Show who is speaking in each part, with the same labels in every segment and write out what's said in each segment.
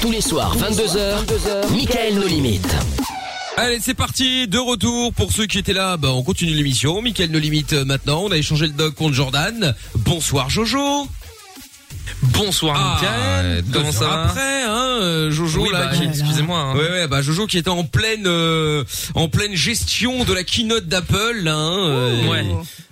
Speaker 1: Tous les soirs, 22h, 22h Michael nos limites.
Speaker 2: Allez, c'est parti, de retour pour ceux qui étaient là. Bah, on continue l'émission. Michael nos limites euh, maintenant. On a échangé le doc contre Jordan. Bonsoir Jojo.
Speaker 3: Bonsoir
Speaker 2: Ah,
Speaker 3: Mickaël,
Speaker 2: deux
Speaker 3: comment ça
Speaker 2: heures
Speaker 3: va
Speaker 2: Après, hein, euh, Jojo
Speaker 3: Oui,
Speaker 2: là.
Speaker 3: bah,
Speaker 2: qui-
Speaker 3: excusez-moi, hein.
Speaker 2: Ouais, ouais, bah Jojo qui était en pleine, euh, en pleine gestion de la keynote d'Apple. là, Hein, euh,
Speaker 3: Ouais.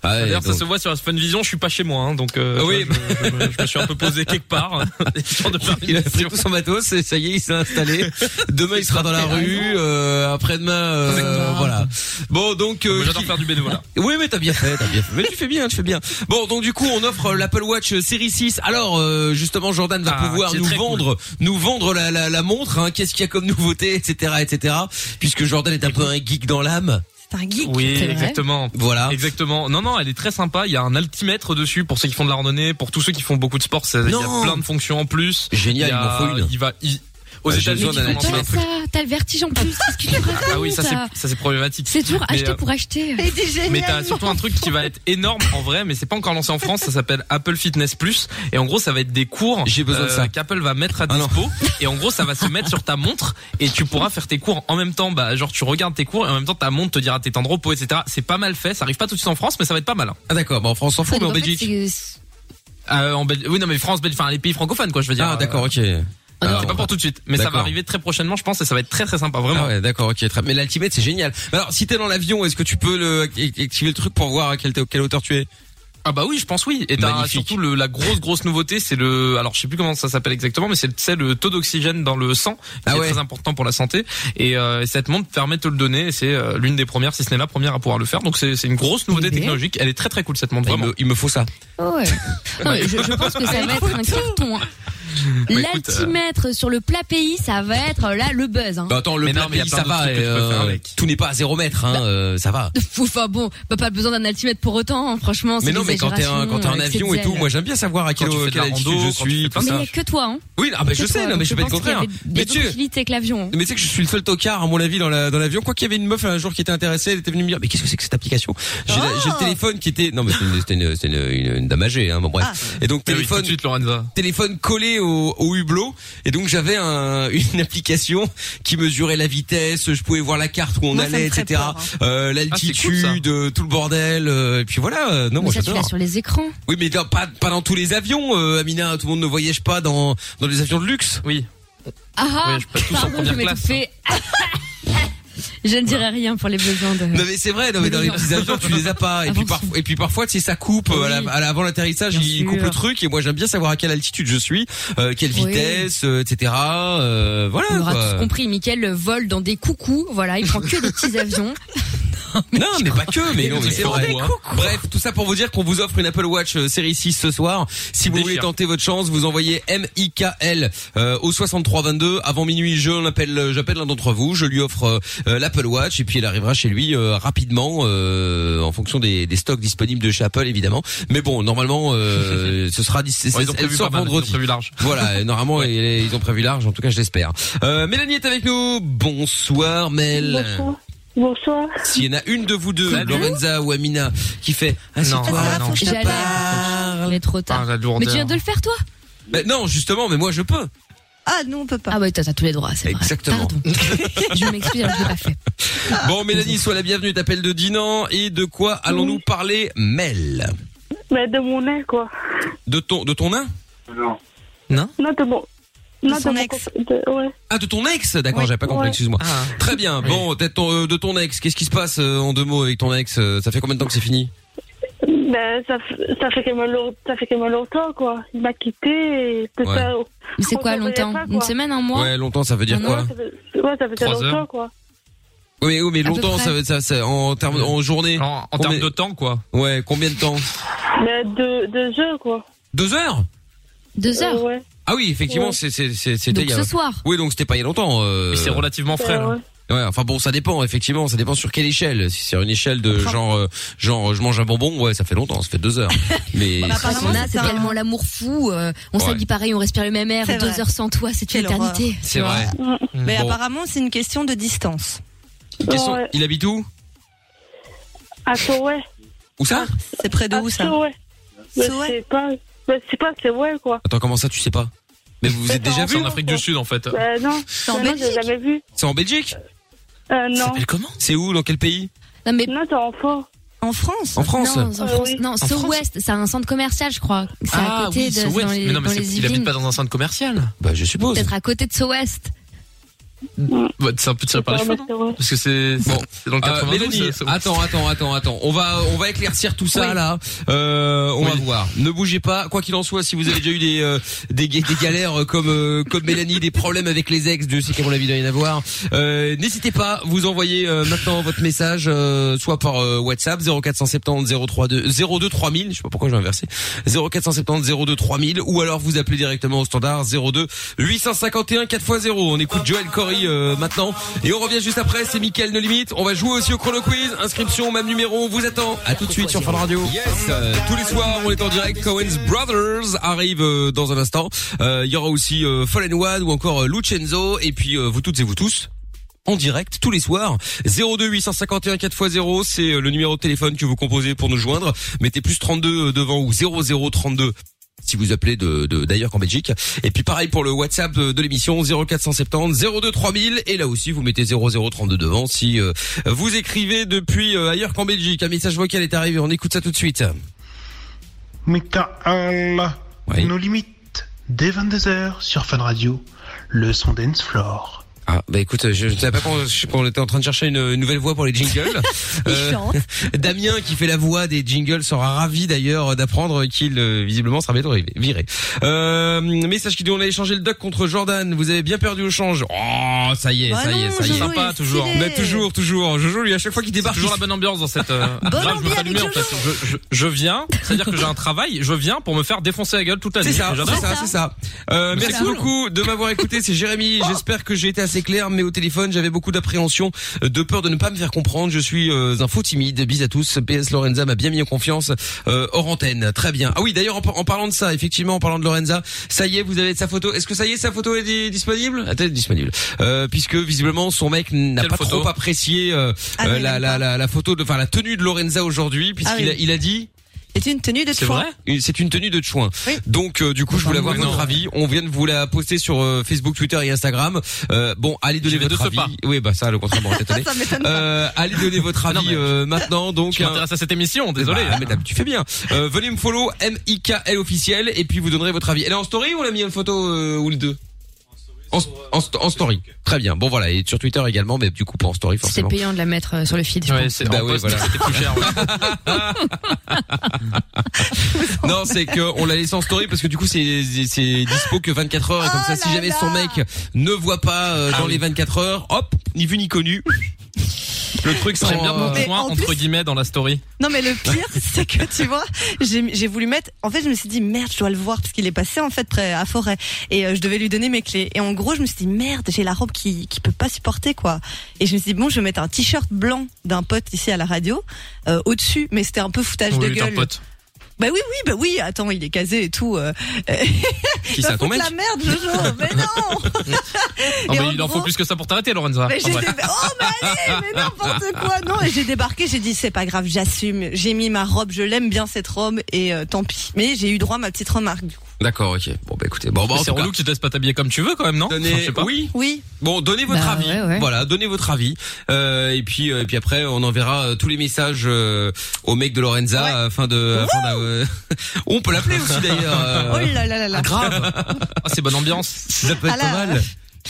Speaker 2: Ah, ouais,
Speaker 3: D'ailleurs, ça
Speaker 2: donc-
Speaker 3: se voit sur la Fun Vision, je suis pas chez moi, hein, donc euh,
Speaker 2: Ah oui.
Speaker 3: tu vois, je, je- je me suis un peu posé quelque part. histoire de faire une
Speaker 2: Il a pris
Speaker 3: émission.
Speaker 2: tout son matos, et ça y est, il s'est installé. Demain, il sera dans la rue. euh, Après-demain, euh, voilà. Bon, donc. euh,
Speaker 3: Moi, J'adore
Speaker 2: qui-
Speaker 3: faire du bénévolat.
Speaker 2: Oui, mais t'as bien fait, t'as bien fait. Mais tu fais bien, tu fais bien. Bon, donc du coup, on offre euh, l'Apple Watch euh, Série 6. Alors, euh, justement, Jordan va
Speaker 3: Ah,
Speaker 2: pouvoir
Speaker 3: c'est
Speaker 2: nous
Speaker 3: très
Speaker 2: vendre, nous vendre la, la, la montre. hein. Qu'est-ce qu'il y a comme nouveauté, etc., etc. Puisque Jordan est un peu un geek dans l'âme.
Speaker 4: C'est un geek.
Speaker 3: Oui,
Speaker 5: C'est vrai.
Speaker 3: exactement.
Speaker 2: Voilà.
Speaker 3: Exactement. Non, non, elle est très sympa. Il y a un altimètre dessus pour ceux qui font de la randonnée, pour tous ceux qui font beaucoup de sport. ça- Il y
Speaker 2: Non.
Speaker 3: a plein de fonctions en plus.
Speaker 2: Génial,
Speaker 3: Il, y
Speaker 2: il m'en
Speaker 3: a-
Speaker 2: faut une.
Speaker 3: il va. il- aux
Speaker 2: Bah, j'ai
Speaker 3: États-Unis,
Speaker 2: besoin d'un
Speaker 3: ils ont lancé
Speaker 5: Pas
Speaker 3: un truc.
Speaker 5: ça, Ah, t'as le vertige en plus. Qu'est-ce que tu racontes
Speaker 3: Ah oui, ça c'est
Speaker 5: t'as-
Speaker 3: ça, c'est problématique.
Speaker 5: c'est toujours
Speaker 3: Mais,
Speaker 5: acheter
Speaker 3: euh,
Speaker 5: pour acheter.
Speaker 4: Il était génial.
Speaker 3: Mais t'as surtout un truc qui va être énorme en vrai, mais c'est pas encore lancé en France. Ça s'appelle Apple Fitness Plus, et en gros, ça va être des cours. euh,
Speaker 2: J'ai besoin de ça.
Speaker 3: Qu'Apple va mettre à
Speaker 2: Ah non.
Speaker 3: dispo, et en gros, ça va se mettre sur ta montre, et tu pourras faire tes cours en même temps. Bah, genre, tu regardes tes cours, et en même temps, ta montre te dira tes temps de repos, etc. C'est pas mal fait. Ça arrive pas tout de suite en France, mais ça va être pas mal. hein.
Speaker 2: Ah d'accord, bah, en France, on s'en fout, mais en
Speaker 5: Donc, en fait,
Speaker 2: Belgique.
Speaker 5: c'est-
Speaker 3: Euh, en Bel- oui, non, mais France, Bel- enfin les pays francophones, quoi. Je veux dire.
Speaker 2: Ah d'accord, ok.
Speaker 3: Euh,
Speaker 2: Alors,
Speaker 3: c'est pas pour tout de suite, mais ça va
Speaker 2: D'accord.
Speaker 3: arriver très prochainement, je pense, et ça va être très très sympa, vraiment.
Speaker 2: Ah ouais, d'accord, ok. Très... Mais l'altimètre, c'est génial. Alors, si t'es dans l'avion, est-ce que tu peux le... e-, activer le truc pour voir à quelle, quelle hauteur tu es
Speaker 3: Ah bah oui, je pense oui. Et t'as
Speaker 2: Magnifique.
Speaker 3: surtout le, la grosse grosse nouveauté, c'est le, alors je sais plus comment ça s'appelle exactement, mais c'est le- c'est le taux d'oxygène dans le sang qui
Speaker 2: Ah
Speaker 3: est
Speaker 2: ouais.
Speaker 3: très important pour la santé. Et euh, cette montre permet de te le donner. Et c'est euh, l'une des premières, si ce n'est la première, à pouvoir le faire. Donc c'est c'est une grosse nouveauté
Speaker 5: Idée.
Speaker 3: technologique. Elle est très très cool cette montre,
Speaker 2: Bah, il
Speaker 3: vraiment.
Speaker 2: me, il me faut ça.
Speaker 5: Ah Ouais. Non, mais je, je pense que ça va être un carton. hein.
Speaker 2: Bah, euh,
Speaker 3: écoute,
Speaker 5: L'altimètre sur le plat pays, ça va être là le buzz. Hein.
Speaker 2: Bah attends, le
Speaker 3: Mais non,
Speaker 2: plat
Speaker 3: mais il y a
Speaker 2: pays,
Speaker 3: plein
Speaker 2: ça
Speaker 3: d'autres
Speaker 2: va.
Speaker 3: trucs que tu peux
Speaker 2: euh,
Speaker 3: faire avec. Bah,
Speaker 2: tout n'est pas à zéro mètre, hein, euh, ça va.
Speaker 5: Enfin bon, bah, pas besoin d'un altimètre pour autant, hein, franchement.
Speaker 2: Mais
Speaker 5: c'est
Speaker 2: non,
Speaker 5: des
Speaker 2: mais quand t'es un-
Speaker 5: exagérations
Speaker 2: quand
Speaker 3: euh,
Speaker 2: t'es en
Speaker 5: avec ses
Speaker 2: avion et tout,
Speaker 5: ailes.
Speaker 2: moi j'aime bien savoir à quelle,
Speaker 3: tu fais de
Speaker 2: quelle
Speaker 3: la
Speaker 2: altitude
Speaker 3: rando,
Speaker 2: je
Speaker 3: quand tu
Speaker 2: suis,
Speaker 3: fais
Speaker 2: tout
Speaker 3: plein
Speaker 5: Mais
Speaker 2: ça.
Speaker 5: il n'y a que toi, hein.
Speaker 2: Oui, ah bah
Speaker 5: Que
Speaker 2: je
Speaker 5: toi,
Speaker 2: sais, non,
Speaker 5: donc
Speaker 2: mais je vais pas
Speaker 5: pense
Speaker 2: le
Speaker 5: qu'il y
Speaker 2: contraire.
Speaker 5: avait
Speaker 2: Mais
Speaker 5: Des
Speaker 2: tu,
Speaker 5: possibilités avec l'avion. hein.
Speaker 2: mais tu sais que je suis le seul tocard à mon avis dans la dans l'avion. Quoi qu'il y avait une meuf un jour qui était intéressée, elle était venue me dire mais qu'est-ce que c'est que cette application J'ai la-
Speaker 4: Ah.
Speaker 2: j'ai le téléphone qui était non mais c'était une c'était une, c'était une- une- une dame âgée hein bon bref.
Speaker 4: Ah.
Speaker 2: Et donc
Speaker 3: Mais Eh oui, tout
Speaker 2: téléphone
Speaker 3: de suite, Lorenza.
Speaker 2: téléphone collé au, au hublot et donc j'avais un, une application qui mesurait la vitesse, je pouvais voir la carte où on
Speaker 4: Moi, ça me
Speaker 2: allait,
Speaker 4: ferait
Speaker 2: etc.
Speaker 4: peur, hein.
Speaker 2: Euh,
Speaker 3: Ah,
Speaker 2: L'altitude,
Speaker 3: c'est
Speaker 2: euh, tout le bordel, euh, et puis voilà. euh, non,
Speaker 5: Mais
Speaker 2: moi
Speaker 5: ça, tu l'as
Speaker 2: j'adore.
Speaker 5: sur les écrans.
Speaker 2: Oui, mais dans- pas, pas dans tous les avions, euh, Amina. Tout le monde ne voyage pas dans dans les avions de luxe.
Speaker 3: Oui.
Speaker 5: Ah ah,
Speaker 3: Ouais, je passe tous en
Speaker 5: pardon, je
Speaker 3: première
Speaker 5: m'étouffais. Je ne dirai rien pour les besoins de...
Speaker 2: Non mais c'est vrai, non mais dans les petits avions tu les as pas et puis
Speaker 5: Avance.
Speaker 2: parfois et puis parfois tu sais ça coupe euh, à la- à la- avant l'atterrissage
Speaker 5: Bien
Speaker 2: ils coupent
Speaker 5: sûr.
Speaker 2: le truc et moi j'aime bien savoir à quelle altitude je suis, euh, quelle
Speaker 5: Oui.
Speaker 2: vitesse, euh, etc. euh, voilà.
Speaker 5: On aura
Speaker 2: quoi.
Speaker 5: tous compris, Mickaël vole dans des coucous, voilà, il prend que des petits avions.
Speaker 2: Non, mais pas que, mais non, mais
Speaker 3: Des
Speaker 2: c'est
Speaker 3: gros
Speaker 2: vrai.
Speaker 3: des
Speaker 2: Hein. Bref, tout ça pour vous dire qu'on vous offre une Apple Watch euh, série 6 ce soir. Si vous
Speaker 3: Déchire.
Speaker 2: voulez tenter votre chance, vous envoyez MIKL euh, au 6322 avant minuit, je l'appelle euh, j'appelle l'un d'entre vous, je lui offre euh, euh, l'Apple Watch et puis elle arrivera chez lui euh, rapidement euh, en fonction des, des stocks disponibles de chez Apple évidemment. Mais bon, normalement euh, ce sera dis-
Speaker 3: Ouais, ils ont
Speaker 2: elle
Speaker 3: prévu
Speaker 2: sort
Speaker 3: pas mal, ils ont
Speaker 2: vendredi.
Speaker 3: prévu large.
Speaker 2: Voilà, et normalement ils, ils ont prévu large en tout cas, je l'espère. Euh, Mélanie est avec nous. Bonsoir Mel.
Speaker 6: Bonsoir. Bonsoir.
Speaker 2: S'il y en a une de vous deux,
Speaker 3: Salut.
Speaker 2: Lorenza ou Amina, qui fait ah, c'est
Speaker 3: Non,
Speaker 2: toi,
Speaker 3: ah, non.
Speaker 2: je te
Speaker 5: J'allais-
Speaker 2: parle.
Speaker 5: Mais trop
Speaker 3: Ah,
Speaker 5: tard.
Speaker 3: la
Speaker 5: Mais
Speaker 3: lourdeur.
Speaker 5: tu viens de le faire toi
Speaker 2: Bah, non, justement, mais moi je peux.
Speaker 4: Ah, nous, on peut pas.
Speaker 5: Ah ouais, t'as t'as tous les droits, c'est vrai.
Speaker 2: Exactement.
Speaker 5: Pardon. Je m'excuse, alors je l'ai pas fait.
Speaker 2: Bon, Mélanie, sois la bienvenue. T'appelles de Dinan et de quoi allons-nous parler, Mel
Speaker 6: Mais de mon ex, quoi.
Speaker 2: De ton, de ton nain
Speaker 6: Non, de mon. non,
Speaker 4: son
Speaker 6: mon
Speaker 4: ex.
Speaker 6: copain- de- ouais.
Speaker 2: Ah, de ton ex. D'accord, j'avais pas compris.
Speaker 6: Ouais.
Speaker 2: Excuse-moi.
Speaker 3: Ah.
Speaker 2: Très bien.
Speaker 3: Oui.
Speaker 2: Bon, peut-être ton- euh, de ton ex. Qu'est-ce qui se passe euh, en deux mots avec ton ex euh, Ça fait combien de temps que c'est fini
Speaker 6: Ben, ça, f- ça, fait quand même long- ça fait quand même longtemps, quoi. Il m'a quitté et tout
Speaker 2: Ouais.
Speaker 6: ça.
Speaker 5: Mais c'est
Speaker 6: On
Speaker 5: quoi
Speaker 6: s'en voyait
Speaker 5: longtemps
Speaker 6: pas, quoi.
Speaker 5: Une semaine, un mois
Speaker 2: Ouais, longtemps. Ça veut dire
Speaker 5: Un
Speaker 2: quoi
Speaker 6: Ouais, ça fait- ouais, ça faisait
Speaker 3: Trois
Speaker 6: longtemps,
Speaker 3: heures.
Speaker 6: quoi.
Speaker 2: Oui, mais- oui, mais
Speaker 5: peu
Speaker 2: longtemps.
Speaker 5: près.
Speaker 2: Ça, veut- ça, ça- en termes, en journée.
Speaker 3: En, en
Speaker 2: Combien-
Speaker 3: termes de temps, quoi.
Speaker 2: Ouais, combien de temps
Speaker 6: Mais de, de jeu, quoi.
Speaker 2: Deux heures
Speaker 5: Deux
Speaker 6: Euh,
Speaker 5: heures
Speaker 6: ouais.
Speaker 2: Ah oui, effectivement,
Speaker 6: Ouais.
Speaker 2: c'est- c'est- c'est- c'était
Speaker 5: Donc
Speaker 2: il y a.
Speaker 5: ce soir
Speaker 2: Oui, donc c'était pas il y a longtemps. euh,
Speaker 3: Mais C'est relativement frais. hein.
Speaker 6: Euh,
Speaker 3: là.
Speaker 6: ouais.
Speaker 2: Ouais, enfin bon, ça dépend effectivement, ça dépend sur quelle échelle. Si c'est une échelle de genre, euh, genre je mange un bonbon, ouais, ça fait longtemps, ça fait deux heures. Mais
Speaker 4: Bah,
Speaker 5: Après,
Speaker 4: apparemment,
Speaker 5: on a,
Speaker 4: c'est
Speaker 5: c'est
Speaker 4: un-
Speaker 5: tellement l'amour fou, euh, on
Speaker 2: Ouais.
Speaker 5: s'habille pareil, on respire le même air,
Speaker 4: C'est
Speaker 5: deux
Speaker 4: vrai.
Speaker 5: heures sans toi, c'est une
Speaker 4: Quelle horreur.
Speaker 5: éternité.
Speaker 2: c'est vrai. Mm.
Speaker 4: Mais
Speaker 2: Bon.
Speaker 4: apparemment, c'est une question de distance.
Speaker 2: Question,
Speaker 6: Ouais.
Speaker 2: il habite où
Speaker 6: À Soway.
Speaker 2: Où ça
Speaker 4: C'est près de
Speaker 6: À
Speaker 4: où ça
Speaker 6: Soway. Mais
Speaker 4: Soway
Speaker 6: ben, c'est pas. Mais c'est pas, c'est ouais, quoi.
Speaker 2: Attends, comment ça, tu sais pas Mais vous vous êtes déjà
Speaker 3: C'est
Speaker 2: vu
Speaker 3: en Afrique du Sud en fait.
Speaker 6: Euh, non,
Speaker 4: C'est en
Speaker 6: non, non, j'ai
Speaker 4: Belgique.
Speaker 6: jamais vu.
Speaker 2: C'est en Belgique
Speaker 6: Euh,
Speaker 3: Ça
Speaker 6: non,
Speaker 3: s'appelle comment
Speaker 2: C'est où Dans quel pays
Speaker 5: Non, mais
Speaker 6: non, t'es enfant.
Speaker 4: En France.
Speaker 2: En France
Speaker 5: Non, en
Speaker 6: Euh,
Speaker 5: France.
Speaker 6: oui.
Speaker 5: Non,
Speaker 2: En France.
Speaker 5: So West, c'est un centre commercial, je crois. C'est
Speaker 2: ah
Speaker 5: à côté de.
Speaker 3: Ah c'est
Speaker 5: c'est
Speaker 3: ouest.
Speaker 5: dans les,
Speaker 3: mais non, mais
Speaker 5: dans
Speaker 3: c'est-
Speaker 5: les
Speaker 3: il habite
Speaker 5: Yvelines.
Speaker 3: pas dans un centre commercial.
Speaker 2: Bah je suppose.
Speaker 5: Peut-être à côté de So West.
Speaker 3: Bah, c'est un peu tiré par les cheveux. non Parce que c'est
Speaker 2: Bon.
Speaker 3: c'est dans le
Speaker 2: Euh,
Speaker 3: 92.
Speaker 2: Mélanie,
Speaker 3: ça- ça-
Speaker 2: attends, attends, attends, attends. On va, on va éclaircir tout ça
Speaker 5: Oui.
Speaker 2: là. Euh, on va
Speaker 3: Oui.
Speaker 2: voir. Ne bougez pas. Quoi qu'il en soit, si vous avez déjà eu des euh, des, ga- des galères euh, comme euh, comme Mélanie, des problèmes avec les ex, Dieu sait qu'à mon avis il doit y en avoir. Euh, N'hésitez pas. Vous envoyez euh, maintenant votre message, euh, soit par euh, WhatsApp 0470 032 02 3000. Je sais pas pourquoi j'ai inversé. 0470 02 3000 ou alors vous appelez directement au standard 02 851 4x0. On écoute Joël Cory euh, maintenant et on revient juste après, c'est Mickaël No Limite. On va jouer aussi au chrono quiz, inscription au même numéro, on vous attend. À tout de suite sur Fun Radio. Yes, euh, tous les soirs on est en direct Cohen's Brothers arrive euh, dans un instant. Euh, il y aura aussi euh, Fallen One ou encore euh, Lucenzo et puis euh, vous toutes et vous tous en direct tous les soirs. 02 851 4x0, c'est euh, le numéro de téléphone que vous composez pour nous joindre. Mettez plus 32 devant ou 0032 si vous appelez de de- d'ailleurs qu'en Belgique. Et puis pareil pour le WhatsApp de, de l'émission 0470 02 3000 et là aussi vous mettez 0032 devant si euh, vous écrivez depuis euh, ailleurs qu'en Belgique. Un message vocal est arrivé, on écoute ça tout de suite.
Speaker 7: Mikael,
Speaker 2: Oui.
Speaker 7: nos limites, dès 22h sur Fun Radio, le son dance floor.
Speaker 2: Ah bah écoute, je ne savais pas qu'on je- qu'on était en train de chercher une, une nouvelle voix pour les jingles. Euh,
Speaker 4: chante.
Speaker 2: Damien qui fait la voix des jingles sera ravi d'ailleurs d'apprendre qu'il euh, visiblement sera bientôt rivé- viré. Euh, message qui dit on a échangé le doc contre Jordan, vous avez bien perdu au change. Oh ça y est,
Speaker 4: Bah
Speaker 2: ça y est,
Speaker 4: non,
Speaker 2: ça y est.
Speaker 4: Jojo,
Speaker 3: Sympa,
Speaker 4: il est
Speaker 3: toujours.
Speaker 4: stylé.
Speaker 2: Mais toujours, toujours. Jojo lui à chaque fois qu'il
Speaker 3: C'est
Speaker 2: débarque,
Speaker 3: toujours la bonne ambiance dans cette. euh,
Speaker 4: Bonne
Speaker 3: grave, je veux
Speaker 4: ambiance
Speaker 3: t'allumer,
Speaker 4: avec
Speaker 3: en fait. Je, je, je viens, c'est-à-dire que j'ai un travail, je viens pour me faire défoncer la gueule toute la nuit.
Speaker 2: C'est ça,
Speaker 3: J'adore.
Speaker 2: c'est ça, c'est ça. Euh,
Speaker 3: Mais
Speaker 2: merci
Speaker 3: c'est cool.
Speaker 2: beaucoup de m'avoir écouté, c'est Jérémy.
Speaker 4: Oh,
Speaker 2: J'espère que j'ai été assez clair, mais au téléphone, j'avais beaucoup d'appréhension, euh, de peur de ne pas me faire comprendre. Je suis euh, un faux timide. Bis à tous. PS Lorenza m'a bien mis en confiance euh, hors antenne. Très bien. Ah oui, d'ailleurs, en, par- en parlant de ça, effectivement, en parlant de Lorenza, ça y est, vous avez sa photo. Est-ce que ça y est, sa photo est di- disponible Attends, disponible. Euh, puisque visiblement, son mec n'a
Speaker 3: Quelle
Speaker 2: pas
Speaker 3: photo
Speaker 2: trop apprécié euh,
Speaker 4: Ah, non,
Speaker 2: euh,
Speaker 4: il
Speaker 2: la,
Speaker 4: aime
Speaker 2: la,
Speaker 4: pas. Ah
Speaker 2: la, la photo, de, enfin la tenue de Lorenza aujourd'hui, puisqu'il
Speaker 4: oui.
Speaker 2: a, il a dit.
Speaker 4: C'est une tenue de
Speaker 3: C'est
Speaker 4: chouin.
Speaker 3: vrai
Speaker 2: Une- C'est une tenue de chouin.
Speaker 4: Oui.
Speaker 2: Donc euh, du coup, je voulais avoir
Speaker 3: Mais non.
Speaker 2: votre avis. On vient de vous la poster sur euh, Facebook, Twitter et Instagram. Euh, bon, allez donner
Speaker 3: J'y vais
Speaker 2: votre
Speaker 3: de ce
Speaker 2: avis. Oui, bah ça, le contraire, bon, t'étonné.
Speaker 4: Ça m'étonne pas.
Speaker 2: Euh, allez donner votre avis
Speaker 3: Non, mais-
Speaker 2: euh, maintenant. Donc,
Speaker 3: Je
Speaker 2: hein,
Speaker 3: m'intéresse à cette émission, désolé.
Speaker 2: bah, mais t'as- tu fais bien. Euh, venez me follow M I K L officiel et puis vous donnerez votre avis. Elle est en story ou on l'a mis une photo euh, ou le deux en, en, sto- en story. euh, Très bien. Bon voilà et sur Twitter également, mais du coup pas en story
Speaker 5: C'était
Speaker 2: forcément.
Speaker 5: payant de la mettre euh, sur le feed. je
Speaker 3: Ouais,
Speaker 5: pense.
Speaker 3: c'est
Speaker 2: Bah
Speaker 3: en
Speaker 2: oui,
Speaker 3: poste,
Speaker 2: voilà.
Speaker 3: c'était plus cher. ouais.
Speaker 2: Non, c'est qu'on l'a laissé en story parce que du coup c'est c'est- c'est dispo que 24 heures et comme
Speaker 4: Oh
Speaker 2: ça si
Speaker 4: là
Speaker 2: jamais
Speaker 4: là.
Speaker 2: son mec ne voit pas euh,
Speaker 3: Ah
Speaker 2: dans
Speaker 3: oui.
Speaker 2: les 24 heures, hop, ni vu ni connu.
Speaker 3: Le truc, c'est
Speaker 2: Oh.
Speaker 3: bien mon
Speaker 4: Mais
Speaker 3: joint,
Speaker 4: en
Speaker 3: entre
Speaker 4: plus-
Speaker 3: guillemets dans la story.
Speaker 4: Non mais le pire, c'est que tu vois, j'ai j'ai voulu mettre. En fait, je me suis dit merde, je dois le voir parce qu'il est passé en fait près à forêt et euh, je devais lui donner mes clés. Et en gros, je me suis dit merde, j'ai la robe qui qui peut pas supporter quoi. Et je me suis dit bon, je vais mettre un t-shirt blanc d'un pote ici à la radio euh, au-dessus, mais c'était un peu foutage de
Speaker 3: Oui, t'es un
Speaker 4: gueule.
Speaker 3: pote.
Speaker 4: Bah oui, oui, bah oui. Attends, il est casé et tout. Euh,
Speaker 2: Qui
Speaker 4: bah,
Speaker 2: ça ton
Speaker 4: foutre
Speaker 2: mec
Speaker 4: la merde, Jojo. mais non.
Speaker 3: Non,
Speaker 4: Et
Speaker 3: Ah, mais
Speaker 4: en
Speaker 3: il en faut
Speaker 4: gros-
Speaker 3: plus que ça pour t'arrêter, Lorenza. Ah, bah.
Speaker 4: Mais
Speaker 3: En
Speaker 4: j'ai
Speaker 3: vrai.
Speaker 4: déba- Oh, mais allez, mais n'importe quoi, non. Et j'ai débarqué, j'ai dit, c'est pas grave, j'assume. J'ai mis ma robe, je l'aime bien cette robe, et euh, tant pis. Mais j'ai eu droit à ma petite remarque, du coup.
Speaker 2: D'accord, OK. Bon bah écoutez, bon bah
Speaker 3: Mais
Speaker 2: en
Speaker 3: C'est
Speaker 2: tout cas,
Speaker 3: relou que tu te laisses pas t'habiller comme tu veux quand même, non Enfin, je
Speaker 2: donnez
Speaker 3: sais pas.
Speaker 2: oui.
Speaker 4: Oui.
Speaker 2: Bon, donnez votre
Speaker 5: Bah,
Speaker 2: avis.
Speaker 5: ouais, ouais.
Speaker 2: Voilà, donnez votre avis. Euh, et puis euh, et puis après on enverra euh, tous les messages euh, au mec de Lorenza
Speaker 4: Ouais.
Speaker 2: afin de afin d'a- euh, on peut l'appeler aussi d'ailleurs. euh,
Speaker 4: Oh là là là là.
Speaker 3: Grave. Ah, c'est bonne ambiance.
Speaker 2: Ça peut être
Speaker 4: Ah là.
Speaker 2: pas mal.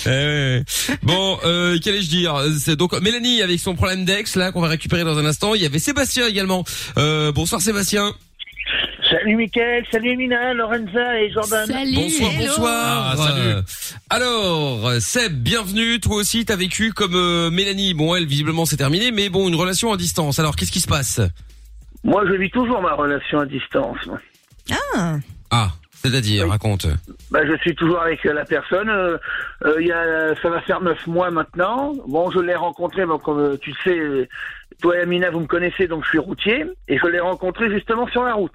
Speaker 2: Eh ouais. Bon, euh, qu'allais-je dire C'est donc Mélanie avec son problème d'ex là qu'on va récupérer dans un instant. Il y avait Sébastien également. Euh, bonsoir Sébastien.
Speaker 8: Salut Mickaël, salut Mina, Lorenza et Jordan.
Speaker 5: Salut.
Speaker 2: Bonsoir,
Speaker 5: Hello.
Speaker 2: bonsoir.
Speaker 3: Ah, salut.
Speaker 2: Euh, Alors, euh, Seb, bienvenue. Toi aussi, t'as vécu comme euh, Mélanie. Bon, elle visiblement c'est terminé, mais bon, une relation à distance. Alors, qu'est-ce qui se passe
Speaker 8: Moi, je vis toujours ma relation à distance.
Speaker 4: Ah.
Speaker 2: Ah, c'est-à-dire,
Speaker 8: Oui.
Speaker 2: raconte.
Speaker 8: Bah, je suis toujours avec euh, la personne. Euh, euh, il y a, ça va faire neuf mois maintenant. Bon, je l'ai rencontré, donc euh, tu sais, euh, toi et Mina, vous me connaissez, donc je suis routier, et je l'ai rencontré justement sur la route,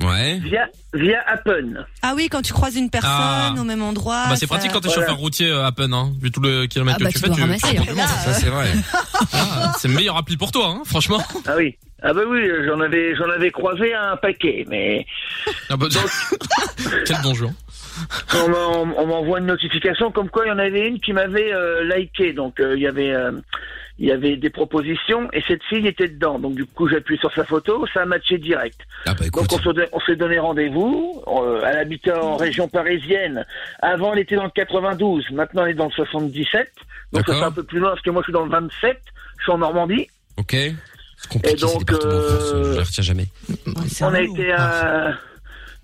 Speaker 2: Ouais.
Speaker 8: via via Appen.
Speaker 4: Ah oui, quand tu croises une personne
Speaker 3: Ah.
Speaker 4: au même endroit.
Speaker 3: Bah, c'est
Speaker 4: ça-
Speaker 3: pratique quand t'es
Speaker 8: Voilà.
Speaker 3: chauffeur routier euh, à peine, hein. Vu tout le kilomètre
Speaker 5: Ah bah
Speaker 3: que tu
Speaker 5: tu
Speaker 3: fais,
Speaker 5: dois
Speaker 3: tu-
Speaker 5: ramasser. hein.
Speaker 4: Là,
Speaker 2: Ça c'est vrai.
Speaker 3: Ah, c'est le meilleur appli pour toi, hein, franchement.
Speaker 8: Ah oui. Ah bah oui, euh, j'en avais j'en avais croisé un paquet, mais
Speaker 3: Ah bah, Quel bon jeu. hein.
Speaker 8: on m'a- on- on m'envoie une notification comme quoi il y en avait une qui m'avait euh, liké. Donc euh, il y avait euh, il y avait des propositions et cette fille était dedans. Donc du coup j'appuie sur sa photo, ça a matché direct.
Speaker 2: Ah bah écoute.
Speaker 8: Donc on se don- on s'est donné rendez-vous. Euh, Elle habitait en région parisienne. Avant elle était dans le 92, maintenant elle est dans le 77. Donc ça
Speaker 2: D'accord.
Speaker 8: fait un peu plus loin parce que moi je suis dans le 27, je suis en Normandie.
Speaker 2: Ok. C'est compliqué
Speaker 8: Et donc,
Speaker 2: ces départements en France,
Speaker 8: euh,
Speaker 2: je les retiens jamais.
Speaker 8: On a été à...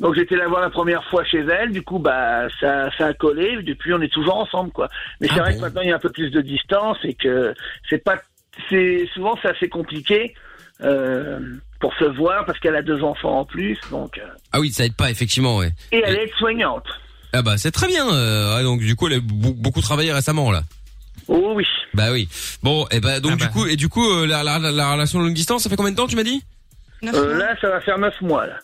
Speaker 8: Donc j'étais la voir la première fois chez elle, du coup bah ça ça a collé, depuis on est toujours ensemble quoi. Mais
Speaker 2: Ah
Speaker 8: c'est vrai
Speaker 2: bon
Speaker 8: que maintenant il y a un peu plus de distance et que c'est pas c'est souvent c'est assez compliqué euh, pour se voir parce qu'elle a deux enfants en plus donc euh.
Speaker 2: Ah oui, ça aide pas effectivement, ouais.
Speaker 8: et elle est soignante.
Speaker 2: Ah bah c'est très bien. euh, ah, donc du coup, elle a bou- beaucoup travaillé récemment là.
Speaker 8: Oh oui.
Speaker 2: Bah oui. Bon, et bah donc
Speaker 3: Ah
Speaker 2: du
Speaker 3: bah.
Speaker 2: coup, et du coup, euh, la, la, la, la relation longue distance, ça fait combien de temps tu m'as dit
Speaker 8: Euh, là ça va faire neuf mois là.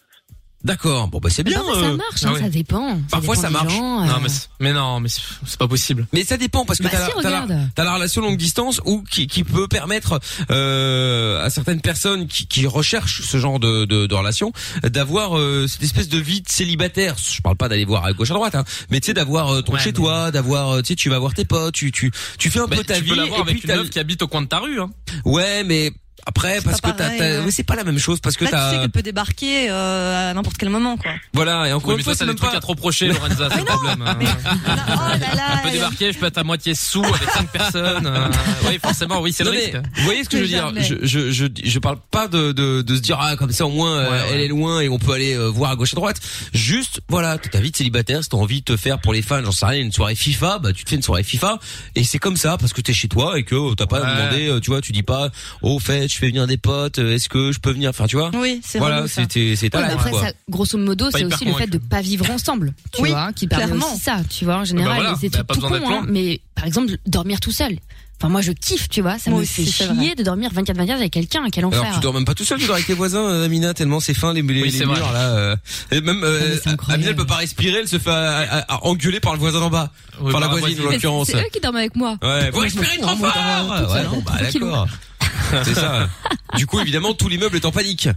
Speaker 2: D'accord. Bon bah c'est bien.
Speaker 5: Non, mais ça
Speaker 2: euh.
Speaker 5: marche,
Speaker 3: ah
Speaker 5: hein,
Speaker 3: ouais.
Speaker 5: ça dépend.
Speaker 2: Parfois,
Speaker 5: dépend
Speaker 2: ça
Speaker 5: des
Speaker 2: marche.
Speaker 5: gens, euh.
Speaker 3: Non, mais, c'est- mais non, mais c'est c'est pas possible.
Speaker 2: Mais ça dépend parce que
Speaker 5: Bah
Speaker 2: t'as
Speaker 5: si,
Speaker 2: la- t'as la,
Speaker 5: regarde.
Speaker 2: t'as la relation longue distance ou qui, qui peut permettre euh, à certaines personnes qui, qui recherchent ce genre de, de, de relation d'avoir euh, cette espèce de vie de célibataire. Je parle pas d'aller voir à gauche à droite, hein, mais tu sais d'avoir euh, ton
Speaker 3: Ouais,
Speaker 2: chez
Speaker 3: mais-
Speaker 2: toi, d'avoir euh, tu sais tu vas voir tes potes, tu tu tu fais un
Speaker 3: Bah,
Speaker 2: peu ta
Speaker 3: tu
Speaker 2: vie
Speaker 3: peux l'avoir
Speaker 2: et
Speaker 3: avec
Speaker 2: puis
Speaker 3: une
Speaker 2: t'as-
Speaker 3: meuf qui habite au coin de ta rue. Hein.
Speaker 2: ouais mais après
Speaker 4: C'est
Speaker 2: parce
Speaker 4: pas
Speaker 2: que t'as
Speaker 4: pareil,
Speaker 2: t'as-
Speaker 4: ouais.
Speaker 2: oui, c'est pas la même chose parce que
Speaker 4: Là, tu sais
Speaker 2: t'as
Speaker 4: qu'elle peut débarquer euh, à n'importe quel moment, quoi.
Speaker 2: voilà et encore
Speaker 3: Oui,
Speaker 2: une
Speaker 3: mais
Speaker 2: fois
Speaker 3: toi,
Speaker 2: c'est
Speaker 3: t'as des
Speaker 2: même
Speaker 3: trucs
Speaker 2: pas
Speaker 3: à te reprocher, Lorenza, c'est le problème. hein.
Speaker 4: Ah, oh là là,
Speaker 3: On peut
Speaker 4: elle-
Speaker 3: débarquer, je peux être à moitié sous avec cinq personnes. euh, oui, forcément, oui, c'est le
Speaker 2: Non, mais
Speaker 3: risque.
Speaker 2: Vous voyez ce que je veux dire
Speaker 4: Jamais.
Speaker 2: je, je, je, je parle pas de, de, de se dire ah comme ça au moins euh,
Speaker 3: Ouais, ouais.
Speaker 2: elle est loin et on peut aller euh, voir à gauche à droite. Juste voilà, t'as ta vie de célibataire, si t'as envie de te faire pour les fans, j'en sais rien, une soirée FIFA, bah tu te fais une soirée FIFA et c'est comme ça parce que t'es chez toi et que euh, t'as pas
Speaker 3: Ouais.
Speaker 2: demandé, euh, tu vois, tu dis pas au fait je fais venir des potes, euh, est-ce que je peux venir, enfin tu vois.
Speaker 4: Oui, c'est
Speaker 2: Voilà,
Speaker 4: relou, ça.
Speaker 2: c'était c'est ta
Speaker 5: Ouais, mais
Speaker 2: life,
Speaker 5: après,
Speaker 2: quoi.
Speaker 5: ça, grosso modo,
Speaker 3: Pas
Speaker 5: c'est
Speaker 3: hyper
Speaker 5: aussi le fait de
Speaker 3: convaincu.
Speaker 5: pas vivre ensemble, tu
Speaker 4: Oui,
Speaker 5: vois, qui permet
Speaker 4: clairement.
Speaker 5: aussi ça, tu vois, en général,
Speaker 3: Bah voilà,
Speaker 5: et c'est
Speaker 3: bah,
Speaker 5: tout
Speaker 3: pas besoin d'être
Speaker 5: con, hein,
Speaker 3: loin.
Speaker 5: mais par exemple, dormir tout seul. Enfin, moi, je kiffe, tu vois, ça
Speaker 4: Moi
Speaker 5: me
Speaker 4: aussi,
Speaker 5: fait
Speaker 4: c'est
Speaker 5: chier
Speaker 4: vrai.
Speaker 5: de dormir 24-24 avec quelqu'un, quel enfer.
Speaker 2: Alors tu dors même pas tout seul, tu dors avec tes voisins, euh, Amina, tellement c'est fin les, les, les
Speaker 3: Oui, c'est
Speaker 2: murs
Speaker 3: vrai.
Speaker 2: là. euh. Et même
Speaker 5: Non,
Speaker 2: euh,
Speaker 5: mais c'est incroyable.
Speaker 2: Amina elle peut pas respirer, elle se fait à- à- à engueuler par le voisin d'en bas,
Speaker 3: Oui,
Speaker 2: par la
Speaker 3: par la
Speaker 2: voisine en
Speaker 3: voisine.
Speaker 5: Mais
Speaker 2: l'occurrence.
Speaker 5: c'est eux qui dorment avec moi.
Speaker 2: Ouais, vous
Speaker 5: Moi, je
Speaker 2: respirez
Speaker 5: m'en
Speaker 2: trop
Speaker 5: fous, hein, moi,
Speaker 2: fort.
Speaker 5: toute
Speaker 2: Ouais,
Speaker 5: seule,
Speaker 2: bon
Speaker 5: hein,
Speaker 2: bah
Speaker 5: tranquillou.
Speaker 2: d'accord. C'est ça. Du coup, évidemment, tout l'immeuble est en panique.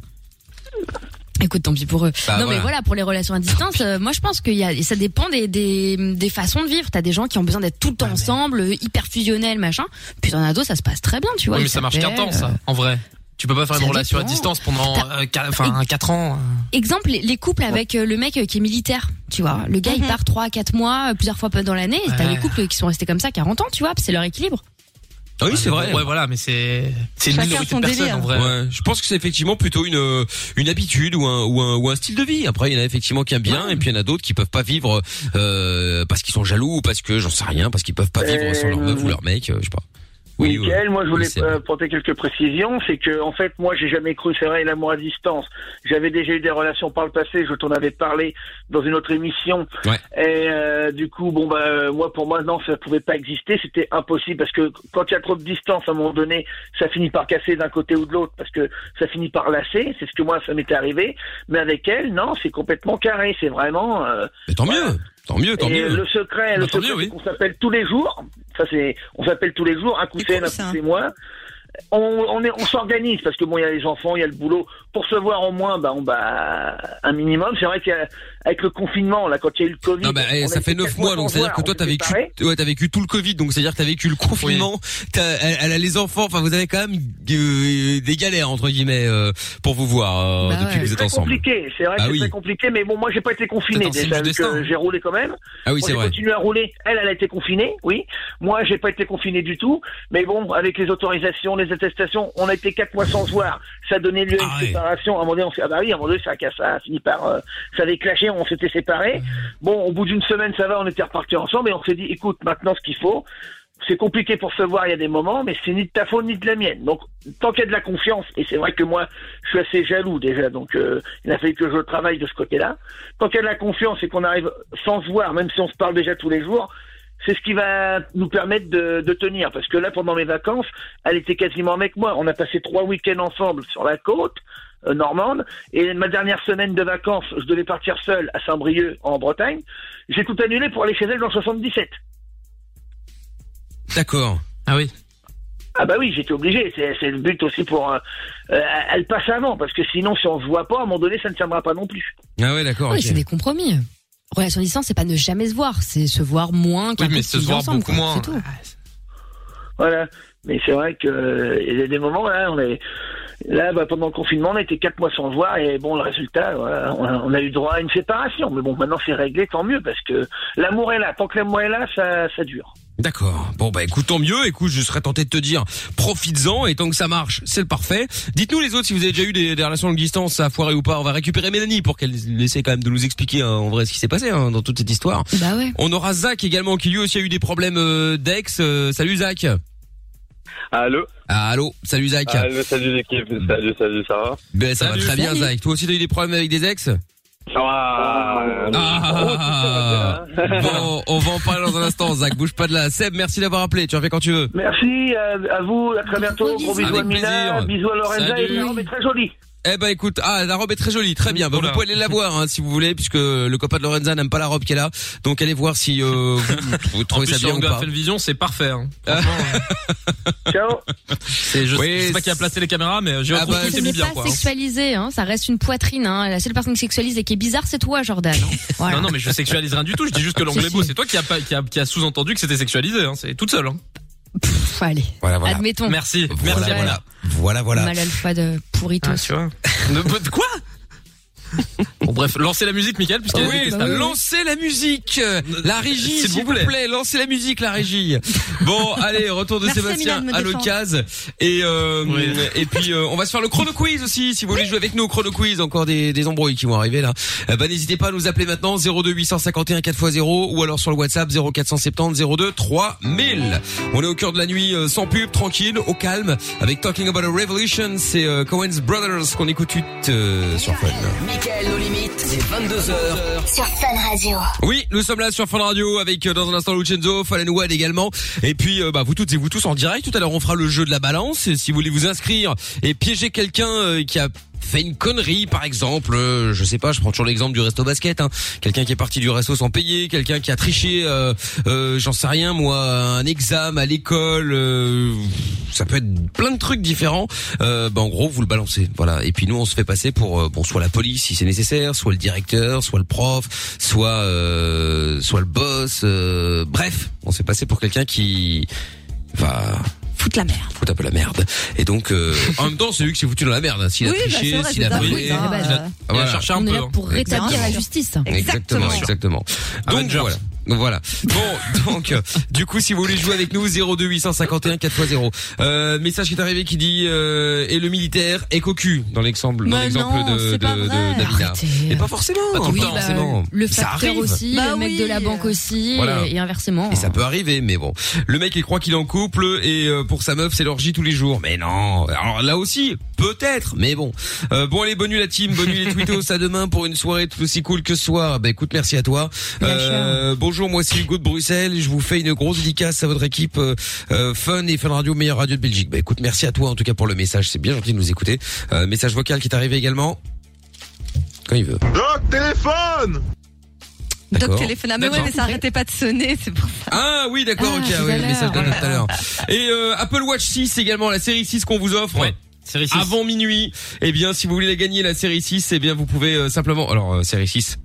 Speaker 5: Écoute, tant pis pour eux.
Speaker 2: Bah,
Speaker 3: Ah,
Speaker 5: non,
Speaker 2: voilà.
Speaker 5: mais voilà, pour les relations à distance, euh, moi, je pense que y a, ça dépend des, des, des façons de vivre. T'as des gens qui ont besoin d'être
Speaker 3: Ah,
Speaker 5: tout le temps ensemble, euh, hyper fusionnels, machin. Puis t'en as d'autres, ça se passe très bien, tu vois. Euh,
Speaker 3: Oui, mais
Speaker 5: ils
Speaker 3: ça marche qu'un
Speaker 5: s'appellent,
Speaker 3: temps, ça, en vrai. Tu peux pas faire une
Speaker 5: ça
Speaker 3: relation à
Speaker 5: dépend.
Speaker 3: distance pendant euh, qua- enfin, 4 ans. hein.
Speaker 5: Exemple, les- les couples avec euh, le mec euh, qui est militaire, tu vois. Le gars, il
Speaker 4: Mhm.
Speaker 5: part 3 à 4 mois, euh, plusieurs fois dans l'année. et T'as
Speaker 3: Ouais.
Speaker 5: les couples qui sont restés comme ça 40 ans, tu vois, puis c'est leur équilibre.
Speaker 2: Ah oui, c'est vrai.
Speaker 3: Ouais, voilà, mais c'est c'est une
Speaker 4: Chacun
Speaker 3: minorité
Speaker 4: son
Speaker 3: de personnes,
Speaker 4: délire.
Speaker 3: en vrai.
Speaker 2: Ouais, je pense que c'est effectivement plutôt une euh, une habitude ou un ou un ou un style de vie. Après, il y en a effectivement qui aiment bien et puis il y en a d'autres qui peuvent pas vivre euh, parce qu'ils sont jaloux ou parce que j'en sais rien, parce qu'ils peuvent pas vivre sans leur meuf ou leur mec, euh, je sais pas.
Speaker 8: Oui,
Speaker 2: ouais.
Speaker 8: moi je voulais
Speaker 2: Oui, c'est
Speaker 8: euh, porter quelques précisions, c'est que en fait moi j'ai jamais cru faire l'amour à distance. J'avais déjà eu des relations par le passé, je t'en avais parlé dans une autre émission.
Speaker 2: Ouais.
Speaker 8: Et euh, du coup bon bah euh, moi pour moi non ça pouvait pas exister, c'était impossible parce que quand il y a trop de distance à un moment donné, ça finit par casser d'un côté ou de l'autre parce que ça finit par lasser. C'est ce que moi ça m'était arrivé, mais avec elle non c'est complètement carré, c'est vraiment. euh,
Speaker 2: Mais tant
Speaker 8: Voilà.
Speaker 2: mieux, tant mieux, tant
Speaker 8: et
Speaker 2: mieux.
Speaker 8: le secret,
Speaker 2: Bah,
Speaker 8: le
Speaker 2: tant
Speaker 8: secret,
Speaker 2: mieux, oui.
Speaker 8: c'est qu'on s'appelle tous les jours. Ça, c'est, on s'appelle tous les jours. Un coup
Speaker 4: C'est
Speaker 8: c'est
Speaker 4: cool,
Speaker 8: elle, un
Speaker 4: ça.
Speaker 8: coup c'est moi. On, on est, on s'organise parce que bon, il y a les enfants, il y a le boulot. Pour se voir au moins, bah, on, bah, un minimum. C'est vrai qu'avec le confinement, là, quand il y a eu le Covid.
Speaker 2: Non, bah, eh,
Speaker 8: on
Speaker 2: ça
Speaker 8: a
Speaker 2: fait
Speaker 8: été
Speaker 2: neuf
Speaker 8: quatre
Speaker 2: mois,
Speaker 8: sans
Speaker 2: donc c'est-à-dire
Speaker 8: voir,
Speaker 2: que toi,
Speaker 8: on
Speaker 2: t'as
Speaker 8: s'est
Speaker 2: vécu,
Speaker 8: séparés.
Speaker 2: ouais, t'as vécu tout le Covid, donc c'est-à-dire que t'as vécu le confinement, t'as- elle, elle a les enfants, enfin, vous avez quand même euh, des galères, entre guillemets, euh, pour vous voir, euh,
Speaker 5: Bah
Speaker 2: depuis
Speaker 5: ouais.
Speaker 2: que vous
Speaker 8: C'est
Speaker 2: êtes
Speaker 8: très
Speaker 2: ensemble.
Speaker 8: compliqué. C'est vrai que
Speaker 2: Bah
Speaker 8: c'est
Speaker 2: oui.
Speaker 8: très compliqué. Mais bon, moi, j'ai pas été confiné
Speaker 3: C'est un signe
Speaker 8: déjà.
Speaker 3: du
Speaker 8: vu que
Speaker 3: destin.
Speaker 8: j'ai roulé quand même.
Speaker 2: Ah
Speaker 8: Moi,
Speaker 2: oui, c'est
Speaker 8: j'ai
Speaker 2: vrai.
Speaker 8: continué à rouler. Elle, elle a été confinée, oui. Moi, j'ai pas été confiné du tout. Mais bon, avec les autorisations, les attestations, on a été quatre mois sans se voir. Ça a donné lieu à une
Speaker 2: Ah ouais.
Speaker 8: séparation. À un moment donné, on s'est, ah bah oui, à un moment donné, ça a, ça a fini par, euh, ça avait clashé, on s'était séparés.
Speaker 2: Mmh.
Speaker 8: Bon, au bout d'une semaine, ça va, on était repartis ensemble et on s'est dit, écoute, maintenant, ce qu'il faut, c'est compliqué pour se voir, il y a des moments, mais c'est ni de ta faute ni de la mienne. Donc, tant qu'il y a de la confiance, et c'est vrai que moi, je suis assez jaloux déjà, donc euh, il a fallu que je travaille de ce côté-là. Tant qu'il y a de la confiance et qu'on arrive sans se voir, même si on se parle déjà tous les jours, c'est ce qui va nous permettre de, de tenir. Parce que là, pendant mes vacances, elle était quasiment avec moi. On a passé trois week-ends ensemble sur la côte euh, normande. Et ma dernière semaine de vacances, je devais partir seul à Saint-Brieuc, en Bretagne. J'ai tout annulé pour aller chez elle dans le 77.
Speaker 2: D'accord.
Speaker 3: Ah oui.
Speaker 8: Ah bah oui, j'étais obligé. C'est c'est le but aussi pour... euh, euh, elle passe avant, parce que sinon, si on se voit pas, à un moment donné, ça ne tiendra pas non plus.
Speaker 2: Ah ouais, d'accord.
Speaker 5: Oui,
Speaker 2: ok.
Speaker 5: c'est des compromis. relation à distance, c'est pas ne jamais se voir, c'est se voir moins qu'un
Speaker 3: Oui, mais
Speaker 5: couple
Speaker 3: se
Speaker 5: qui vit
Speaker 3: voir
Speaker 5: ensemble,
Speaker 3: beaucoup
Speaker 5: quoi,
Speaker 3: moins. Ah,
Speaker 5: c'est tout.
Speaker 8: Voilà. Mais c'est vrai que euh, il y a des moments là, on est là bah, pendant le confinement, on a été quatre mois sans se voir et bon le résultat, voilà, on, a, on a eu droit à une séparation. Mais bon, maintenant c'est réglé, tant mieux parce que l'amour est là. Tant que l'amour est là, ça, ça dure.
Speaker 2: D'accord. Bon bah écoute tant mieux. Écoute, je serais tenté de te dire profites-en et tant que ça marche, c'est le parfait. Dites-nous les autres si vous avez déjà eu des, des relations longue distance, ça a foiré ou pas. On va récupérer Mélanie pour qu'elle essaie quand même de nous expliquer hein, en vrai ce qui s'est passé hein, dans toute cette histoire.
Speaker 5: Bah ouais.
Speaker 2: On aura Zach également qui lui aussi a eu des problèmes euh, d'ex. Euh, salut Zach.
Speaker 9: Allô
Speaker 2: Ah, allô. Salut Zach.
Speaker 9: Allô, salut l'équipe, salut, salut, ça va
Speaker 2: Ben, ça
Speaker 3: Salut.
Speaker 2: va très bien
Speaker 5: Salut.
Speaker 2: Zach. Toi aussi t'as eu des problèmes avec des ex
Speaker 9: Ça va hein.
Speaker 2: Ah. Bon, on va en parler dans un instant Zach. Bouge pas de là. Seb, merci d'avoir appelé. Tu reviens quand tu veux.
Speaker 8: Merci euh, à, vous, à très bientôt. Gros
Speaker 5: Gros bisous.
Speaker 8: bisous à
Speaker 2: Avec
Speaker 8: Mina,
Speaker 2: plaisir.
Speaker 8: bisous à Lorenza
Speaker 2: Salut.
Speaker 8: et Léon, mais très joli.
Speaker 2: Eh ben écoute, ah la robe est très jolie, très bien. Bah,
Speaker 3: Oula.
Speaker 2: vous pouvez aller la voir hein, si vous voulez, puisque le copain de Lorenza n'aime pas la robe qu'elle a. Donc allez voir si euh, vous, vous
Speaker 3: En
Speaker 2: trouvez
Speaker 3: plus,
Speaker 2: ça
Speaker 3: sur
Speaker 2: bien ou pas.
Speaker 3: Anglophone Vision, c'est parfait. hein. Franchement,
Speaker 8: Ciao.
Speaker 3: c'est- je,
Speaker 2: Oui,
Speaker 3: je sais pas qui a placé les caméras, mais j'ai
Speaker 2: Ah
Speaker 3: retrouvé
Speaker 2: bah,
Speaker 3: que
Speaker 5: Ce
Speaker 3: c'est
Speaker 5: n'est
Speaker 3: mis bien.
Speaker 5: pas
Speaker 3: Quoi.
Speaker 5: sexualisé, hein, ça reste une poitrine. Hein. La seule personne qui sexualise et qui est bizarre, c'est toi, Jordan. hein. Voilà.
Speaker 3: Non, non, mais je sexualise rien du tout. Je dis juste que l'anglais est beau. C'est toi qui a, pas- qui a, qui a sous-entendu que c'était sexualisé. Hein. C'est toute seule. Hein.
Speaker 5: Pff, allez,
Speaker 2: Voilà voilà.
Speaker 5: admettons.
Speaker 3: Merci.
Speaker 2: Voilà
Speaker 3: Merci. à
Speaker 2: voilà. Voilà voilà.
Speaker 5: Mal euh, alpha de pourritos.
Speaker 3: Ah, tu vois. De, de quoi Bon, bref, lancez la musique, Michael, puisqu'elle est
Speaker 2: Ah Oui,
Speaker 3: détestable.
Speaker 2: lancez la musique, euh, la régie, s'il
Speaker 3: S'il
Speaker 2: vous,
Speaker 3: vous plaît.
Speaker 2: plaît, lancez la musique, la régie. Bon, allez, retour de
Speaker 4: Merci,
Speaker 2: Sébastien
Speaker 4: Amina, de me
Speaker 2: à
Speaker 4: défendre.
Speaker 2: l'occasion. Et euh,
Speaker 3: Oui.
Speaker 2: et puis euh, on va se faire le chrono quiz aussi. Si vous voulez jouer avec nous au chrono quiz, encore des, des embrouilles qui vont arriver là. Euh, bah, n'hésitez pas à nous appeler maintenant 02 851 4x0 ou alors sur le WhatsApp 0470 02 3000. On est au cœur de la nuit, euh, sans pub, tranquille, au calme, avec Talking About a Revolution. C'est euh, Cohen's Brothers qu'on écoute euh, sur Fun.
Speaker 1: Michael nos limites, c'est 22h.
Speaker 10: Sur Fun Radio.
Speaker 2: Oui, nous sommes là sur Fun Radio avec euh, dans un instant Lucenzo, Fallen Wad également. Et puis euh, bah, vous toutes et vous tous en direct. Tout à l'heure on fera le jeu de la balance. Et si vous voulez vous inscrire et piéger quelqu'un euh, qui a fait une connerie par exemple, euh, je sais pas, je prends toujours l'exemple du resto basket, hein. quelqu'un qui est parti du resto sans payer, quelqu'un qui a triché, euh, euh, j'en sais rien moi, un examen à l'école, euh, ça peut être plein de trucs différents. Euh, bah, en gros vous le balancez, voilà. Et puis nous on se fait passer pour euh, bon soit la police si c'est nécessaire, soit le directeur, soit le prof, soit euh, soit le boss. euh, bref, on s'est passé pour quelqu'un qui va
Speaker 4: Foutre la merde.
Speaker 2: foutre un peu la merde. Et donc euh, en même temps c'est lui qui s'est foutu dans la merde. hein. S'il
Speaker 4: Oui, bah,
Speaker 2: a
Speaker 4: c'est
Speaker 2: triché,
Speaker 4: vrai,
Speaker 2: s'il a
Speaker 4: c'est
Speaker 2: volé,
Speaker 4: oui,
Speaker 5: hein,
Speaker 2: s'il a-
Speaker 5: euh,
Speaker 3: Il a
Speaker 2: Voilà.
Speaker 3: cherché un
Speaker 5: On est
Speaker 3: peu.
Speaker 5: là
Speaker 3: hein.
Speaker 5: pour rétablir la justice.
Speaker 2: Exactement,
Speaker 4: Exactement.
Speaker 2: exactement. Donc
Speaker 3: Avengers.
Speaker 2: voilà. Voilà. Bon, donc euh, du coup si vous voulez jouer avec nous 02 851 4x0. Euh, message qui est arrivé qui dit euh, et le militaire est cocu dans l'exemple dans
Speaker 4: Mais
Speaker 2: l'exemple
Speaker 4: non,
Speaker 2: de de,
Speaker 4: c'est pas
Speaker 2: de-
Speaker 4: vrai.
Speaker 2: d'Amina.
Speaker 5: Arrêtez.
Speaker 2: Et pas forcément,
Speaker 3: Pas tout le
Speaker 5: Oui,
Speaker 3: temps,
Speaker 5: bah,
Speaker 2: c'est bon.
Speaker 5: le
Speaker 2: Ça
Speaker 5: facteur
Speaker 2: arrive.
Speaker 5: aussi,
Speaker 4: Bah
Speaker 5: le mec
Speaker 4: oui.
Speaker 5: de la banque aussi,
Speaker 2: Voilà.
Speaker 5: et, et inversement.
Speaker 2: Et ça peut arriver, mais bon. Le mec, il croit qu'il est en couple et euh, pour sa meuf, c'est l'orgie tous les jours. Mais non. Alors là aussi, peut-être, mais bon. Euh, bon allez, bonne nuit la team, bonne nuit les twittos, à demain pour une soirée tout aussi cool que ce soir. Bah écoute, merci à toi. Euh, bonjour, moi c'est Hugo de Bruxelles. Je vous fais une grosse dédicace à votre équipe euh, euh, Fun et Fun Radio, meilleure radio de Belgique. Bah écoute, merci à toi en tout cas pour le message. C'est bien gentil de nous écouter. Euh, message vocal qui est arrivé également. Quand il veut.
Speaker 9: Doc, téléphone
Speaker 4: Doc
Speaker 2: D'accord.
Speaker 4: téléphone. Ah, mais ouais,
Speaker 2: D'accord.
Speaker 4: mais ça arrêtait pas de sonner. C'est pour ça.
Speaker 2: Ah oui, d'accord,
Speaker 5: Ah,
Speaker 2: ok,
Speaker 5: tout
Speaker 2: ah, oui,
Speaker 5: à
Speaker 2: le message de
Speaker 5: l'heure.
Speaker 2: tout à l'heure. Et euh, Apple Watch 6 également, la série 6 qu'on vous offre.
Speaker 3: Ouais. Série 6.
Speaker 2: Avant minuit, eh bien, si vous voulez la gagner, la série 6, eh bien, vous pouvez euh, simplement... Alors, euh, série 6,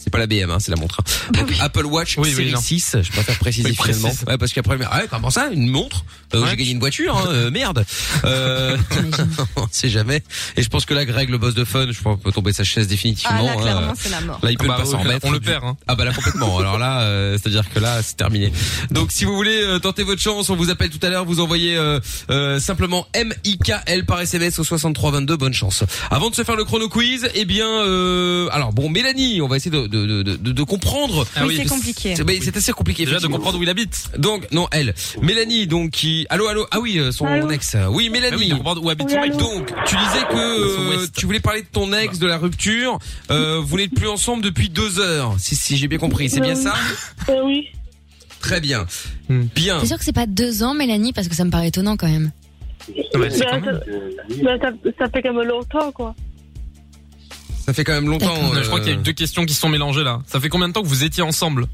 Speaker 2: c'est pas la BM, hein, c'est la montre. hein.
Speaker 4: Bah
Speaker 2: Donc, Apple Watch
Speaker 3: Oui, oui,
Speaker 2: série
Speaker 3: non.
Speaker 2: 6, je préfère préciser
Speaker 3: Oui, précise.
Speaker 2: finalement. Ouais, parce qu'après, ah, ouais, comment ça, une montre Euh,
Speaker 3: Ouais.
Speaker 2: J'ai gagné une voiture, hein, euh, merde. Euh, on sait jamais. Et je pense que là, Greg, le boss de fun, je pense, peut tomber sa chaise
Speaker 4: Ah,
Speaker 2: définitivement.
Speaker 4: là,
Speaker 2: hein.
Speaker 4: clairement, c'est la mort.
Speaker 2: Là, il peut
Speaker 3: Ah bah,
Speaker 2: pas s'en
Speaker 3: on-
Speaker 2: remettre.
Speaker 3: on le
Speaker 2: du-
Speaker 3: perd, hein.
Speaker 2: Ah bah là complètement. Alors là, euh, c'est-à-dire que là, c'est terminé. Donc si vous voulez euh, tenter votre chance, on vous appelle tout à l'heure, vous envoyez euh, euh, simplement MIKL par SMS au 6322. Bonne chance. Avant de se faire le chrono quiz, eh bien, euh, alors bon, Mélanie, on va essayer de de de de, de comprendre.
Speaker 3: Ah
Speaker 4: oui,
Speaker 3: oui,
Speaker 4: c'est
Speaker 3: parce-
Speaker 4: compliqué.
Speaker 2: C'est mais c'est assez compliqué.
Speaker 3: Déjà de
Speaker 2: effectivement.
Speaker 3: comprendre où il habite.
Speaker 2: Donc non, elle, Mélanie, donc qui, allô, allô, ah oui, euh, son
Speaker 6: Allô.
Speaker 2: ex, oui,
Speaker 3: Ah oui,
Speaker 2: Mélanie.
Speaker 3: de comprendre où habite
Speaker 6: Oui,
Speaker 3: son mec.
Speaker 6: allô.
Speaker 2: Donc, tu disais que euh,
Speaker 3: Ouest.
Speaker 2: tu voulais parler de ton ex, de la rupture. Euh, vous n'êtes plus ensemble depuis deux heures, si, si j'ai bien compris.
Speaker 5: Bah
Speaker 2: C'est bien ça
Speaker 6: Euh, oui.
Speaker 2: Très bien.
Speaker 3: Hmm.
Speaker 2: Bien.
Speaker 5: T'es sûr que c'est pas deux ans, Mélanie, parce que ça me paraît étonnant quand même.
Speaker 3: Non, mais c'est
Speaker 6: Bah,
Speaker 3: quand même-
Speaker 6: bah, ça, ça fait quand même longtemps, quoi.
Speaker 2: Ça fait quand même longtemps.
Speaker 3: Je crois qu'il y a eu
Speaker 2: euh,
Speaker 3: deux questions qui se sont mélangées là. Ça fait combien de temps que vous étiez ensemble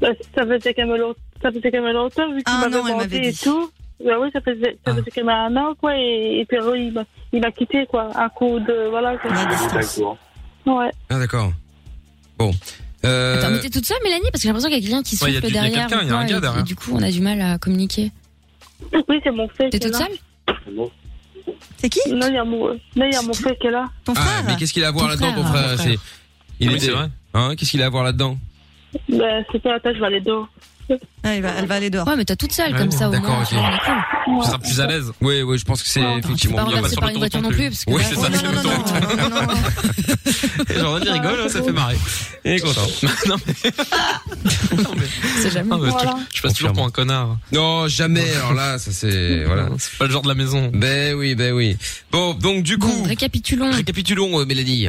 Speaker 6: Bah, ça faisait quand même longtemps. Ça faisait quand même longtemps, vu qu'il
Speaker 4: Ah,
Speaker 6: m'avait
Speaker 4: non, elle
Speaker 6: demandé
Speaker 4: m'avait
Speaker 6: et
Speaker 4: dit.
Speaker 6: tout. Bah oui, ça faisait, ça
Speaker 3: Ah.
Speaker 6: faisait quand même un an, quoi. Et, et puis, oui, il m'a- il m'a quitté, quoi. Un coup de. Voilà, quoi.
Speaker 4: À distance.
Speaker 6: Ouais.
Speaker 2: Ah d'accord. Bon. Euh,
Speaker 5: Attends, mais t'es toute seule, Mélanie Parce que j'ai l'impression qu'il y a quelqu'un qui
Speaker 3: Ouais, il y a
Speaker 5: souffle
Speaker 3: du- il y a
Speaker 5: derrière.
Speaker 3: quelqu'un,
Speaker 5: ou
Speaker 3: il y a un
Speaker 5: quoi,
Speaker 3: gars
Speaker 5: et-
Speaker 3: derrière.
Speaker 5: Et du coup, on a du mal à communiquer.
Speaker 6: Oui, c'est mon frère.
Speaker 5: T'es
Speaker 6: qui est
Speaker 5: toute
Speaker 6: là.
Speaker 5: seule
Speaker 4: C'est qui
Speaker 6: Non, il y a mon, non, il y a mon frère qui est là.
Speaker 4: Ton
Speaker 2: ah,
Speaker 4: frère
Speaker 2: mais qu'est-ce qu'il a à voir
Speaker 5: Ton
Speaker 2: là-dedans, ton
Speaker 5: frère,
Speaker 2: frère
Speaker 3: mon
Speaker 2: C'est, il
Speaker 3: Oui,
Speaker 2: était-
Speaker 3: c'est vrai.
Speaker 2: Hein, qu'est-ce qu'il a à voir là-dedans
Speaker 6: Ben, c'était la tâche, je vais aller dehors.
Speaker 4: Ah, il va- Elle va aller dehors.
Speaker 5: Ouais, mais t'es toute seule,
Speaker 3: Ouais,
Speaker 5: comme ça, au
Speaker 2: d'accord,
Speaker 5: moins.
Speaker 2: ok.
Speaker 5: on est cool.
Speaker 3: Tu seras plus à l'aise.
Speaker 2: Oui, oui, je pense que c'est
Speaker 6: Non,
Speaker 5: Attends, C'est
Speaker 2: effectivement
Speaker 5: pas
Speaker 2: bien.
Speaker 5: remplacé
Speaker 3: sur
Speaker 5: par une
Speaker 3: le ton
Speaker 5: voiture non
Speaker 3: plus.
Speaker 5: plus, parce que
Speaker 2: Oui,
Speaker 5: là,
Speaker 3: c'est
Speaker 4: Oh,
Speaker 3: ça,
Speaker 4: non,
Speaker 3: c'est
Speaker 4: non,
Speaker 3: le
Speaker 4: non,
Speaker 3: temps.
Speaker 4: non, non, non, non.
Speaker 2: Genre, on rigole, hein, ça fait marrer. Il est content.
Speaker 5: c'est jamais.
Speaker 3: Non, Ah, mais tu-
Speaker 6: Voilà.
Speaker 3: Je passe toujours pour un connard.
Speaker 2: Non, jamais. Alors là, ça c'est voilà.
Speaker 3: C'est pas le genre de la maison.
Speaker 2: Ben oui, ben oui. Bon, donc du coup,
Speaker 5: Bon, récapitulons.
Speaker 2: récapitulons, euh, Mélanie.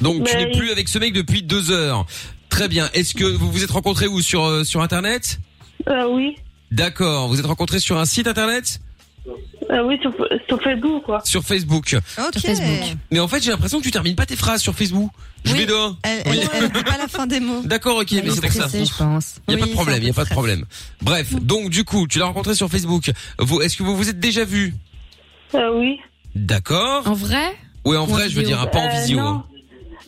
Speaker 2: Donc tu
Speaker 6: Mais-
Speaker 2: n'es plus avec ce mec depuis deux heures. Très bien. Est-ce que vous vous êtes rencontrés où sur euh, sur internet
Speaker 6: Euh, oui.
Speaker 2: D'accord. Vous êtes rencontrés sur un site internet
Speaker 6: Euh, oui, sur, sur Facebook, quoi.
Speaker 2: Sur Facebook.
Speaker 4: Ok.
Speaker 5: Sur Facebook.
Speaker 2: Mais en fait, j'ai l'impression que tu termines pas tes phrases sur Facebook. Je
Speaker 4: Oui.
Speaker 2: vais dehors.
Speaker 4: Elle, elle, elle dit pas la fin des mots.
Speaker 2: D'accord, ok, mais
Speaker 5: Elle est
Speaker 2: c'est pour ça.
Speaker 5: stressée, je pense.
Speaker 2: Il y a pas
Speaker 4: Oui,
Speaker 2: de problème,
Speaker 4: c'est
Speaker 2: il y a
Speaker 4: un peu
Speaker 2: pas de problème. Bref, donc du coup, tu l'as rencontré sur Facebook. Vous, est-ce que vous vous êtes déjà vu
Speaker 6: Euh, oui.
Speaker 2: D'accord.
Speaker 5: En vrai
Speaker 2: Ouais, en
Speaker 5: en
Speaker 2: vrai, je veux
Speaker 5: vidéo.
Speaker 2: dire, hein, pas en
Speaker 6: Euh,
Speaker 2: visio.
Speaker 6: Non,
Speaker 2: hein.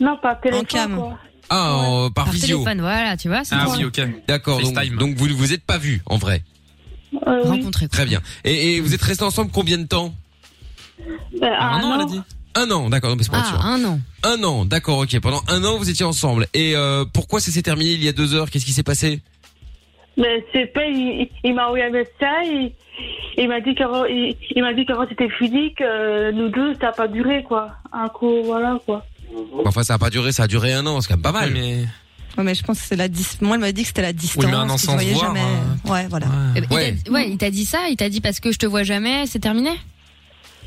Speaker 6: non pas téléphone,
Speaker 4: cam.
Speaker 6: quoi.
Speaker 2: Ah, en- par,
Speaker 5: Par
Speaker 2: visio.
Speaker 5: téléphone, voilà, tu vois. c'est
Speaker 3: Ah
Speaker 5: bon.
Speaker 3: oui, ok.
Speaker 2: D'accord. Donc,
Speaker 3: FaceTime.
Speaker 2: donc vous ne vous êtes pas vu en vrai.
Speaker 6: Euh, oui.
Speaker 5: Rencontrer.
Speaker 2: Très bien. Et, et vous êtes restés ensemble combien de temps
Speaker 6: Euh, ah,
Speaker 3: Ah non, elle a
Speaker 6: non.
Speaker 3: dit.
Speaker 2: Un an, d'accord. Non, mais c'est pas sûr.
Speaker 5: Ah, un an.
Speaker 2: Un an, d'accord. Ok. Pendant un an, vous étiez ensemble. Et euh, pourquoi ça s'est terminé il y a deux heures Qu'est-ce qui s'est passé
Speaker 6: Mais c'est pas, il, il m'a envoyé un message, il, il m'a dit que il, il m'a dit que quand c'était fini, que euh, nous deux, ça n'a pas duré, quoi. Un coup, voilà, quoi.
Speaker 2: Enfin, ça a pas duré. Ça a duré un an. C'est quand même pas mal.
Speaker 3: Mais...
Speaker 4: Ouais, mais je pense que c'est la dis... Moi, elle m'a dit que c'était la distance.
Speaker 3: mais un an
Speaker 4: qu'il
Speaker 3: sans se
Speaker 4: voyait
Speaker 3: voir,
Speaker 4: jamais.
Speaker 3: hein.
Speaker 4: Ouais, voilà.
Speaker 5: Eh
Speaker 3: Ouais.
Speaker 5: ben, il
Speaker 2: Ouais.
Speaker 5: t'a- Ouais, il t'a dit ça, il t'a dit parce que je te vois jamais, c'est terminé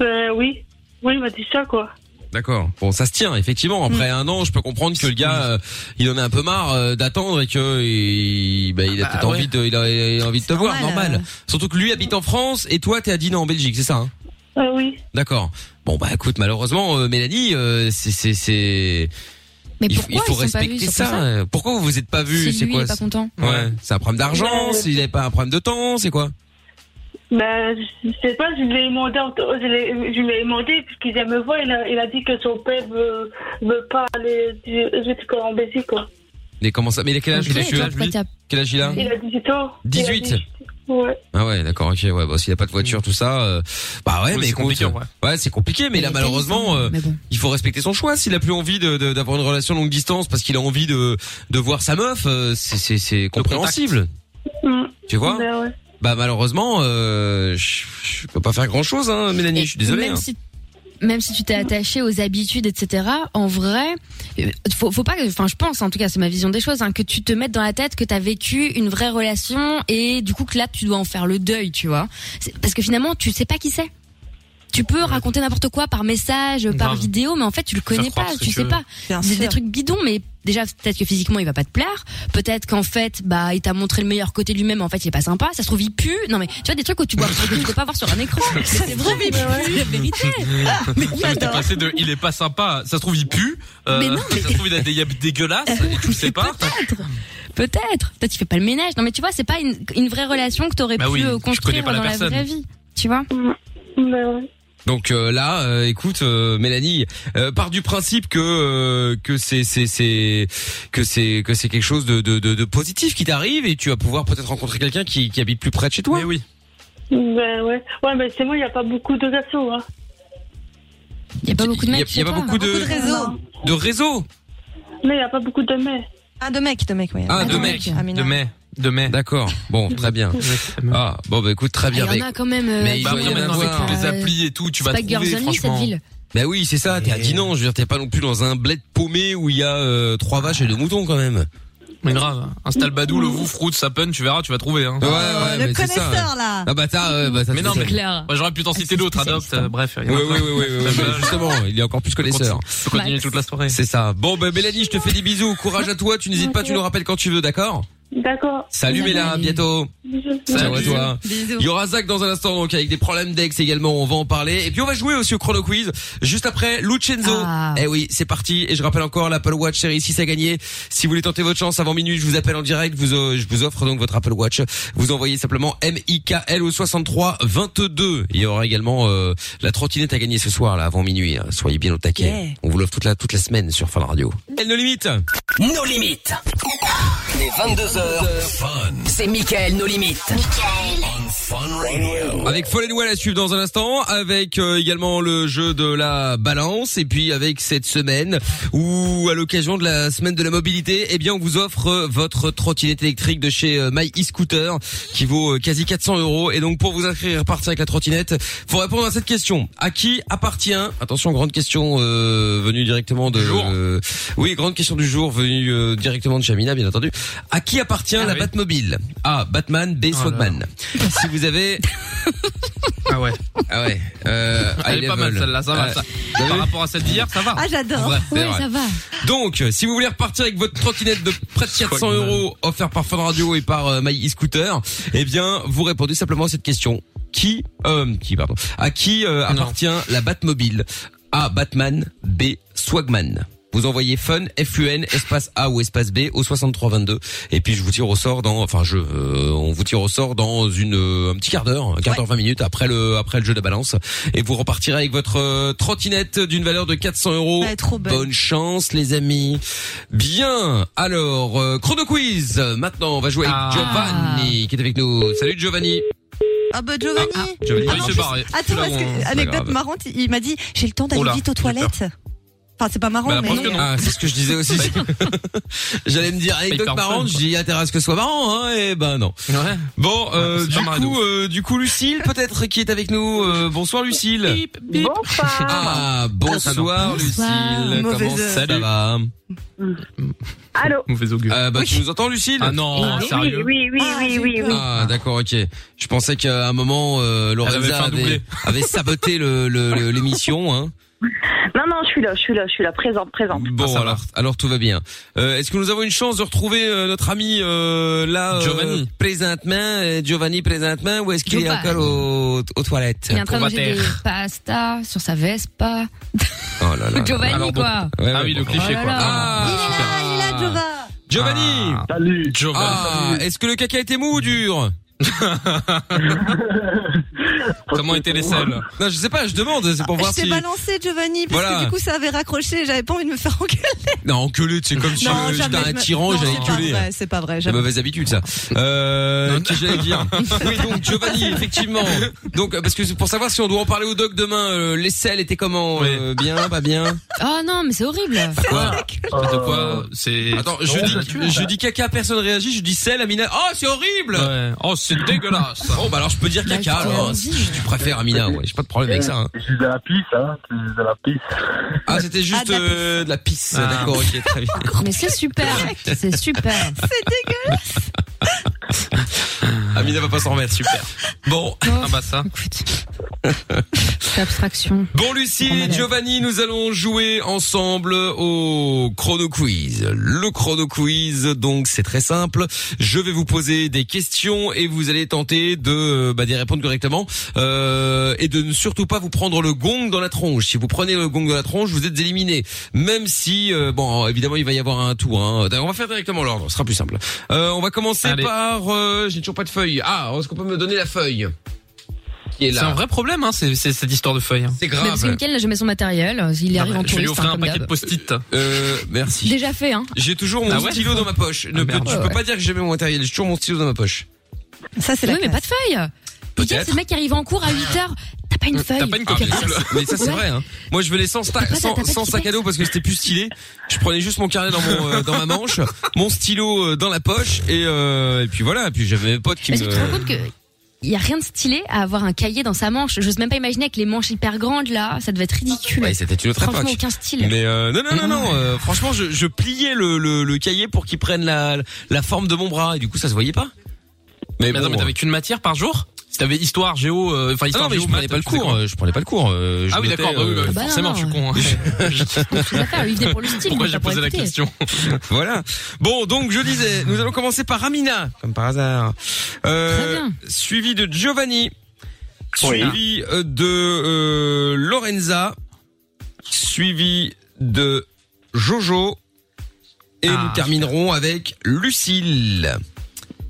Speaker 6: Euh, oui. Oui, il m'a dit ça, quoi.
Speaker 2: D'accord. Bon, ça se tient effectivement. Après
Speaker 5: Mm.
Speaker 2: un an, je peux comprendre que le gars, euh, il en a un peu marre euh, d'attendre et que il, bah,
Speaker 5: Ah
Speaker 2: il a
Speaker 3: Bah,
Speaker 2: peut-être
Speaker 3: ouais.
Speaker 2: envie de, il a, il a envie de te voir,
Speaker 4: normal,
Speaker 5: euh.
Speaker 2: normal. Surtout que lui habite en France et toi, t'es à Dinan en Belgique, c'est ça hein
Speaker 6: Euh, oui.
Speaker 2: D'accord. Bon bah écoute, malheureusement, euh, Mélanie, euh, c'est, c'est, c'est,
Speaker 5: Mais
Speaker 2: il, faut-
Speaker 5: pourquoi
Speaker 2: il faut
Speaker 5: ils sont pas vus
Speaker 2: respecter
Speaker 5: sur
Speaker 2: ça.
Speaker 5: ça
Speaker 2: euh, Pourquoi vous vous êtes pas vus
Speaker 5: Si
Speaker 2: C'est
Speaker 5: lui
Speaker 2: quoi
Speaker 5: est pas
Speaker 2: c'est-
Speaker 5: content.
Speaker 2: Ouais, c'est un problème d'argent.
Speaker 6: Ouais.
Speaker 2: S'il avait pas un problème de temps, c'est quoi
Speaker 6: Ben, je sais pas, je lui ai demandé, je l'ai- je lui ai demandé, puisqu'il vient me voir, il a, il a dit que son père veut, veut pas aller du- jusqu'en Belgique, quoi.
Speaker 2: Mais comment ça Mais il a quel âge
Speaker 5: Ok,
Speaker 2: il a,
Speaker 5: et toi,
Speaker 2: celui-là
Speaker 5: pourquoi t'as-
Speaker 2: Quel âge il a
Speaker 6: Il a 18 ans. Il a
Speaker 2: 18.
Speaker 6: 18, Ouais.
Speaker 2: Ah ouais, d'accord, ok, ouais, bah s'il a pas de voiture, tout ça, euh, bah ouais,
Speaker 3: Oui,
Speaker 2: mais
Speaker 3: c'est
Speaker 2: écoute,
Speaker 3: compliqué, ouais.
Speaker 2: ouais, c'est compliqué, mais
Speaker 5: il
Speaker 2: là
Speaker 5: était
Speaker 2: malheureusement,
Speaker 5: innocent,
Speaker 2: euh,
Speaker 5: Mais bon.
Speaker 2: il faut respecter son choix. S'il a plus envie de de- d'avoir une relation longue distance parce qu'il a envie de de voir sa meuf, euh, c'est c'est c'est compréhensible,
Speaker 6: Mm.
Speaker 2: tu vois
Speaker 6: Ben, ouais.
Speaker 2: Bah malheureusement, euh, je je peux pas faire grand chose, hein, Mélanie.
Speaker 5: Et
Speaker 2: Je suis désolé.
Speaker 5: Même
Speaker 2: hein.
Speaker 5: si même si tu t'es attaché aux habitudes, etc. En vrai, euh, faut, faut pas. que- Enfin, je pense, en tout cas, c'est ma vision des choses, hein, que tu te mettes dans la tête que t'as vécu une vraie relation et du coup que là, tu dois en faire le deuil, tu vois. C'est- Parce que finalement, tu sais pas qui c'est. Tu peux raconter n'importe quoi par message, par
Speaker 3: Grave.
Speaker 5: vidéo, mais en fait, tu le
Speaker 3: Faire
Speaker 5: connais
Speaker 3: croire
Speaker 5: pas,
Speaker 3: ce que
Speaker 5: tu
Speaker 3: tu
Speaker 5: sais
Speaker 3: veux.
Speaker 5: pas.
Speaker 4: Bien
Speaker 5: C'est
Speaker 4: sûr.
Speaker 5: des trucs bidons, mais déjà peut-être que physiquement il va pas te plaire, peut-être qu'en fait bah il t'a montré le meilleur côté de lui-même, en fait il est pas sympa, ça se trouve il pue. Non mais tu vois des trucs que tu vois que tu peux pas voir sur un écran. C'est vrai, mais c'est la vérité.
Speaker 3: Mais t'es passé de il est pas sympa, ça se trouve il pue, euh,
Speaker 5: Mais non, mais-
Speaker 3: ça se trouve il a des yaps dégueulasses, et tu le sais pas.
Speaker 5: Peut-être, peut-être, peut-être il fait pas le ménage. Non mais tu vois c'est pas une, une vraie relation que t'aurais
Speaker 3: Bah
Speaker 5: pu
Speaker 3: oui,
Speaker 5: euh,
Speaker 3: je connais
Speaker 5: construire
Speaker 3: pas la
Speaker 5: dans la
Speaker 3: personne.
Speaker 5: vraie vie. Tu vois
Speaker 6: Ben, ouais.
Speaker 2: Donc euh, là, euh, écoute, euh, Mélanie, euh, part du principe que euh, que c'est c'est c'est que c'est que c'est quelque chose de de, de, de positif qui t'arrive et tu vas pouvoir peut-être rencontrer quelqu'un qui qui habite plus près de chez toi.
Speaker 3: Mais oui.
Speaker 6: Ben ouais. Ouais, mais c'est moi, il n'y a pas beaucoup de garçons. Hein.
Speaker 5: Il y a pas beaucoup de
Speaker 2: Il y a-
Speaker 5: mecs.
Speaker 2: il y a
Speaker 5: chez
Speaker 2: pas
Speaker 5: toi.
Speaker 4: Beaucoup
Speaker 2: beaucoup
Speaker 4: de
Speaker 2: de
Speaker 4: réseaux.
Speaker 2: de réseaux.
Speaker 6: Mais il n'y a pas beaucoup de mecs.
Speaker 4: Ah, de mecs, de mecs, oui.
Speaker 2: Ah,
Speaker 5: Ah,
Speaker 2: de
Speaker 5: non,
Speaker 2: mai.
Speaker 5: mec.
Speaker 4: Ah, mais
Speaker 3: De
Speaker 4: non.
Speaker 3: mai. De mai.
Speaker 2: D'accord. Bon, très bien. Ah bon, bah écoute, très
Speaker 5: Ah, Il
Speaker 2: bien.
Speaker 5: y
Speaker 2: Bah,
Speaker 5: en a quand même. euh,
Speaker 2: mais
Speaker 5: qui-
Speaker 2: il
Speaker 3: Bah
Speaker 2: doit y
Speaker 3: oui,
Speaker 2: en
Speaker 3: maintenant
Speaker 2: avoir.
Speaker 3: avec toutes les
Speaker 5: Euh,
Speaker 3: applis et tout, tu vas
Speaker 5: c'est pas girls
Speaker 3: trouver
Speaker 5: only cette
Speaker 3: franchement.
Speaker 5: ville.
Speaker 2: Bah oui, c'est ça. T'es à Dinan. Je veux dire, t'es pas non plus dans un bled paumé où il y a euh, trois vaches et deux moutons quand même.
Speaker 3: Mais grave, installe Badou, le Woof, Roots, Sapen, tu verras, tu vas trouver. Hein.
Speaker 2: Ouais, ouais,
Speaker 4: Euh,
Speaker 2: mais
Speaker 4: le
Speaker 2: c'est
Speaker 4: connaisseur,
Speaker 2: ça.
Speaker 4: là.
Speaker 2: Ah bah t'as, euh, bah, ça
Speaker 3: Mais
Speaker 2: c'est
Speaker 3: non,
Speaker 2: ça.
Speaker 3: mais-
Speaker 5: Clair.
Speaker 3: Moi, J'aurais pu t'en citer d'autres, Adopt, euh, bref. il y en
Speaker 2: Oui,
Speaker 3: a
Speaker 2: oui,
Speaker 3: plein. Euh,
Speaker 2: oui, oui, oui, oui, justement, il est encore plus connaisseur.
Speaker 3: Continue- Faut continuer
Speaker 5: Max.
Speaker 3: toute la soirée.
Speaker 2: bah, C'est ça. Bon, ben Mélanie, je te fais des bisous. Courage à toi. Tu n'hésites pas. Tu nous rappelles quand tu veux, d'accord
Speaker 6: D'accord.
Speaker 2: Salut Mela, à bientôt.
Speaker 6: Bisous.
Speaker 2: Ciao à toi.
Speaker 4: Bisous.
Speaker 2: Il y aura Zach dans un instant donc avec des problèmes d'ex également, on va en parler. Et puis on va jouer aussi au chrono quiz juste après Lucenzo.
Speaker 5: Ah.
Speaker 2: Eh oui, c'est parti. Et je rappelle encore l'Apple Watch série 6 à gagner. Si vous voulez tenter votre chance avant minuit, je vous appelle en direct, vous, euh, je vous offre donc votre Apple Watch. Vous envoyez simplement MIKL au 63 22. Il y aura également euh, la trottinette à gagner ce soir là avant minuit. hein. Soyez bien au taquet.
Speaker 4: Yeah.
Speaker 2: On vous l'offre toute la toute la semaine sur Fun Radio. Elle ne limite.
Speaker 1: Nos limites. Les 22h. C'est Michael, nos limites.
Speaker 2: Oh, Avec Follenwell à suivre dans un instant, avec euh, également le jeu de la balance, et puis avec cette semaine, où à l'occasion de la semaine de la mobilité, eh bien on vous offre euh, votre trottinette électrique de chez euh, My e-scooter, qui vaut euh, quasi 400 euros. Et donc pour vous inscrire et repartir avec la trottinette, faut répondre à cette question. À qui appartient Attention, grande question euh, venue directement de...
Speaker 3: Jour.
Speaker 2: euh, oui, grande question du jour venue euh, directement de Chamina, bien entendu. À qui appartient la
Speaker 3: Ah oui. Oh
Speaker 2: Batmobile A. Batman, B.
Speaker 3: là.
Speaker 2: Swagman. Si vous avez...
Speaker 3: Ah ouais.
Speaker 2: Ah ouais. Euh,
Speaker 3: Elle est
Speaker 2: high
Speaker 3: pas
Speaker 2: level.
Speaker 3: mal celle-là, ça va.
Speaker 2: Euh,
Speaker 3: ça.
Speaker 2: t'as
Speaker 3: Par
Speaker 2: vu
Speaker 3: rapport à celle d'hier, ça va.
Speaker 4: Ah, j'adore.
Speaker 2: Ouais, c'est
Speaker 5: Ouais,
Speaker 2: vrai.
Speaker 5: ça va.
Speaker 2: Donc, si vous voulez repartir avec votre trottinette de près de 400 euros offert par Fun Radio et par euh, My e-scooter, eh bien, vous répondez simplement à cette question. Qui, euh, qui, pardon, à qui euh, appartient la Batmobile A. Batman, B. Swagman. Vous envoyez fun, FUN, espace A ou espace B au 6322 et puis je vous tire au sort dans, enfin je, euh, on vous tire au sort dans une euh, un petit quart d'heure, un quart d'heure 20 minutes après le après le jeu de la balance et vous repartirez avec votre euh, trottinette d'une valeur de 400 euros.
Speaker 4: Elle est trop belle.
Speaker 2: Bonne chance les amis. Bien, alors euh, chrono quiz. Maintenant, on va jouer avec
Speaker 3: Ah.
Speaker 2: Giovanni qui est avec nous. Salut Giovanni.
Speaker 4: Ah bah Giovanni.
Speaker 2: Giovanni.
Speaker 3: Ah,
Speaker 4: Ah non,
Speaker 3: il
Speaker 4: je-
Speaker 3: s'est barré.
Speaker 4: Attends, parce
Speaker 2: C'est
Speaker 4: que
Speaker 2: pas
Speaker 4: anecdote
Speaker 2: grave.
Speaker 4: marrante, il m'a dit j'ai le temps d'aller
Speaker 3: Oula,
Speaker 4: vite aux
Speaker 3: j'ai peur.
Speaker 4: toilettes. Enfin, c'est pas marrant,
Speaker 3: Bah, la
Speaker 4: mais
Speaker 3: preuve que
Speaker 4: non.
Speaker 3: non. Bah,
Speaker 2: Ah, c'est ce que je disais aussi. J'allais me dire anecdote
Speaker 3: hyper
Speaker 2: marrante,
Speaker 3: fun,
Speaker 2: j'ai
Speaker 3: quoi.
Speaker 2: dit intérêt à ce ah, que ce soit marrant hein et ben non.
Speaker 3: Ouais.
Speaker 2: Bon, euh,
Speaker 3: c'est
Speaker 2: du
Speaker 3: pas marrant de
Speaker 2: coup, euh, du coup, Lucille, peut-être qui est avec nous. Euh, bonsoir, Lucille.
Speaker 6: Bonsoir.
Speaker 2: Ah, bonsoir,
Speaker 5: Bonsoir.
Speaker 2: Lucille.
Speaker 4: Mauvaise
Speaker 2: Comment
Speaker 4: heure.
Speaker 2: ça va
Speaker 6: Allô
Speaker 3: Mauvais augure.
Speaker 2: euh, bah,
Speaker 4: Oui.
Speaker 2: Tu nous entends, Lucille
Speaker 3: Ah non,
Speaker 6: Oui,
Speaker 3: sérieux.
Speaker 6: Oui, oui,
Speaker 4: Ah,
Speaker 6: oui,
Speaker 4: j'ai
Speaker 6: oui,
Speaker 4: peur.
Speaker 6: oui.
Speaker 2: Ah, d'accord, ok. Je pensais qu'à un moment, euh, Lorenza
Speaker 3: Elle avait fait un
Speaker 2: avait,
Speaker 3: doublé.
Speaker 2: avait saboté le- le- le- l'émission. Hein.
Speaker 6: Non, non, je suis là, je suis là, je suis là, présente, présente.
Speaker 3: Ah,
Speaker 2: Bon,
Speaker 3: ça va.
Speaker 2: alors, alors tout va bien. Euh, Est-ce que nous avons une chance de retrouver euh, notre ami euh, là euh,
Speaker 3: Giovanni.
Speaker 2: présentement, euh, Giovanni présentement, ou est-ce qu'il est
Speaker 5: Giovanni.
Speaker 2: encore aux, aux toilettes
Speaker 5: Il est en train de manger des
Speaker 3: Combattre.
Speaker 5: pastas sur sa Vespa.
Speaker 3: Ah.
Speaker 2: Oh là là.
Speaker 5: Giovanni,
Speaker 3: alors,
Speaker 5: quoi.
Speaker 2: Ouais,
Speaker 3: Ah
Speaker 2: ouais,
Speaker 3: oui, le
Speaker 2: bon.
Speaker 3: cliché
Speaker 5: Oh là
Speaker 3: quoi.
Speaker 5: là.
Speaker 2: Ah,
Speaker 4: Il est là, il est là, Giova.
Speaker 2: Giovanni.
Speaker 3: Ah.
Speaker 9: Salut.
Speaker 3: Giovanni.
Speaker 2: Ah, est-ce que le caca était mou ou dur
Speaker 3: Comment étaient les selles
Speaker 2: Non, je sais pas, je demande, c'est pour voir
Speaker 4: Je t'ai
Speaker 2: si.
Speaker 4: balancé, Giovanni, parce
Speaker 2: Voilà.
Speaker 4: que du coup, ça avait raccroché. J'avais pas envie de me faire engueuler.
Speaker 2: Non, enculé, c'est comme si euh, j'étais
Speaker 4: jamais, je
Speaker 2: un
Speaker 4: me-
Speaker 2: tyran,
Speaker 4: Non,
Speaker 2: j'allais Eh
Speaker 4: c'est pas
Speaker 2: enculer.
Speaker 4: vrai, C'est pas vrai.
Speaker 2: C'est
Speaker 4: jamais.
Speaker 2: mauvaise habitude ça. Euh, qu'est-ce que j'allais dire Oui donc Giovanni effectivement. Donc euh, parce que c'est pour savoir si on doit en parler au doc demain, euh, les selles étaient comment euh, Bien, pas bien.
Speaker 5: Oh non, mais c'est horrible.
Speaker 2: Quoi
Speaker 3: De quoi C'est.
Speaker 2: Attends, je dis, je dis caca, personne réagit, je dis sel, Amina. Oh, c'est horrible
Speaker 3: Ouais. Oh, c'est dégueulasse.
Speaker 2: Bon, bah alors je peux dire caca,
Speaker 5: Bah,
Speaker 2: alors,
Speaker 5: vas-y.
Speaker 2: si tu préfères, Amina, ouais, j'ai pas de problème avec ça. hein.
Speaker 9: C'est de la pisse, hein. C'est de la pisse.
Speaker 2: Ah, c'était
Speaker 4: Ah,
Speaker 2: juste
Speaker 4: de la pisse.
Speaker 2: euh, de la pisse,
Speaker 3: Ah.
Speaker 2: d'accord, ok, très bien.
Speaker 5: Mais c'est super. C'est super.
Speaker 4: C'est dégueulasse.
Speaker 2: Amina va pas s'en remettre, super. Bon,
Speaker 3: Ah bah ça.
Speaker 5: Écoute. C'est abstraction.
Speaker 2: Bon
Speaker 5: Grand
Speaker 2: Lucie,
Speaker 5: malade.
Speaker 2: Giovanni, nous allons jouer ensemble au chrono quiz. Le chrono quiz, donc c'est très simple. Je vais vous poser des questions et vous allez tenter de euh, bah, d'y répondre correctement euh, et de ne surtout pas vous prendre le gong dans la tronche. Si vous prenez le gong dans la tronche, vous êtes éliminé. Même si euh, bon, évidemment, il va y avoir un tour. Hein. D'ailleurs, On va faire directement l'ordre, ce sera plus simple. Euh, on va commencer
Speaker 3: Allez.
Speaker 2: par. Euh, J'ai toujours pas de feuille. Ah, est-ce qu'on peut me donner la feuille qui est
Speaker 3: C'est un
Speaker 2: là
Speaker 3: vrai problème, hein, c'est, c'est cette histoire de feuille. hein.
Speaker 2: C'est
Speaker 5: Mais parce que
Speaker 2: grave.
Speaker 5: Mickaël n'a jamais son matériel. Il y arrive en
Speaker 3: je vais lui
Speaker 5: touriste, hein,
Speaker 3: offrir un
Speaker 5: comme
Speaker 3: paquet de
Speaker 5: d'hab.
Speaker 3: post-it.
Speaker 2: Euh, merci.
Speaker 5: Déjà fait, hein.
Speaker 2: J'ai toujours mon
Speaker 3: Ah ouais
Speaker 2: stylo dans ma poche. Ne
Speaker 3: Ah,
Speaker 2: peux-
Speaker 3: merde.
Speaker 2: tu
Speaker 5: Ouais,
Speaker 2: peux
Speaker 5: ouais.
Speaker 2: pas dire que j'ai jamais mon matériel. J'ai toujours mon stylo dans ma poche.
Speaker 4: Ça, c'est
Speaker 5: Oui,
Speaker 4: la
Speaker 5: mais pas
Speaker 4: classe.
Speaker 5: de feuille. Mickaël,
Speaker 2: Peut-être.
Speaker 5: c'est le mec qui arrive en cours à 8h. T'as pas une feuille.
Speaker 3: T'as pas une
Speaker 2: Ah, mais,
Speaker 3: copie.
Speaker 2: ça, mais ça, c'est
Speaker 5: Ouais.
Speaker 2: vrai. Hein. Moi, je venais sans, sta-
Speaker 5: T'as pas-
Speaker 2: sans,
Speaker 5: t'as pas
Speaker 2: sans
Speaker 5: de
Speaker 2: sac à dos parce que c'était plus stylé. Je prenais juste mon carnet dans mon euh, dans ma manche, mon stylo euh, dans la poche et euh, et puis voilà. Et puis j'avais mes potes qui
Speaker 5: Mais
Speaker 2: me.
Speaker 5: Bah, tu te rends compte que il y a rien de stylé à avoir un cahier dans sa manche. J'ose même pas imaginer avec les manches hyper grandes là, ça devait être ridicule.
Speaker 2: Ouais, c'était une autre
Speaker 5: Franchement,
Speaker 2: époque.
Speaker 5: aucun style.
Speaker 2: Mais euh, non non non non. euh, franchement, je, je pliais le, le, le cahier pour qu'il prenne la la forme de mon bras et du coup, ça se voyait pas.
Speaker 3: Mais attends, mais
Speaker 2: bon, Ah
Speaker 3: t'avais qu'une matière par jour T'avais histoire, géo, euh, enfin
Speaker 2: non,
Speaker 3: histoire,
Speaker 2: mais
Speaker 3: géo,
Speaker 2: je prenais
Speaker 3: maths,
Speaker 2: pas le
Speaker 3: tu faisais
Speaker 2: cours,
Speaker 3: quoi
Speaker 2: euh, je prenais pas le cours. euh, je
Speaker 3: Ah oui,
Speaker 2: notais,
Speaker 3: d'accord, bah oui, bah oui,
Speaker 2: euh,
Speaker 5: bah
Speaker 3: forcément,
Speaker 5: non.
Speaker 3: je suis con. hein.
Speaker 5: Rien à faire, il venait pour le style.
Speaker 3: Pourquoi
Speaker 5: mais
Speaker 3: j'ai
Speaker 5: pas pour
Speaker 3: posé la
Speaker 5: écouter.
Speaker 3: question
Speaker 2: voilà. Bon, donc je disais, nous allons commencer par Amina, comme par hasard. Euh,
Speaker 5: Très bien.
Speaker 2: Suivi de Giovanni.
Speaker 9: Oui.
Speaker 2: Suivi euh, de euh, Lorenza. Suivi de Jojo. Et
Speaker 3: Ah,
Speaker 2: nous terminerons avec Lucille.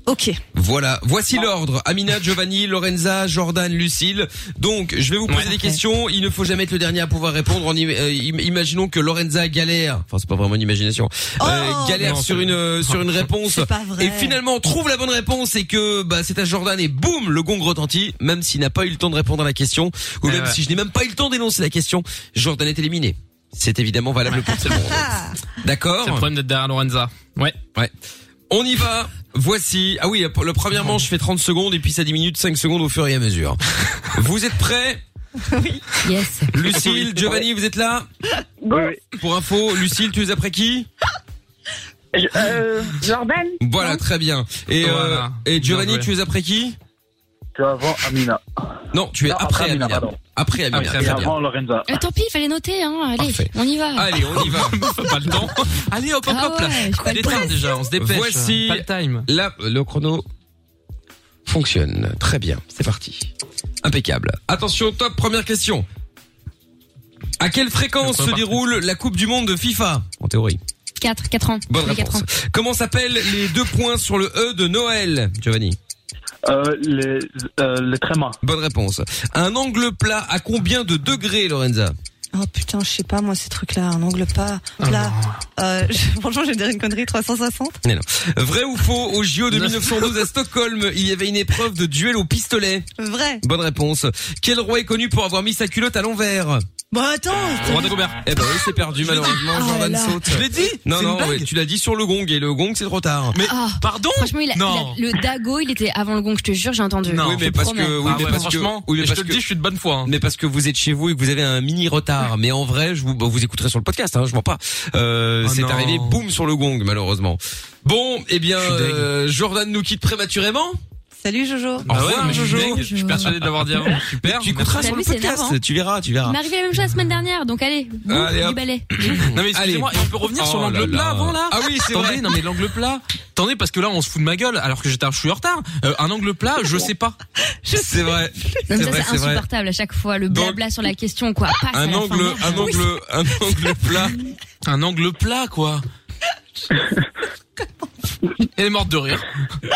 Speaker 4: Ok.
Speaker 2: Voilà, voici l'ordre. Amina, Giovanni, Lorenza, Jordan, Lucille. Donc, je vais vous poser des questions. Il ne faut jamais être le dernier à pouvoir répondre. En im- euh, im- imaginons que Lorenza galère. Enfin, c'est pas vraiment une imagination. Euh,
Speaker 4: Oh
Speaker 2: galère
Speaker 3: Non,
Speaker 2: sur
Speaker 3: c'est-
Speaker 2: une euh, sur une réponse.
Speaker 4: C'est pas vrai.
Speaker 2: Et finalement, trouve la bonne réponse et que bah, c'est à Jordan et boum, le gong retentit, même s'il n'a pas eu le temps de répondre à la question, ou
Speaker 4: Eh
Speaker 3: Ouais,
Speaker 2: même
Speaker 3: ouais.
Speaker 2: si je n'ai même pas eu le temps d'énoncer la question, Jordan est éliminé. C'est évidemment valable pour tout le monde.
Speaker 4: Ah,
Speaker 2: D'accord
Speaker 3: C'est le problème d'être derrière Lorenza. Ouais.
Speaker 2: on y va. Voici. Ah oui, le premier manche fait 30 secondes et puis ça diminue de 5 secondes au fur et à mesure. vous êtes prêts
Speaker 5: Yes.
Speaker 2: Lucille, Giovanni, vous êtes là
Speaker 9: Oui, oui.
Speaker 2: Pour info, Lucille, tu es après qui
Speaker 6: Je- euh, Jordan
Speaker 2: Voilà, très bien. Et, euh,
Speaker 3: Voilà.
Speaker 2: et Giovanni,
Speaker 3: Bien
Speaker 2: tu
Speaker 3: joué.
Speaker 2: es après qui
Speaker 9: C'est avant Amina.
Speaker 2: Non, tu es
Speaker 9: Non,
Speaker 2: après,
Speaker 9: après Amina,
Speaker 2: Amina.
Speaker 9: pardon.
Speaker 2: Après Amina,
Speaker 3: Ah oui,
Speaker 2: très
Speaker 9: Et
Speaker 2: bien.
Speaker 9: avant Lorenza.
Speaker 5: Euh, tant pis, il fallait noter, hein. Allez,
Speaker 2: Parfait.
Speaker 5: on y va.
Speaker 2: Allez, on y va.
Speaker 3: pas le temps. Allez, hop, hop,
Speaker 5: Ah
Speaker 3: hop, là.
Speaker 5: ouais, pas
Speaker 3: Il
Speaker 5: le
Speaker 3: est
Speaker 5: temps.
Speaker 3: tard déjà, on se dépêche.
Speaker 2: Voici-
Speaker 3: Pas le time.
Speaker 2: Là, le chrono fonctionne. Très bien, c'est parti. Impeccable. Attention, top, première question. À quelle fréquence
Speaker 3: Le
Speaker 2: se
Speaker 3: premier
Speaker 2: déroule la Coupe du Monde de FIFA En théorie.
Speaker 5: 4, 4 ans.
Speaker 2: Bonne
Speaker 5: Tous les quatre
Speaker 2: réponse. Comment s'appellent les deux points sur le E de Noël, Giovanni
Speaker 9: Euh, les, euh, les trémas.
Speaker 2: Bonne réponse. Un angle plat à combien de degrés, Lorenza
Speaker 4: Oh putain, je sais pas moi ces trucs-là, un angle pas plat.
Speaker 2: Ah
Speaker 4: Euh, je- franchement, je vais dire une connerie 360.
Speaker 2: Mais non. Vrai ou faux Au JO de 1912 à Stockholm, il y avait une épreuve de duel au pistolet.
Speaker 4: Vrai.
Speaker 2: Bonne réponse. Quel roi est connu pour avoir mis sa culotte à l'envers
Speaker 4: Bon attends. c'est-
Speaker 3: Roi Dagobert.
Speaker 2: Eh ben oui, c'est perdu malheureusement.
Speaker 4: Ah
Speaker 2: Jordan
Speaker 4: là.
Speaker 2: saute.
Speaker 3: Je l'ai dit
Speaker 2: Non,
Speaker 3: C'est une
Speaker 2: non,
Speaker 3: blague
Speaker 2: ouais, tu l'as dit sur le gong et le gong c'est trop tard.
Speaker 3: Mais
Speaker 5: Ah.
Speaker 3: pardon
Speaker 5: Franchement, il a,
Speaker 3: Non.
Speaker 5: il a- le dago, il était avant le gong, je te jure, j'ai entendu.
Speaker 3: Non,
Speaker 2: oui,
Speaker 5: Je
Speaker 2: mais
Speaker 5: te
Speaker 2: parce
Speaker 5: promets.
Speaker 2: que, oui,
Speaker 3: Ah
Speaker 2: mais
Speaker 3: ouais,
Speaker 2: parce que,
Speaker 3: franchement,
Speaker 2: oui, mais
Speaker 3: je
Speaker 2: parce
Speaker 3: te le
Speaker 2: que-
Speaker 3: dis, je suis de bonne foi. hein.
Speaker 2: mais parce que vous êtes chez vous et que vous avez un mini retard. Mais en vrai, je vous, bah, vous écouterez sur le podcast, hein, je mens pas. Euh,
Speaker 3: Oh
Speaker 2: c'est
Speaker 3: non.
Speaker 2: arrivé boum sur le gong, malheureusement. Bon, eh bien,
Speaker 3: Je suis deg.
Speaker 2: euh, Jordan nous quitte prématurément.
Speaker 4: Salut Jojo.
Speaker 2: Au
Speaker 3: Ah ouais,
Speaker 2: revoir,
Speaker 3: mais je suis
Speaker 2: Jojo.
Speaker 3: dingue, Je suis persuadé de l'avoir dit avant. Super.
Speaker 2: Tu écouteras
Speaker 5: T'as
Speaker 2: sur
Speaker 5: vu,
Speaker 2: le
Speaker 5: Bah c'est
Speaker 2: podcast,
Speaker 5: énervant.
Speaker 2: tu verras, tu
Speaker 5: Il
Speaker 2: verras.
Speaker 5: m'est arrivé la même chose la semaine dernière, donc allez, boum,
Speaker 2: Ah. Euh, Allez, hop.
Speaker 5: du balai.
Speaker 3: Non mais excusez-moi, et on peut revenir sur
Speaker 2: Oh
Speaker 3: l'angle
Speaker 2: là
Speaker 3: plat
Speaker 2: là.
Speaker 3: avant là
Speaker 2: Ah oui, c'est
Speaker 3: Attendez,
Speaker 2: vrai.
Speaker 3: non mais l'angle plat. Attendez parce que là on se fout de ma gueule alors que j'étais je suis en retard. Euh, un angle plat, je sais pas.
Speaker 2: C'est
Speaker 5: Non,
Speaker 2: vrai,
Speaker 5: mais
Speaker 2: c'est
Speaker 5: ça,
Speaker 2: vrai,
Speaker 5: c'est
Speaker 2: c'est vrai.
Speaker 5: insupportable à chaque fois, le
Speaker 2: Donc,
Speaker 5: blabla sur la question, quoi. Passe à
Speaker 2: Un
Speaker 5: la fin,
Speaker 2: angle,
Speaker 5: merde.
Speaker 2: un angle, un angle plat.
Speaker 3: Un angle plat quoi. Elle est morte de rire.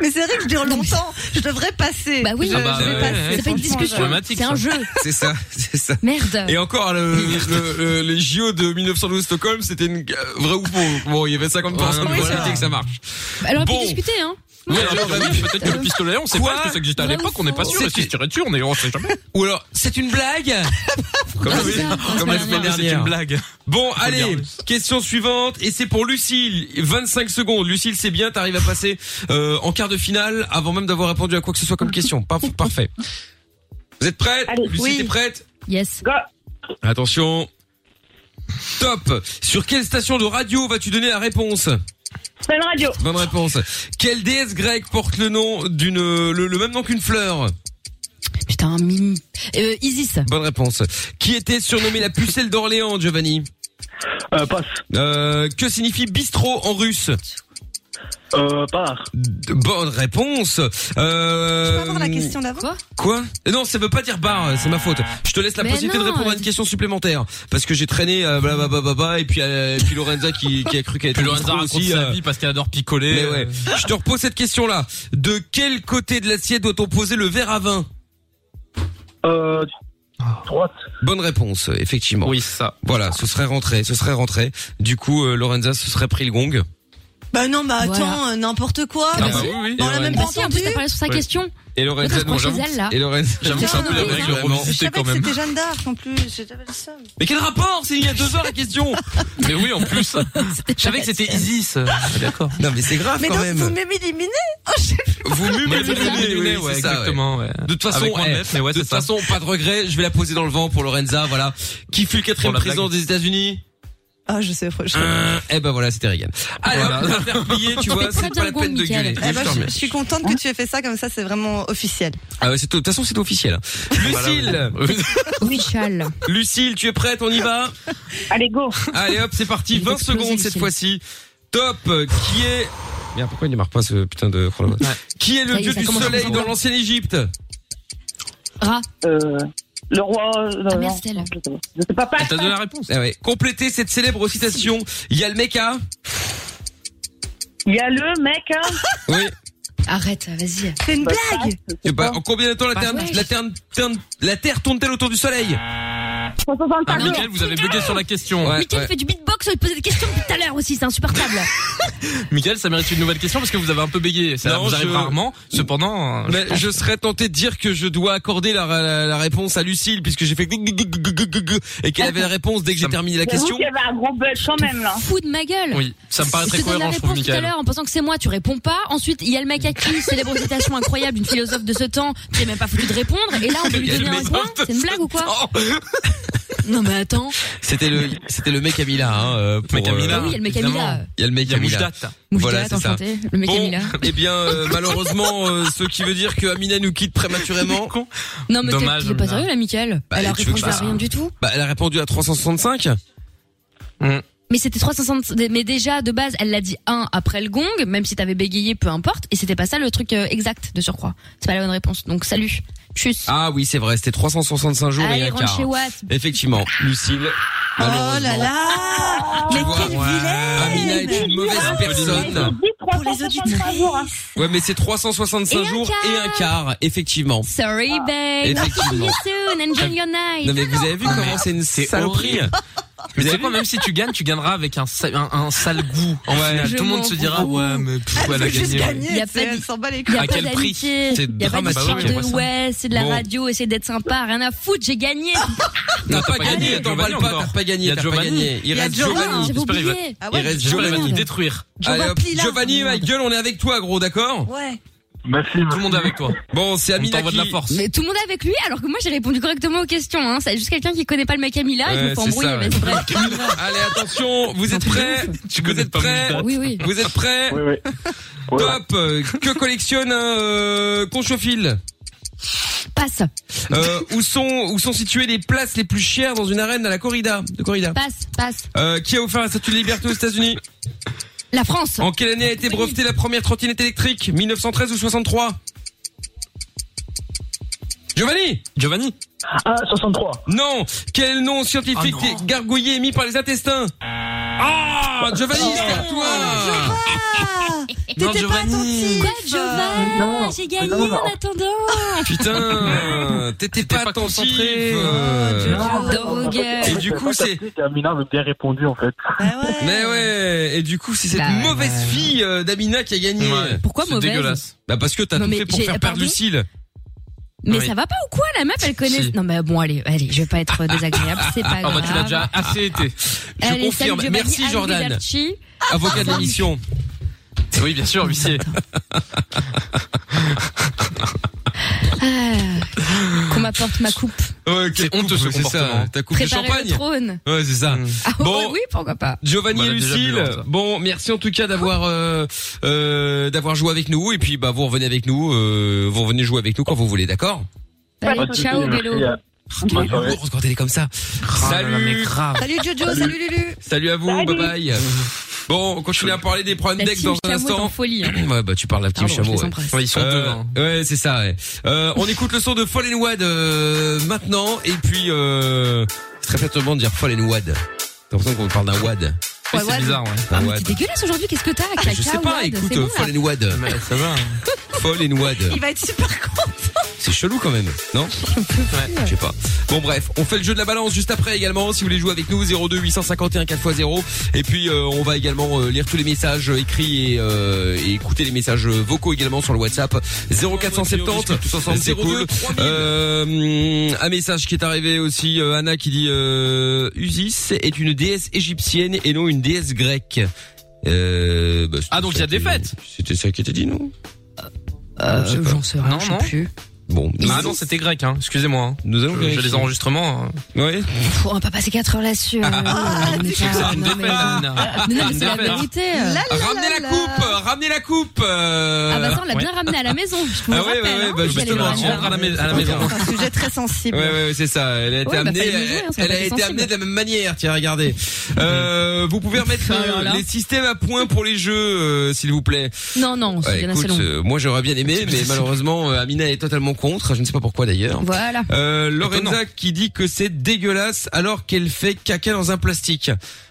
Speaker 4: Mais c'est vrai que je dure longtemps. Je devrais passer.
Speaker 5: Bah oui.
Speaker 4: Je,
Speaker 5: Ah bah
Speaker 4: je vais
Speaker 3: ouais,
Speaker 4: passer,
Speaker 3: ouais,
Speaker 5: C'est pas
Speaker 4: franchement,
Speaker 5: une discussion, Euh,
Speaker 4: je-
Speaker 3: dramatique,
Speaker 5: c'est un
Speaker 3: ça.
Speaker 5: jeu.
Speaker 2: C'est ça, c'est ça.
Speaker 5: Merde.
Speaker 2: Et encore, le, le- le- les JO de 1912 Stockholm, c'était une euh, vraie ou faux. Bon, il y avait 50% de
Speaker 3: Ouais,
Speaker 2: possibilité
Speaker 3: voilà.
Speaker 2: que ça marche.
Speaker 5: Alors, on
Speaker 2: Bon.
Speaker 5: peut discuter, hein.
Speaker 3: Ouais,
Speaker 2: Ouais,
Speaker 3: alors,
Speaker 2: ouais,
Speaker 3: bah,
Speaker 2: ouais.
Speaker 3: Peut-être que le pistolet, on sait
Speaker 2: euh, Quoi
Speaker 3: pas ce que c'est que j'étais à
Speaker 5: Vrai
Speaker 3: l'époque,
Speaker 5: ou
Speaker 3: on n'est pas
Speaker 5: faux
Speaker 3: sûr. Est-ce qu'il se tirait dessus On est, on sait jamais.
Speaker 2: Ou alors, c'est une blague Comme,
Speaker 5: Ah,
Speaker 2: oui,
Speaker 5: c'est ça,
Speaker 2: comme la
Speaker 5: c'est
Speaker 2: semaine
Speaker 5: la
Speaker 3: C'est une
Speaker 2: dernière.
Speaker 3: blague.
Speaker 2: Bon, allez,
Speaker 3: regarde.
Speaker 2: question suivante. Et c'est pour Lucille. 25 secondes. Lucille, c'est bien, t'arrives à passer euh, en quart de finale avant même d'avoir répondu à quoi que ce soit comme question. Parf- Parfait. Vous êtes prête
Speaker 6: Allez,
Speaker 2: Lucille,
Speaker 6: oui.
Speaker 2: t'es prête
Speaker 5: Yes.
Speaker 2: Attention. Top Sur quelle station de radio vas-tu donner la réponse
Speaker 6: Fun Radio.
Speaker 2: Bonne réponse. Quelle déesse grecque porte le nom d'une le, le même nom qu'une fleur
Speaker 5: Putain, mime. Euh, Isis.
Speaker 2: Bonne réponse. Qui était surnommée la pucelle d'Orléans, Giovanni
Speaker 9: Euh, passe.
Speaker 2: euh, Que signifie bistrot en russe
Speaker 9: Euh, part.
Speaker 2: D- Bonne réponse.
Speaker 4: Je peux
Speaker 2: Euh,
Speaker 4: avoir la question d'avant
Speaker 5: Quoi
Speaker 2: Quoi Euh, Non, ça veut pas dire bar. C'est ma faute. Je te laisse la
Speaker 5: Mais
Speaker 2: possibilité de
Speaker 5: non,
Speaker 2: répondre à une
Speaker 5: elle-
Speaker 2: question supplémentaire parce que j'ai traîné euh, blablabla et puis euh, et puis Lorenza qui, qui a cru qu'elle était
Speaker 3: Puis Lorenza
Speaker 2: bistrot
Speaker 3: raconte
Speaker 2: aussi.
Speaker 3: sa
Speaker 2: euh,
Speaker 3: vie parce qu'elle adore picoler.
Speaker 2: mais ouais. Je te repose cette question-là. De quel côté de l'assiette doit-on poser le verre à vin
Speaker 9: Euh, droite.
Speaker 2: Bonne réponse, effectivement.
Speaker 3: Oui, ça.
Speaker 2: Voilà, ce serait rentré, ce serait rentré. Du coup, euh, Lorenza se serait pris le gong.
Speaker 4: Bah non, bah attends,
Speaker 5: Voilà.
Speaker 4: euh, n'importe quoi.
Speaker 3: Ah
Speaker 4: mais
Speaker 3: bah
Speaker 4: si.
Speaker 3: oui, oui.
Speaker 4: Bon, on l'a même
Speaker 5: Bah
Speaker 4: pas
Speaker 5: si, en plus,
Speaker 4: entendu.
Speaker 5: t'as parlé sur sa
Speaker 3: Ouais.
Speaker 5: question.
Speaker 2: Et
Speaker 5: Toi,
Speaker 2: Lorenza,
Speaker 5: t'as
Speaker 2: non,
Speaker 5: proche
Speaker 2: j'avoue.
Speaker 5: celle, là.
Speaker 2: Et Lorenza,
Speaker 3: J'avoue que c'est un peu la
Speaker 4: Putain,
Speaker 3: règle
Speaker 4: non,
Speaker 3: romaine.
Speaker 4: Je savais
Speaker 3: quand
Speaker 4: que
Speaker 3: même.
Speaker 4: c'était Jeanne d'Arc en plus. J'ai- J'avais le seum.
Speaker 2: Mais quel rapport C'est il y a deux heures la question.
Speaker 3: Mais oui, en plus. Je savais que c'était Isis. Ah, D'accord.
Speaker 2: Non, mais c'est grave
Speaker 4: Mais
Speaker 2: quand
Speaker 4: donc, vous
Speaker 2: même.
Speaker 4: m'éliminez Oh,
Speaker 2: Vous
Speaker 3: Mais
Speaker 2: m'humiliez,
Speaker 3: oui, oui, oui,
Speaker 2: oui,
Speaker 3: ouais,
Speaker 2: c'est ça,
Speaker 3: exactement. ouais.
Speaker 2: ouais. De toute façon,
Speaker 3: Avec moins de
Speaker 2: eh,
Speaker 3: lettres, mais ouais,
Speaker 2: de
Speaker 3: c'est
Speaker 2: toute
Speaker 3: ça.
Speaker 2: façon, pas de regret. Je vais la poser dans le vent pour Lorenza. Voilà. Qui fut le quatrième
Speaker 3: Pour la
Speaker 2: président des États-Unis
Speaker 4: Ah, je sais. Je...
Speaker 2: Euh, eh ben voilà, c'était Reagan. Allez, hop, on va faire plier, tu vois, c'est pas la peine de gueuler.
Speaker 4: Eh ben,
Speaker 2: Je te
Speaker 4: je,
Speaker 2: remercie.
Speaker 4: je suis contente que tu aies fait ça, comme ça c'est vraiment officiel.
Speaker 2: Ah ouais, c'est tout- de toute façon, c'est officiel. hein. Lucille,
Speaker 5: Oui, Charles.
Speaker 2: Lucille, tu es prête On y va
Speaker 6: Allez, go.
Speaker 2: Allez hop, c'est parti,
Speaker 5: Il va
Speaker 2: 20
Speaker 5: exploser,
Speaker 2: secondes cette
Speaker 5: Lucille.
Speaker 2: fois-ci. Top, euh, qui est... Merde, pourquoi il ne marque pas ce putain de chrono Qui est le
Speaker 5: Ça y est,
Speaker 2: dieu
Speaker 5: ça
Speaker 2: du
Speaker 5: commence à
Speaker 2: soleil
Speaker 5: ressembler.
Speaker 2: dans l'ancienne Égypte
Speaker 5: Rat.
Speaker 9: Euh, le roi.
Speaker 6: Euh,
Speaker 9: euh,
Speaker 5: Ah, merde, c'est elle.
Speaker 9: Je sais pas, pas.
Speaker 3: Elle t'a donné la réponse.
Speaker 2: ah ouais. Complétez cette célèbre citation. Il y a le mec à...
Speaker 6: Il y a le mec, hein.
Speaker 2: Oui.
Speaker 5: Arrête, vas-y.
Speaker 4: C'est une blague
Speaker 2: Et bah, en combien de temps la
Speaker 5: Bah
Speaker 2: Terre,
Speaker 5: ouais.
Speaker 2: la Terre, Terre- la Terre tourne-t-elle autour du Soleil
Speaker 3: Ah, Mickaël, vous avez bugué sur la question.
Speaker 2: Ouais,
Speaker 5: Mickaël
Speaker 2: ouais.
Speaker 5: fait du beatbox, il te posait des questions depuis tout à l'heure aussi, c'est insupportable.
Speaker 3: Mickaël, ça mérite une nouvelle question parce que vous avez un peu bégayé. Ça
Speaker 2: Non,
Speaker 3: vous arrive
Speaker 2: je-
Speaker 3: rarement. Cependant, euh,
Speaker 2: Mais je serais tenté de dire que je dois accorder la, la- la réponse à Lucille puisque j'ai fait glu- glu- glu- glu- glu- glu- et qu'elle avait la réponse dès que j'ai terminé la
Speaker 6: J'avoue
Speaker 2: question.
Speaker 6: qu'il y avait un gros buzz quand même, là.
Speaker 5: Fou de ma gueule.
Speaker 3: oui, ça me paraît
Speaker 5: Je
Speaker 3: très
Speaker 5: te donne la
Speaker 3: cohérent, je trouve,
Speaker 5: réponse tout à
Speaker 3: Mickaël.
Speaker 5: l'heure en pensant que c'est moi, tu réponds pas. Ensuite, il y a le mec à qui, célèbre citation incroyable d'une philosophe de ce temps, qui est même pas foutu de répondre. Et là, on peut lui
Speaker 2: Il y a
Speaker 5: donner
Speaker 2: le
Speaker 5: un
Speaker 2: mec
Speaker 5: point.
Speaker 2: de
Speaker 5: C'est une blague ou quoi
Speaker 2: Oh
Speaker 5: Non, mais attends.
Speaker 2: C'était le, c'était le mec à Mila, hein, euh, pour,
Speaker 3: Mec à
Speaker 2: euh,
Speaker 3: Mila.
Speaker 5: Bah oui, il y a le mec à
Speaker 3: évidemment.
Speaker 5: Mila.
Speaker 2: Il y a le mec
Speaker 3: Il y a
Speaker 2: à Mila.
Speaker 3: Moujdate.
Speaker 2: Voilà,
Speaker 5: Moujdate,
Speaker 2: c'est ça.
Speaker 5: enchanté. Le mec à
Speaker 2: Bon,
Speaker 5: Mila.
Speaker 2: eh bien, euh, malheureusement, euh, ce qui veut dire que Amina nous quitte prématurément.
Speaker 5: Non, mais
Speaker 3: Dommage,
Speaker 5: t'es- t'es pas
Speaker 3: Amina.
Speaker 5: sérieux, là, Mickaël
Speaker 2: Bah,
Speaker 5: Elle a
Speaker 2: tu veux que
Speaker 5: répondu
Speaker 2: je
Speaker 5: à
Speaker 2: fasse
Speaker 5: rien du tout.
Speaker 2: Bah, elle a répondu à 365.
Speaker 3: Mm.
Speaker 5: Mais c'était 360, mais déjà, de base, elle l'a dit 1 après le gong, même si t'avais bégayé, peu importe. Et c'était pas ça le truc euh, exact, de surcroît. C'est pas la bonne réponse. Donc, salut. Tchuss.
Speaker 2: Ah oui, c'est vrai, c'était 365 jours et
Speaker 5: Allez,
Speaker 2: un
Speaker 5: Ah, rentre
Speaker 2: quart.
Speaker 5: chez Watt.
Speaker 2: Effectivement, Lucille.
Speaker 4: Oh
Speaker 2: malheureusement,
Speaker 4: là là Mais
Speaker 2: Tu vois,
Speaker 4: quelle
Speaker 2: ouais.
Speaker 4: vilaine
Speaker 2: Amina est une mauvaise personne.
Speaker 6: Dis
Speaker 4: Pour les
Speaker 6: 365 jours, hein.
Speaker 4: auditrices
Speaker 2: Ouais, mais c'est 365
Speaker 5: Et un
Speaker 2: jours
Speaker 5: quart.
Speaker 2: et un quart, effectivement.
Speaker 5: Sorry, babe. See
Speaker 2: Ah. Effectivement.
Speaker 5: you soon. Enjoy your night. Ah.
Speaker 2: Non mais vous avez vu comment c'est une saloperie.
Speaker 3: Mais tu sais quoi, même si tu gagnes, tu gagneras avec un, sa- un, un sale goût. En
Speaker 2: Ouais.
Speaker 3: final,
Speaker 5: Je
Speaker 3: tout le monde
Speaker 5: m'en
Speaker 3: se dira,
Speaker 5: fous.
Speaker 3: ouais, mais pff,
Speaker 4: Elle
Speaker 3: elle a
Speaker 4: veut Ah, juste
Speaker 3: gagné.
Speaker 4: gagner,
Speaker 5: Il y a
Speaker 4: tu sais,
Speaker 5: pas
Speaker 4: elle
Speaker 5: de-
Speaker 4: s'en bat les
Speaker 5: Il
Speaker 4: couilles.
Speaker 5: y a
Speaker 3: À
Speaker 5: pas
Speaker 3: quel prix
Speaker 5: d'amitié.
Speaker 2: C'est
Speaker 5: Y a pas
Speaker 2: dramatique.
Speaker 5: d'histoire
Speaker 3: Bah oui, on voit
Speaker 5: de
Speaker 3: ça.
Speaker 5: ouais, c'est de la
Speaker 2: Bon.
Speaker 5: radio, essayer d'être sympa, rien à foutre, j'ai gagné.
Speaker 2: T'as pas
Speaker 3: t'as pas gagné,
Speaker 2: gagné, t'en
Speaker 3: Giovanni
Speaker 2: parles pas,
Speaker 3: encore.
Speaker 2: t'as pas
Speaker 3: Il
Speaker 2: gagné,
Speaker 3: y a
Speaker 2: t'as pas
Speaker 3: Giovanni.
Speaker 2: gagné. Il
Speaker 4: y a
Speaker 2: reste
Speaker 4: Giovanni.
Speaker 5: Ah,
Speaker 2: Giovanni.
Speaker 5: J'avais
Speaker 3: j'espère, il va-
Speaker 5: oublié.
Speaker 4: Ah
Speaker 2: Il
Speaker 4: ouais, je
Speaker 2: reste
Speaker 3: Giovanni,
Speaker 2: Giovanni.
Speaker 3: va nous
Speaker 4: regarde.
Speaker 3: détruire.
Speaker 4: Giovanni
Speaker 2: Allez hop,
Speaker 4: Pilar.
Speaker 2: Giovanni, ma gueule, on est avec toi, gros, d'accord
Speaker 4: Ouais.
Speaker 9: Merci.
Speaker 3: Tout le monde est avec toi.
Speaker 2: Bon, c'est
Speaker 3: On
Speaker 2: Amina
Speaker 3: t'envoie
Speaker 2: qui...
Speaker 3: de la force.
Speaker 5: Mais tout le monde est avec lui, alors que moi j'ai répondu correctement aux questions. Hein. C'est juste quelqu'un qui connaît pas le mec Amila, il
Speaker 2: Ouais,
Speaker 5: me fait
Speaker 2: c'est
Speaker 5: embrouiller.
Speaker 2: ça, ouais.
Speaker 5: mais c'est vrai.
Speaker 2: Allez, attention, vous êtes prêts
Speaker 3: Tu
Speaker 2: Vous
Speaker 3: connais
Speaker 2: êtes
Speaker 3: pas
Speaker 2: prêts
Speaker 3: Moujdate.
Speaker 5: Oui, oui.
Speaker 2: Vous êtes prêts
Speaker 9: Oui, oui. Voilà.
Speaker 2: Top Euh, Que collectionne euh, Conchofil
Speaker 5: Passe,
Speaker 2: euh, où, sont, où sont situées les places les plus chères dans une arène à la corrida, de corrida
Speaker 5: passe, passe.
Speaker 2: euh, Qui a offert la statue de liberté aux états unis
Speaker 5: La France,
Speaker 2: En quelle année a été brevetée la première trottinette électrique 1913 ou 63 Giovanni
Speaker 3: Giovanni
Speaker 9: Ah, 63.
Speaker 2: Non Quel est le nom scientifique
Speaker 3: Ah non.
Speaker 2: des gargouillés émis par les intestins Ah Giovanni,
Speaker 6: Oh.
Speaker 2: c'est toi
Speaker 4: Ah
Speaker 3: Non,
Speaker 4: T'étais pas
Speaker 3: Giovanni.
Speaker 4: attentif
Speaker 5: quoi, Giovanni
Speaker 9: Non.
Speaker 5: J'ai gagné
Speaker 9: Non, non.
Speaker 5: en attendant.
Speaker 2: Putain T'étais pas,
Speaker 3: Euh, pas
Speaker 2: attentif
Speaker 9: Ah,
Speaker 3: concentré.
Speaker 2: euh.
Speaker 5: Drogue.
Speaker 2: Et du coup, c'est...
Speaker 9: Amina veut bien répondu en fait.
Speaker 4: Bah ouais.
Speaker 2: Mais ouais Et du coup, c'est cette
Speaker 5: Ah, Bah ouais.
Speaker 2: mauvaise fille euh, d'Amina qui a gagné
Speaker 3: Ouais.
Speaker 5: Pourquoi
Speaker 3: C'est
Speaker 5: mauvaise
Speaker 3: dégueulasse.
Speaker 2: Bah parce que t'as
Speaker 5: Non,
Speaker 2: tout
Speaker 5: mais
Speaker 2: fait pour
Speaker 5: j'ai-
Speaker 2: faire perdre
Speaker 5: pardon
Speaker 2: Lucille
Speaker 5: Mais
Speaker 3: Oui.
Speaker 5: ça va pas ou quoi La meuf, elle connaît.
Speaker 3: Si.
Speaker 5: Non, mais bon, allez, allez, je vais pas être désagréable, c'est pas
Speaker 3: Ah
Speaker 5: grave.
Speaker 3: bah tu l'as déjà assez
Speaker 2: Ah,
Speaker 3: été.
Speaker 2: Je
Speaker 5: Allez,
Speaker 2: confirme.
Speaker 5: salut, Giovanni,
Speaker 2: Merci,
Speaker 5: Anne
Speaker 2: Jordan.
Speaker 5: Vidarci.
Speaker 2: Avocat de l'émission
Speaker 3: Oui bien sûr, huissier.
Speaker 5: Ah, Qu'on m'apporte ma coupe.
Speaker 2: Ouais,
Speaker 3: C'est honteux, ce
Speaker 2: ah. c'est ça hein.
Speaker 3: comportement.
Speaker 2: T'as coupé le
Speaker 5: Préparer le
Speaker 2: champagne
Speaker 5: trône.
Speaker 2: Ouais, c'est
Speaker 3: Mm.
Speaker 2: ça
Speaker 5: Ah
Speaker 2: Bon.
Speaker 5: ouais, oui, pourquoi pas.
Speaker 2: Giovanni et
Speaker 3: Voilà, déjà
Speaker 2: Lucille,
Speaker 3: bilan, ça.
Speaker 2: bon, merci en tout cas d'avoir euh, euh, d'avoir joué avec nous et puis bah vous revenez avec nous, euh, vous revenez jouer avec nous quand vous voulez, d'accord
Speaker 5: Bah, Allez,
Speaker 9: Pas de
Speaker 5: ciao,
Speaker 9: soucis,
Speaker 5: vélo.
Speaker 9: merci. euh, Bonne
Speaker 2: Oh,
Speaker 9: soirée.
Speaker 2: Quand elle est comme ça.
Speaker 3: Salut
Speaker 2: Salut,
Speaker 3: Ah, mais grave.
Speaker 4: Salut Jojo, salut Lulu.
Speaker 2: salut à vous,
Speaker 6: Salut.
Speaker 2: bye bye. Bon, on continue à parler des
Speaker 5: La
Speaker 2: problèmes deck
Speaker 5: team
Speaker 2: dans un
Speaker 5: Chameau est en
Speaker 2: instant.
Speaker 5: folie. hein.
Speaker 2: Ouais, bah tu parles à la team
Speaker 5: Pardon, je
Speaker 2: chameau.
Speaker 5: les
Speaker 2: ouais.
Speaker 5: embrasse.
Speaker 3: Ouais, ils sont
Speaker 2: Euh,
Speaker 3: deux. hein.
Speaker 2: ouais, c'est ça. Ouais. Euh, on écoute le son de Fallen Wad euh, maintenant et puis euh, c'est très flattement de dire Fallen Wad. T'as l'impression qu'on parle d'un Wad.
Speaker 3: Ouais,
Speaker 5: Ouais, ouais.
Speaker 3: C'est bizarre ouais.
Speaker 5: Ah,
Speaker 2: Un
Speaker 5: mais
Speaker 2: wad.
Speaker 5: t'es dégueulasse aujourd'hui, qu'est-ce que t'as
Speaker 2: bah. Je sais pas, écoute, euh, Fallen Wad.
Speaker 3: Mais ça va. hein.
Speaker 2: Fallen Wad.
Speaker 4: Il va être super con.
Speaker 2: C'est chelou quand même, non Ouais, je sais pas. Bon bref, on fait le jeu de la balance juste après également. Si vous voulez jouer avec nous, 02 851 4x0. Et puis euh, on va également euh, lire tous les messages euh, écrits et, euh, et écouter les messages euh, vocaux également sur le WhatsApp 0470 02 Euh, un message qui est arrivé aussi euh, Anna qui dit euh, Usis est une déesse égyptienne et non une déesse grecque. Euh, bah, c'était
Speaker 3: Ah, donc il y
Speaker 2: ça
Speaker 3: a des
Speaker 2: qui-
Speaker 3: fêtes
Speaker 2: C'était ça qui était dit non
Speaker 5: Euh,
Speaker 2: je sais pas.
Speaker 5: J'en sais rien,
Speaker 3: Non,
Speaker 5: je
Speaker 3: non.
Speaker 5: sais plus.
Speaker 2: Bon. Bah,
Speaker 3: Ah non, c'était grec, hein. excusez-moi. hein.
Speaker 2: Nous allons
Speaker 3: Je-
Speaker 2: vérifier.
Speaker 3: J'ai les enregistrements. hein. Euh,
Speaker 2: Oui.
Speaker 5: Pff, on va pas passer 4 heures là-dessus.
Speaker 4: hein.
Speaker 2: Ah,
Speaker 5: euh, non, mais
Speaker 3: c'est
Speaker 5: ça,
Speaker 3: une
Speaker 5: non, mais-
Speaker 3: défaite,
Speaker 5: non,
Speaker 3: Amina.
Speaker 5: mais
Speaker 3: C'est une
Speaker 5: c'est la
Speaker 3: défaite.
Speaker 5: vérité.
Speaker 2: Ramenez la coupe, ramenez la coupe. euh.
Speaker 5: Ah bah ça, on l'a bien ramené à la maison. Je vous
Speaker 2: Ah
Speaker 5: le
Speaker 2: ouais,
Speaker 5: rappelle.
Speaker 2: ouais, ouais,
Speaker 5: hein.
Speaker 2: bah
Speaker 5: Je suis allée
Speaker 2: justement,
Speaker 5: voir.
Speaker 3: rendre à la, mais- à la maison.
Speaker 4: C'est un sujet très sensible.
Speaker 2: Ouais, ouais, ouais, c'est ça. Elle a été
Speaker 5: Ouais, bah,
Speaker 2: amenée,
Speaker 5: fallait le jouer, hein, ça
Speaker 2: elle
Speaker 5: va
Speaker 2: a
Speaker 5: pas être
Speaker 2: été
Speaker 5: sensible.
Speaker 2: amenée de la même manière. Tiens, regardez. Euh, vous pouvez remettre
Speaker 5: Ah,
Speaker 2: euh,
Speaker 5: voilà.
Speaker 2: les systèmes à points pour les jeux, euh, s'il vous plaît.
Speaker 5: Non, non, c'est
Speaker 2: Ouais,
Speaker 5: bien assez
Speaker 2: écoute,
Speaker 5: long.
Speaker 2: euh, moi j'aurais bien aimé, mais malheureusement euh, Amina est totalement contre. Je ne sais pas pourquoi d'ailleurs.
Speaker 5: Voilà.
Speaker 2: Euh, Lorenza
Speaker 3: Étonnant.
Speaker 2: qui dit que c'est dégueulasse alors qu'elle fait caca dans un plastique.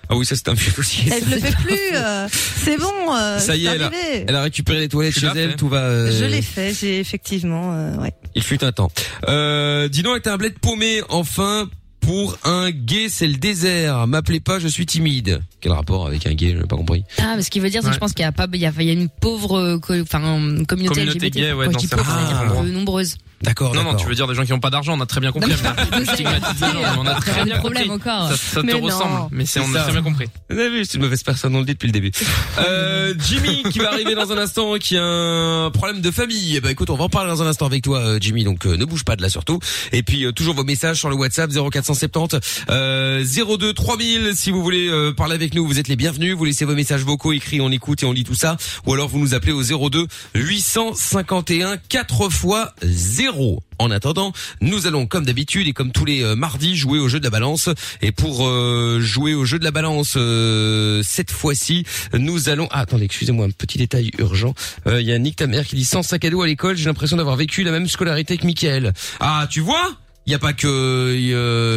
Speaker 2: Ah oui, ça c'est un vieux aussi.
Speaker 4: Elle ne le fait plus. euh, c'est bon. euh,
Speaker 2: Ça y
Speaker 4: c'est
Speaker 2: est, là.
Speaker 4: arrivé.
Speaker 2: Elle a récupéré les toilettes
Speaker 3: Tu
Speaker 2: chez
Speaker 3: l'as
Speaker 2: elle,
Speaker 3: fait
Speaker 2: tout va. euh,
Speaker 4: Je l'ai fait. J'ai effectivement. euh, ouais.
Speaker 2: Il fut un temps. Euh, dis donc, t'as un bled paumé, enfin, pour un gay, c'est le désert. M'appelez pas, je suis timide. Quel rapport avec un gay, je n'ai pas compris.
Speaker 5: Ah, mais ce qu'il veut dire, c'est que je
Speaker 3: Ouais.
Speaker 5: pense qu'il y a pas, il y a, il y a une pauvre, euh, co- enfin, communauté,
Speaker 3: Communauté
Speaker 5: LGBT.
Speaker 3: gay, ouais,
Speaker 5: Quand je
Speaker 3: dans
Speaker 5: dis
Speaker 3: certains
Speaker 5: pauvre, ça veut dire,
Speaker 2: endroits.
Speaker 5: euh, nombreuses.
Speaker 2: D'accord,
Speaker 3: Non, non,
Speaker 2: d'accord.
Speaker 3: tu veux dire des gens qui n'ont pas d'argent, on a très bien compris.
Speaker 5: Non, mais-
Speaker 3: Amina. Stigmatiser, non, mais on a très
Speaker 5: C'est
Speaker 3: bien
Speaker 5: un problème
Speaker 3: compris.
Speaker 5: encore.
Speaker 3: Ça, ça
Speaker 4: Mais
Speaker 3: te
Speaker 4: non.
Speaker 3: ressemble, mais c'est on
Speaker 2: C'est
Speaker 3: a
Speaker 2: ça.
Speaker 3: très bien compris.
Speaker 2: Vous avez vu, c'est une mauvaise personne, on le dit depuis le début. Euh, Jimmy, qui va arriver dans un instant, qui a un problème de famille. Eh ben, écoute, on va en parler dans un instant avec toi, euh, Jimmy, donc euh, ne bouge pas de là surtout. Et puis, euh, toujours vos messages sur le WhatsApp 0470 euh, 02 3000. Si vous voulez euh, parler avec nous, vous êtes les bienvenus. Vous laissez vos messages vocaux écrits, on écoute et on lit tout ça. Ou alors, vous nous appelez au 02 851 4 fois 0. En attendant, nous allons comme d'habitude et comme tous les euh, mardis jouer au jeu de la balance. Et pour euh, jouer au jeu de la balance euh, cette fois-ci, nous allons... Ah, attendez, excusez-moi, un petit détail urgent. Euh, Il y a Nick, ta mère, qui dit sans sac à dos à l'école, j'ai l'impression d'avoir vécu la même scolarité que Michael. Ah, tu vois il y a pas que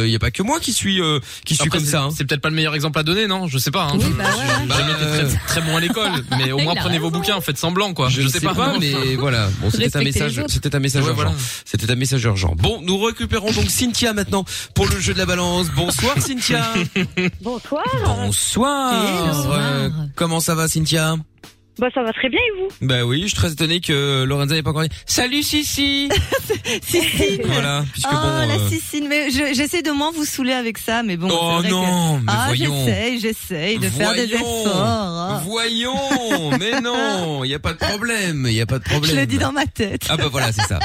Speaker 2: il y a pas que moi qui suis euh, qui suis
Speaker 3: Après,
Speaker 2: comme
Speaker 3: c'est-
Speaker 2: ça hein.
Speaker 3: C'est peut-être pas le meilleur exemple à donner, non Je sais pas. Hein.
Speaker 5: Oui,
Speaker 3: Je-
Speaker 5: bah ouais, ouais.
Speaker 3: J'ai jamais été
Speaker 2: Euh,
Speaker 3: très, très bon à l'école, mais au
Speaker 5: Il
Speaker 3: moins
Speaker 5: a
Speaker 3: prenez vos
Speaker 5: raison.
Speaker 3: bouquins, faites semblant, quoi.
Speaker 2: Je, ne sais pas,
Speaker 3: non,
Speaker 2: mais voilà. Bon, c'était un
Speaker 5: Respectez les
Speaker 2: message,
Speaker 5: autres.
Speaker 2: c'était un message
Speaker 3: Ouais,
Speaker 2: urgent.
Speaker 3: voilà.
Speaker 2: C'était un message urgent. Bon, nous récupérons donc Cynthia maintenant pour le jeu de la balance. Bonsoir Cynthia.
Speaker 6: Bonsoir.
Speaker 2: Bonsoir.
Speaker 5: Bonsoir.
Speaker 2: Euh, comment ça va Cynthia
Speaker 6: Bah, ça va très bien et vous
Speaker 2: Bah oui, je suis très étonné que Lorenza n'ait pas encore dit Salut Sissi.
Speaker 4: Si si.
Speaker 2: voilà, puisque
Speaker 4: oh
Speaker 2: bon.
Speaker 4: la
Speaker 2: euh,
Speaker 4: Sicile, mais je- j'essaie de moins vous saouler avec ça, mais bon. c'est
Speaker 2: Oh
Speaker 4: vrai que-
Speaker 2: non, mais
Speaker 4: Ah,
Speaker 2: voyons.
Speaker 4: j'essaye, j'essaye de faire des
Speaker 2: Voyons.
Speaker 4: efforts. hein.
Speaker 2: Voyons, mais non, il y a pas de problème, il y a pas de problème.
Speaker 4: Je le dis dans ma tête.
Speaker 2: Ah bah voilà, c'est ça.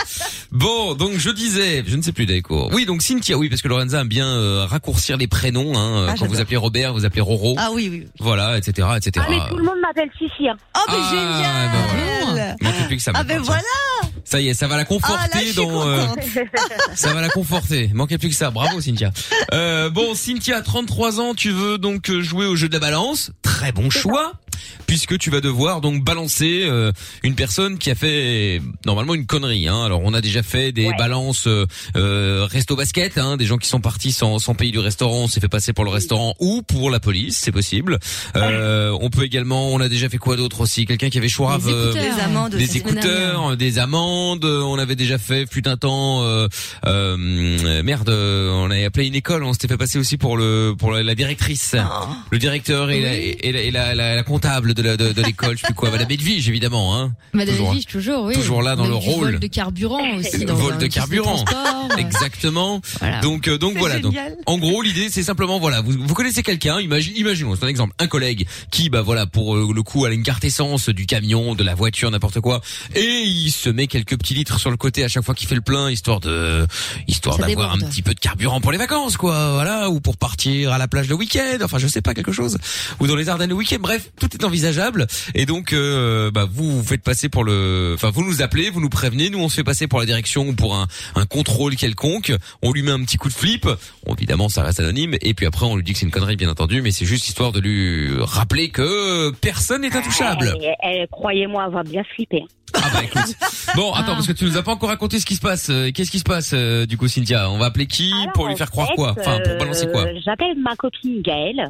Speaker 2: Bon, donc je disais, je ne sais plus des cours. Oui, donc Cynthia, oui, parce que Lorenza aime bien euh, raccourcir les prénoms.
Speaker 4: Ah,
Speaker 2: Hein, quand vous
Speaker 4: j'adore.
Speaker 2: appelez Robert, vous appelez Roro.
Speaker 4: Ah oui, oui.
Speaker 2: Voilà, etc., etc.
Speaker 6: Ah, mais tout le monde m'appelle Sissi. Hein.
Speaker 4: Oh, mais
Speaker 2: Ah,
Speaker 4: génial!
Speaker 2: Manquez plus que ça.
Speaker 4: Ah,
Speaker 2: maintenant,
Speaker 4: ben
Speaker 2: tiens.
Speaker 4: voilà!
Speaker 2: Ça y est, ça va la
Speaker 4: Ah,
Speaker 2: conforter
Speaker 4: là, je suis
Speaker 2: dans. euh,
Speaker 4: contente!
Speaker 2: ça va la conforter. Manquez plus que ça. Bravo Cynthia. Euh, bon, Cynthia, 33 ans, tu veux donc euh, jouer au jeu de la balance. Très bon choix, puisque tu vas devoir donc balancer euh, une personne qui a fait normalement une connerie. Hein. Alors, on a déjà fait des balances euh, euh, resto basket, hein, des gens qui sont partis sans, sans payer du restaurant, on s'est fait passer pour le restaurant ou pour la police, c'est possible. Euh, on peut également, on a déjà fait quoi d'autre aussi Quelqu'un qui avait chourave.
Speaker 5: Les
Speaker 2: euh,
Speaker 5: écouteurs.
Speaker 4: Les amendes aussi.
Speaker 2: des écouteurs, euh, des amendes. euh, On avait déjà fait fut un temps. Euh, euh, euh, merde, euh, on avait appelé une école. On s'était fait passer aussi pour le pour la, la directrice,
Speaker 5: Ah.
Speaker 2: le directeur et, la, et, la, et la- la- la comptable de la- de, de l'école. je sais plus quoi. Madame Edwige évidemment. Hein.
Speaker 5: Madame
Speaker 2: Toujours, hein.
Speaker 5: Edwige, toujours, oui.
Speaker 2: Toujours là dans
Speaker 5: Même
Speaker 2: le
Speaker 5: du
Speaker 2: rôle.
Speaker 5: Vol de carburant aussi.
Speaker 2: Le
Speaker 5: dans
Speaker 2: vol
Speaker 5: un
Speaker 2: de
Speaker 5: petit
Speaker 2: carburant.
Speaker 5: transport, euh,
Speaker 2: Exactement.
Speaker 5: Voilà.
Speaker 2: Donc euh, donc
Speaker 4: C'est
Speaker 2: voilà. Donc
Speaker 4: génial.
Speaker 2: en gros l'idée c'est simplement voilà vous, vous connaissez quelqu'un imagine imaginons c'est un exemple un collègue qui bah voilà pour euh, le coup a une carte essence du camion de la voiture n'importe quoi et il se met quelques petits litres sur le côté à chaque fois qu'il fait le plein histoire de histoire
Speaker 5: Ça
Speaker 2: d'avoir un
Speaker 5: déborde.
Speaker 2: petit peu de carburant pour les vacances quoi voilà ou pour partir à la plage le week-end enfin je sais pas quelque chose ou dans les Ardennes le week-end bref tout est envisageable et donc euh, bah vous vous faites passer pour le enfin vous nous appelez vous nous prévenez nous on se fait passer pour la direction ou pour un un contrôle quelconque, on lui met un petit coup de flip, Bon, évidemment ça reste anonyme, et puis après on lui dit que c'est une connerie bien entendu, mais c'est juste histoire de lui rappeler que personne n'est intouchable.
Speaker 6: Eh, eh, eh, Croyez-moi avoir bien flippé. hein.
Speaker 2: Ah bah écoute. Bon, attends,
Speaker 5: Ah.
Speaker 2: parce que tu nous as pas encore raconté ce qui se passe. Euh, Qu'est-ce qui se passe euh, du coup Cynthia On va appeler qui
Speaker 6: Alors,
Speaker 2: pour lui
Speaker 6: en
Speaker 2: faire croire
Speaker 6: fait,
Speaker 2: quoi Enfin pour
Speaker 6: euh,
Speaker 2: balancer quoi
Speaker 6: J'appelle ma copine Gaëlle.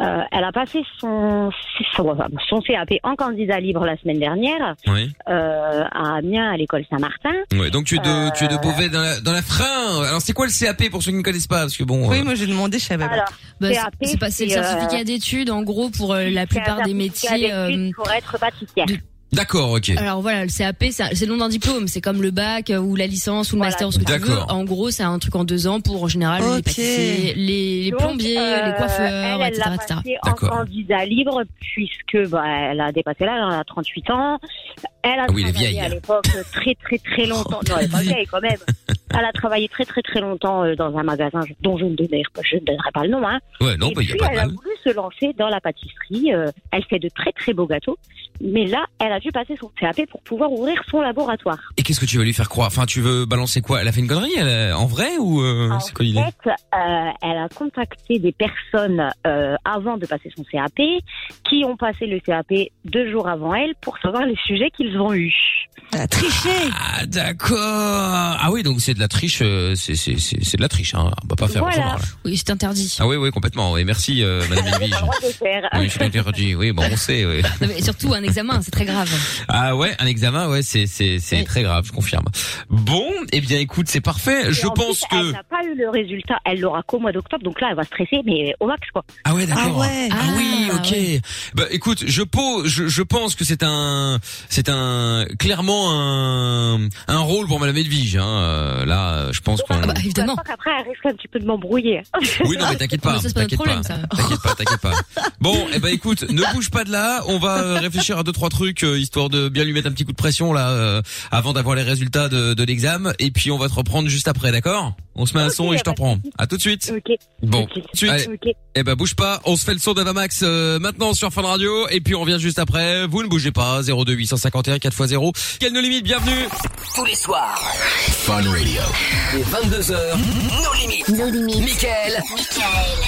Speaker 6: Euh, elle a passé son, son, son CAP en candidat libre la semaine dernière
Speaker 2: Ouais.
Speaker 6: euh, à Amiens, à l'école Saint-Martin.
Speaker 2: ouais. Donc tu es de
Speaker 6: Euh,
Speaker 2: tu es de Beauvais dans la dans la frein. Alors c'est quoi le CAP pour ceux qui ne connaissent pas parce que bon
Speaker 4: Oui,
Speaker 2: euh,
Speaker 4: moi j'ai demandé, je savais pas.
Speaker 6: Alors,
Speaker 5: bah, c'est-
Speaker 6: CAP,
Speaker 5: c'est pas- c'est le
Speaker 6: c'est, euh,
Speaker 5: certificat d'études, en gros, pour euh, la
Speaker 6: c'est un
Speaker 5: plupart des
Speaker 6: certificat
Speaker 5: métiers.
Speaker 6: d'études
Speaker 5: euh,
Speaker 6: pour être pâtissière.
Speaker 5: de-
Speaker 2: D'accord, OK.
Speaker 10: Euh.
Speaker 5: Alors voilà, le CAP, ça- c'est le nom d'un diplôme. C'est comme le bac euh, ou la licence ou le
Speaker 6: Voilà,
Speaker 5: master, ce que tu veux.
Speaker 2: D'accord.
Speaker 5: En gros, c'est un truc en deux ans pour en général les
Speaker 4: Ok.
Speaker 5: pâtissiers, les, les
Speaker 6: Donc,
Speaker 5: plombiers,
Speaker 6: euh,
Speaker 5: les coiffeurs,
Speaker 6: elle, elle
Speaker 5: etc.
Speaker 6: l'a
Speaker 5: etc.
Speaker 6: passé en
Speaker 2: D'accord.
Speaker 6: candidat libre puisque bah, elle a dépassé l'âge, elle a 38 ans.
Speaker 10: Elle a
Speaker 2: Ah oui, elle
Speaker 10: travaillé
Speaker 2: est vieille.
Speaker 10: à
Speaker 6: Oh,
Speaker 10: l'époque euh, très très très longtemps. non, elle est pas vieille quand même. Elle a travaillé très très très longtemps euh, dans un magasin dont je ne donnerai, je ne donnerai pas le nom. Hein.
Speaker 2: Ouais, non,
Speaker 10: Et
Speaker 2: bah, il y a
Speaker 10: puis,
Speaker 2: pas de
Speaker 10: elle a
Speaker 2: mal.
Speaker 10: voulu se lancer dans la pâtisserie. euh, elle fait de très très beaux gâteaux. Mais là, elle a dû passer son CAP pour pouvoir ouvrir son laboratoire.
Speaker 2: Et qu'est-ce que tu veux lui faire croire Enfin, tu veux balancer quoi Elle a fait une connerie elle, euh, en vrai ou euh, c'est quoi l'idée
Speaker 10: En fait, euh, elle a contacté des personnes euh, avant de passer son CAP qui ont passé le CAP deux jours avant elle pour savoir les sujets qu'ils ont eus.
Speaker 4: Elle a triché
Speaker 2: Ah d'accord. Ah oui, donc c'est de la triche, euh, c'est c'est c'est c'est de la triche. Hein. On va pas faire.
Speaker 10: Voilà.
Speaker 2: autrement, là.
Speaker 5: Oui, c'est interdit.
Speaker 2: Ah oui, oui, complètement. Et merci, euh, Madame Edwige.
Speaker 10: Pas de faire.
Speaker 2: Oui, je suis interdit. Oui, bon, on sait. Oui.
Speaker 5: Non, mais surtout un examen, c'est très grave.
Speaker 2: Ah ouais, un examen, ouais, c'est c'est c'est très grave, je confirme. Bon, eh bien, écoute, c'est parfait. Je
Speaker 10: Et en plus,
Speaker 2: pense que.
Speaker 10: Elle n'a pas eu le résultat, elle l'aura qu'au mois d'octobre, donc là, elle va stresser, mais au max, quoi.
Speaker 2: Ah ouais, d'accord.
Speaker 10: Ah ouais.
Speaker 2: Ah, oui, ok. Bah écoute, je, po- je je pense que c'est un c'est un clairement un un rôle pour Madame Edwige. Hein. Euh, Là, euh, je
Speaker 4: Ah
Speaker 2: pense
Speaker 4: bah,
Speaker 2: qu'on.
Speaker 5: évidemment.
Speaker 10: Après, elle risque un petit peu de m'embrouiller.
Speaker 2: Oui, non, mais t'inquiète
Speaker 4: Ah,
Speaker 2: pas, t'inquiète pas, t'inquiète pas, t'inquiète pas. Bon, eh ben écoute, ne bouge pas de là. On va euh, réfléchir à deux trois trucs euh, histoire de bien lui mettre un petit coup de pression là euh, avant d'avoir les résultats de, de l'examen. Et puis on va te reprendre juste après, d'accord On se met un son et je te reprends. À tout de suite.
Speaker 10: Ok.
Speaker 2: Bon,
Speaker 10: Ok.
Speaker 2: suite. Allez.
Speaker 10: Ok.
Speaker 2: Eh ben bouge pas, on se fait le son d'Avamax euh, maintenant sur Fun Radio et puis on revient juste après. Vous ne bougez pas, 02 851 4x0. Quelle nos limite, bienvenue
Speaker 1: Tous les soirs,
Speaker 2: Fun Radio.
Speaker 1: les 22h, nos limites. Nos limites. Michael.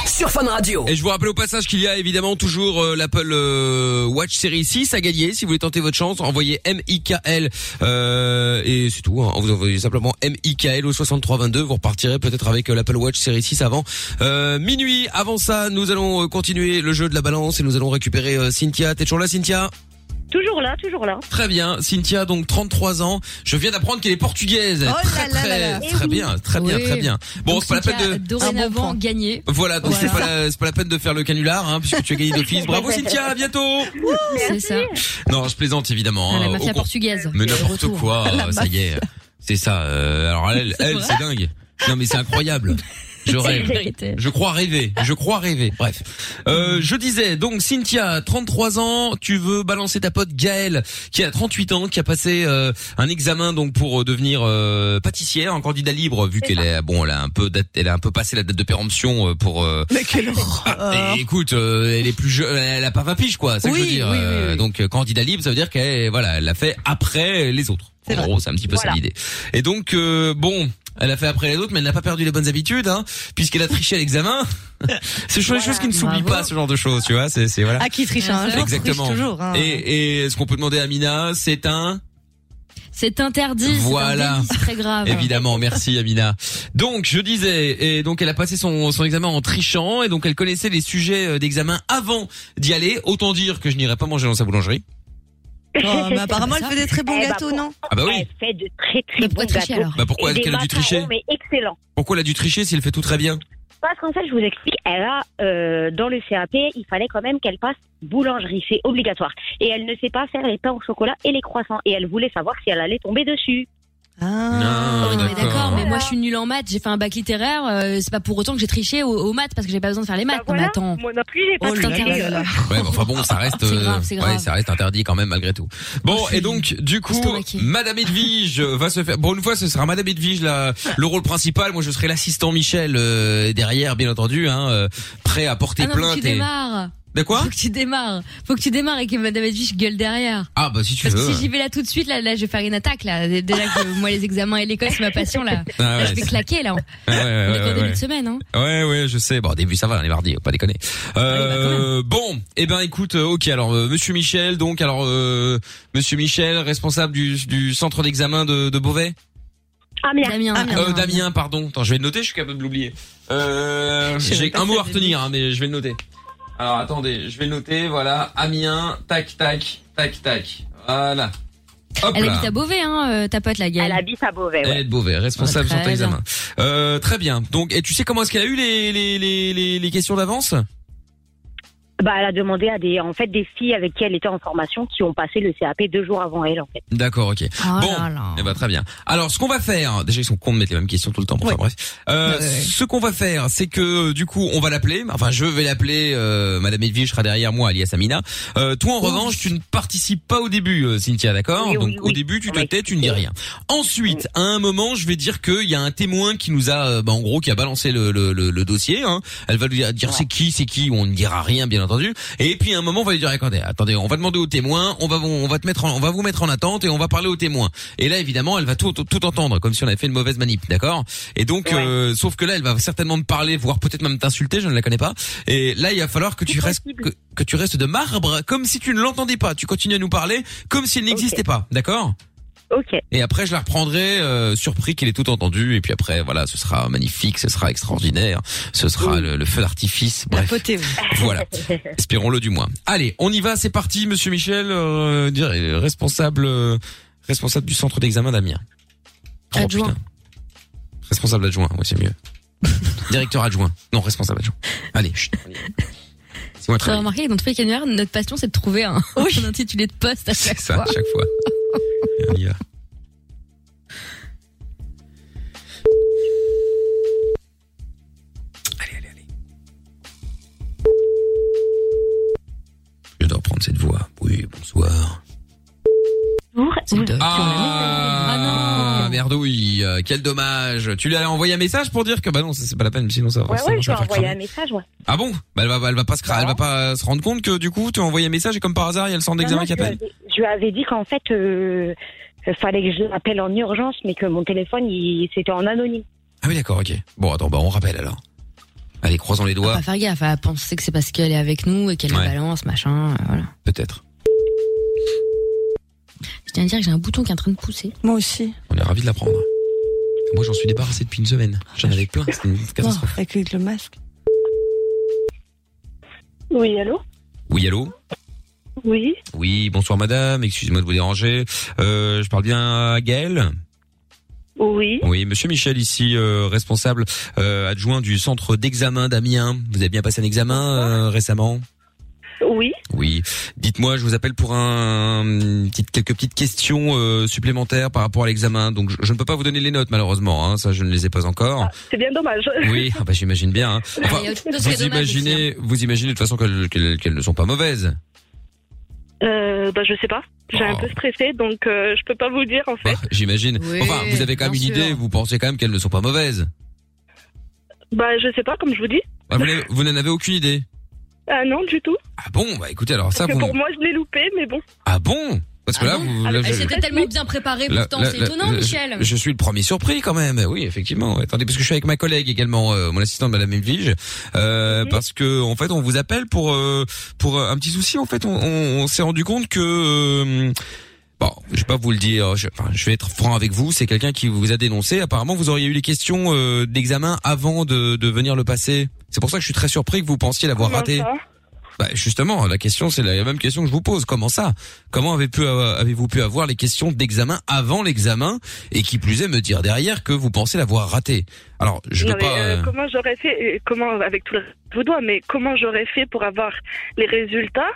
Speaker 1: Sur Fun Radio.
Speaker 2: Et je vous rappelle au passage qu'il y a évidemment toujours euh, l'Apple euh, Watch Series 6 à gagner. Si vous voulez tenter votre chance, envoyez MIKL euh, et c'est tout. hein. Vous envoyez simplement MIKL au 6322. Vous repartirez peut-être avec euh, l'Apple Watch Series 6 avant euh, minuit. Avant ça, nous allons euh, continuer le jeu de la balance et nous allons récupérer euh, Cynthia. T'es toujours là, Cynthia
Speaker 10: Toujours là, toujours là.
Speaker 2: Très bien, Cynthia, donc 33 ans. Je viens d'apprendre qu'elle est portugaise.
Speaker 10: Oh là
Speaker 2: très,
Speaker 10: là
Speaker 2: très,
Speaker 10: là là.
Speaker 2: très
Speaker 10: Eh oui.
Speaker 2: bien, très bien,
Speaker 5: Oui.
Speaker 2: très bien. Bon,
Speaker 5: Donc,
Speaker 2: c'est pas la
Speaker 5: Cynthia
Speaker 2: peine
Speaker 5: a
Speaker 2: de.
Speaker 5: Dorénavant gagné.
Speaker 2: Voilà, donc c'est pas,
Speaker 5: Voilà.
Speaker 2: la- c'est pas la peine de faire le canular, hein, puisque tu as gagné d'office. Bravo Cynthia, à bientôt
Speaker 10: Oh,
Speaker 5: C'est ça.
Speaker 2: Non, je plaisante évidemment.
Speaker 5: Ah,
Speaker 2: hein,
Speaker 5: la
Speaker 2: au
Speaker 5: mafia
Speaker 2: con-
Speaker 5: portugaise.
Speaker 2: Mais n'importe
Speaker 5: Retour.
Speaker 2: quoi,
Speaker 5: La
Speaker 2: ça y est. C'est ça. euh, alors elle,
Speaker 5: C'est
Speaker 2: elle,
Speaker 5: vrai
Speaker 2: c'est dingue. Non mais c'est incroyable.
Speaker 5: C'est
Speaker 2: Je rêve.
Speaker 5: la vérité.
Speaker 2: Je crois rêver. Je crois rêver. Bref. Euh, je disais donc Cynthia, 33 ans, tu veux balancer ta pote Gaëlle qui a 38 ans, qui a passé euh, un examen donc pour euh, devenir euh, pâtissière, un candidat libre vu qu'elle est bon, elle a un peu date- elle a un peu passé la date de péremption euh, pour euh,
Speaker 4: Mais quelle horreur
Speaker 2: et écoute, euh, elle est plus jeune, elle a pas 20 piges quoi, c'est ça que je veux
Speaker 4: Oui,
Speaker 2: dire.
Speaker 4: oui, oui,
Speaker 2: Euh, Donc euh, candidat libre, ça veut dire qu'elle voilà, elle l'a fait après les autres. En gros, c'est un petit peu ça
Speaker 10: Voilà.
Speaker 2: l'idée. Et donc euh, bon, elle a fait après les autres, mais elle n'a pas perdu les bonnes habitudes, hein, puisqu'elle a triché à l'examen. c'est des choses qui ne s'oublient pas, ce genre de choses, tu vois. C'est c'est- voilà.
Speaker 4: À qui triche hein, un jour,
Speaker 2: Exactement.
Speaker 4: triche toujours, hein.
Speaker 2: Et, et ce qu'on peut demander à Mina, c'est un
Speaker 5: C'est interdit.
Speaker 2: Voilà.
Speaker 5: Voilà. C'est très
Speaker 4: Ah bah.
Speaker 5: grave.
Speaker 2: Évidemment, merci Amina. Donc je disais, et donc elle a passé son, son examen en trichant, et donc elle connaissait les sujets euh, d'examen avant d'y aller. Autant dire que je n'irai pas manger dans sa boulangerie.
Speaker 4: Oh, mais apparemment, elle fait des très bons
Speaker 6: ben,
Speaker 10: Eh bah,
Speaker 4: gâteaux,
Speaker 10: pour-
Speaker 4: non
Speaker 2: Ah bah oui.
Speaker 10: Elle fait de très très bons
Speaker 5: tricher,
Speaker 10: gâteaux.
Speaker 5: alors
Speaker 2: Bah pourquoi
Speaker 10: Et
Speaker 2: elle-
Speaker 10: des
Speaker 2: qu'elle a dû
Speaker 10: macarons,
Speaker 2: tricher
Speaker 10: Mais excellent.
Speaker 2: Pourquoi elle a dû tricher s'il fait tout très bien
Speaker 10: Parce qu'en fait, je vous explique, elle a, euh, dans le CAP, il fallait quand même qu'elle passe boulangerie, c'est obligatoire. Et elle ne sait pas faire les pains au chocolat et les croissants. Et elle voulait savoir si elle allait tomber dessus.
Speaker 2: Ah,
Speaker 5: On est d'accord, mais moi je suis nulle en maths, j'ai fait un bac littéraire, euh, c'est pas pour autant que j'ai triché aux aux maths parce que j'ai pas besoin de faire les maths. Non mais attends.
Speaker 10: Bah Moi non plus, j'ai pas
Speaker 4: Oh là
Speaker 5: triché.
Speaker 4: là là.
Speaker 2: Ouais, mais enfin bon, ça reste,
Speaker 5: Ah, C'est
Speaker 2: euh,
Speaker 5: grave, c'est grave.
Speaker 2: ouais, ça reste interdit quand même malgré tout. Bon, et donc du coup,
Speaker 5: estomaquée.
Speaker 2: Madame Edwige va se faire. Bon, une fois, ce sera Madame Edwige la, le rôle principal. Moi, je serai l'assistant Michel euh, derrière, bien entendu, hein, euh, prêt à porter
Speaker 5: Ah non, faut que
Speaker 2: plainte.
Speaker 5: tu
Speaker 2: Et...
Speaker 5: démarres.
Speaker 2: De quoi
Speaker 5: Faut que tu démarres. Faut que tu démarres et que Madame Edwige gueule derrière.
Speaker 2: Ah bah si tu
Speaker 5: Parce
Speaker 2: veux.
Speaker 5: que si j'y vais là tout de suite, là, là, je vais faire une attaque, là. Dé- Déjà que euh, moi, les examens et l'école, c'est ma passion, là.
Speaker 2: Ah
Speaker 5: Là,
Speaker 2: ouais,
Speaker 5: je vais
Speaker 2: c'est-
Speaker 5: claquer, là.
Speaker 2: Ouais,
Speaker 5: On
Speaker 2: ouais,
Speaker 5: est
Speaker 2: ouais,
Speaker 5: qu'en
Speaker 2: ouais,
Speaker 5: début
Speaker 2: ouais.
Speaker 5: de semaine, hein.
Speaker 2: Ouais, ouais, je sais. Bon, au début, ça va, on est mardi, faut pas déconner.
Speaker 5: Ah bah,
Speaker 2: Euh, bon, eh ben, écoute, euh, ok, alors, euh, Monsieur Michel, donc, alors, euh, Monsieur Michel, responsable du, du centre d'examen de, de Beauvais
Speaker 10: Ah, mais
Speaker 5: Damien.
Speaker 2: Euh, Damien, pardon. Attends, je vais le noter, je suis capable de l'oublier. Euh,
Speaker 5: Je savais
Speaker 2: j'ai
Speaker 5: pas
Speaker 2: un
Speaker 5: que
Speaker 2: mot
Speaker 5: ça
Speaker 2: à retenir, hein, mais je vais le noter. Alors, attendez, je vais le noter, voilà. Amiens, tac, tac, tac, tac. Voilà. Hop
Speaker 5: Elle
Speaker 2: là. Eh,
Speaker 5: habite à Beauvais, hein, euh, ta pote, la
Speaker 10: Elle
Speaker 5: gueule.
Speaker 10: habite à Beauvais, ouais.
Speaker 2: Elle est de Beauvais, responsable
Speaker 5: Eh Ouais,
Speaker 2: centre
Speaker 5: très
Speaker 2: d'examen. Euh, très bien. Donc, et tu sais comment est-ce qu'elle a eu les, les, les, les, les questions d'avance
Speaker 10: Bah, elle a demandé à des, en fait, des filles avec qui elle était en formation qui ont passé le CAP deux jours avant elle, en fait.
Speaker 2: D'accord, ok.
Speaker 11: Oh
Speaker 2: bon, eh ben, très bien. Alors, ce qu'on va faire, déjà ils sont cons de mettre les mêmes questions tout le temps. bon, Enfin bref, Euh, ce qu'on va faire, c'est que euh, du coup, on va l'appeler. Enfin, je vais l'appeler. euh, Madame Edwige sera derrière moi, alias Amina. Euh, toi, en revanche, tu ne participes pas au début, euh, Cynthia, d'accord
Speaker 11: Oui, oui,
Speaker 2: Donc,
Speaker 11: oui.
Speaker 2: au début, tu te tais, tu ne dis rien. Ensuite, à un moment, je vais dire qu'il y a un témoin qui nous a, euh, bah, en gros, qui a balancé le, le, le- le dossier. hein. Elle va lui dire, dire c'est qui, c'est qui. On ne dira rien, bien entendu. Et puis, à un moment, on va lui dire, attendez, attendez, on va demander au témoin. On va, vous- on va te mettre, en- on va vous mettre en attente et on va parler au témoin. Et là, évidemment, elle va tout, tout, tout entendre, comme si on avait fait une mauvaise manip, d'accord Et donc, euh, sauf que là, elle va certainement me parler, voire peut-être même t'insulter. Je ne la connais pas. Et là, il va falloir que tu restes, que, que tu restes de marbre, comme si tu ne l'entendais pas. Tu continues à nous parler, comme si elle n'existait pas, d'accord
Speaker 10: Ok.
Speaker 2: et après, je la reprendrai euh, surpris qu'il ait tout entendu. Et puis après, voilà, ce sera magnifique, ce sera extraordinaire, ce sera le, le feu d'artifice. Bref, voilà. Espérons-le du moins. Allez, on y va, c'est parti, Monsieur Michel, euh, dire- euh, responsable, euh, responsable du centre d'examen d'Amiens. Oh,
Speaker 5: Adjoint.
Speaker 2: putain. Responsable adjoint, oui c'est mieux. Directeur adjoint, non responsable adjoint. Allez, chut. C'est moi
Speaker 5: Tu as
Speaker 2: très
Speaker 5: remarqué, dans tous les canulars, notre passion, c'est de trouver un, un intitulé de poste à chaque
Speaker 2: ça
Speaker 5: fois.
Speaker 2: à chaque fois. Et on y va. Je dois reprendre cette voix. Oui, bonsoir. Ah, merdouille, euh, quel dommage. Tu lui as envoyé un message pour dire que bah non, ça, c'est pas la peine, sinon ça va
Speaker 10: Ouais,
Speaker 2: forcément,
Speaker 10: ouais,
Speaker 2: je
Speaker 10: je
Speaker 2: vais
Speaker 10: vais
Speaker 2: faire
Speaker 10: envoyer un
Speaker 2: cramer.
Speaker 10: message, ouais.
Speaker 2: Ah bon Bah elle va, elle va pas se, cra- elle va pas se rendre compte que du coup tu as envoyé un message et comme par hasard il y a le centre
Speaker 10: Non,
Speaker 2: d'examen
Speaker 10: non,
Speaker 2: qui
Speaker 10: je lui
Speaker 2: appelle.
Speaker 10: avais- Je lui avais dit qu'en fait, euh, euh, fallait que je l'appelle en urgence, mais que mon téléphone, il, c'était en anonyme.
Speaker 2: Ah oui d'accord, ok. Bon attends, bah on rappelle alors. Allez, croisons les doigts.
Speaker 5: Pas faire gaffe à penser que c'est parce qu'elle est avec nous et qu'elle nous balance, machin, euh, voilà.
Speaker 2: Peut-être.
Speaker 5: Je tiens à dire que j'ai un bouton qui est en train de pousser.
Speaker 4: Moi aussi.
Speaker 2: On est ravis de la prendre. Moi, j'en suis débarrassé depuis une semaine. J'en avais plein, c'était une catastrophe.
Speaker 4: avec le masque.
Speaker 6: Oui, allô
Speaker 2: Oui, allô
Speaker 6: Oui,
Speaker 2: Oui, bonsoir madame, excusez-moi de vous déranger. Euh, je parle bien à Gaël
Speaker 6: oui.
Speaker 2: Oui, monsieur Michel ici, euh, responsable euh, adjoint du centre d'examen d'Amiens. Vous avez bien passé un examen euh, récemment
Speaker 6: Oui.
Speaker 2: Oui. Dites-moi, je vous appelle pour un, petite, quelques petites questions euh, supplémentaires par rapport à l'examen. Donc, je, je ne peux pas vous donner les notes malheureusement. hein. Ça, je ne les ai pas encore.
Speaker 6: C'est bien dommage.
Speaker 2: Oui, ah bah, j'imagine bien. hein. Enfin,
Speaker 6: Il y a autre chose qui est
Speaker 2: vous
Speaker 6: dommage
Speaker 2: imaginez,
Speaker 6: hein.
Speaker 2: vous imaginez de toute façon qu'elles qu'elles- qu'elles ne sont pas mauvaises.
Speaker 6: Euh, bah, je sais pas. J'ai un
Speaker 2: Oh.
Speaker 6: peu stressé, donc euh, je peux pas vous dire en
Speaker 2: Bah.
Speaker 6: fait.
Speaker 2: J'imagine.
Speaker 6: Oui,
Speaker 2: enfin, vous avez quand même une
Speaker 6: bien
Speaker 2: idée.
Speaker 6: sûr.
Speaker 2: Vous pensez quand même qu'elles ne sont pas mauvaises.
Speaker 6: Bah, je sais pas, comme je vous dis.
Speaker 2: Ah, vous n'avez- vous n'en avez aucune idée.
Speaker 6: Ah non, du tout.
Speaker 2: Ah bon, bah écoutez, alors ça
Speaker 6: Parce que
Speaker 2: vous.
Speaker 6: pour moi, Ah, je l'ai loupé, mais bon.
Speaker 2: Ah bon Parce que là, vous. là,
Speaker 5: Elle
Speaker 2: je-
Speaker 5: s'était tellement bien préparée,
Speaker 2: là-
Speaker 5: pourtant,
Speaker 2: là-
Speaker 5: c'est
Speaker 2: là-
Speaker 5: étonnant,
Speaker 2: je-
Speaker 5: Michel.
Speaker 2: Je, suis le premier surpris quand même. Eh Oui, effectivement. Attendez, parce que je suis avec ma collègue également, euh, mon assistante, Madame Elvige,
Speaker 5: Mhm.
Speaker 2: euh, parce que en fait, on vous appelle pour euh, pour un petit souci. En fait, on, on- on s'est rendu compte que. euh, Bon, je vais pas vous le dire. Je, enfin, je vais être franc avec vous. C'est quelqu'un qui vous a dénoncé. Apparemment, vous auriez eu les questions euh, d'examen avant de, de venir le passer. C'est pour ça que je suis très surpris que vous pensiez l'avoir
Speaker 6: Comment
Speaker 2: raté.
Speaker 6: ça
Speaker 2: Bah, justement, la question, c'est la même question que je vous pose. Comment ça Comment avez pu, avoir- avez-vous pu avoir les questions d'examen avant l'examen et qui plus est me dire derrière que vous pensez l'avoir raté Alors, je
Speaker 6: Non,
Speaker 2: peux
Speaker 6: mais,
Speaker 2: pas.
Speaker 6: euh,
Speaker 2: euh,
Speaker 6: comment j'aurais fait, euh, comment, avec tout le reste de vos doigts, mais comment j'aurais fait pour avoir les résultats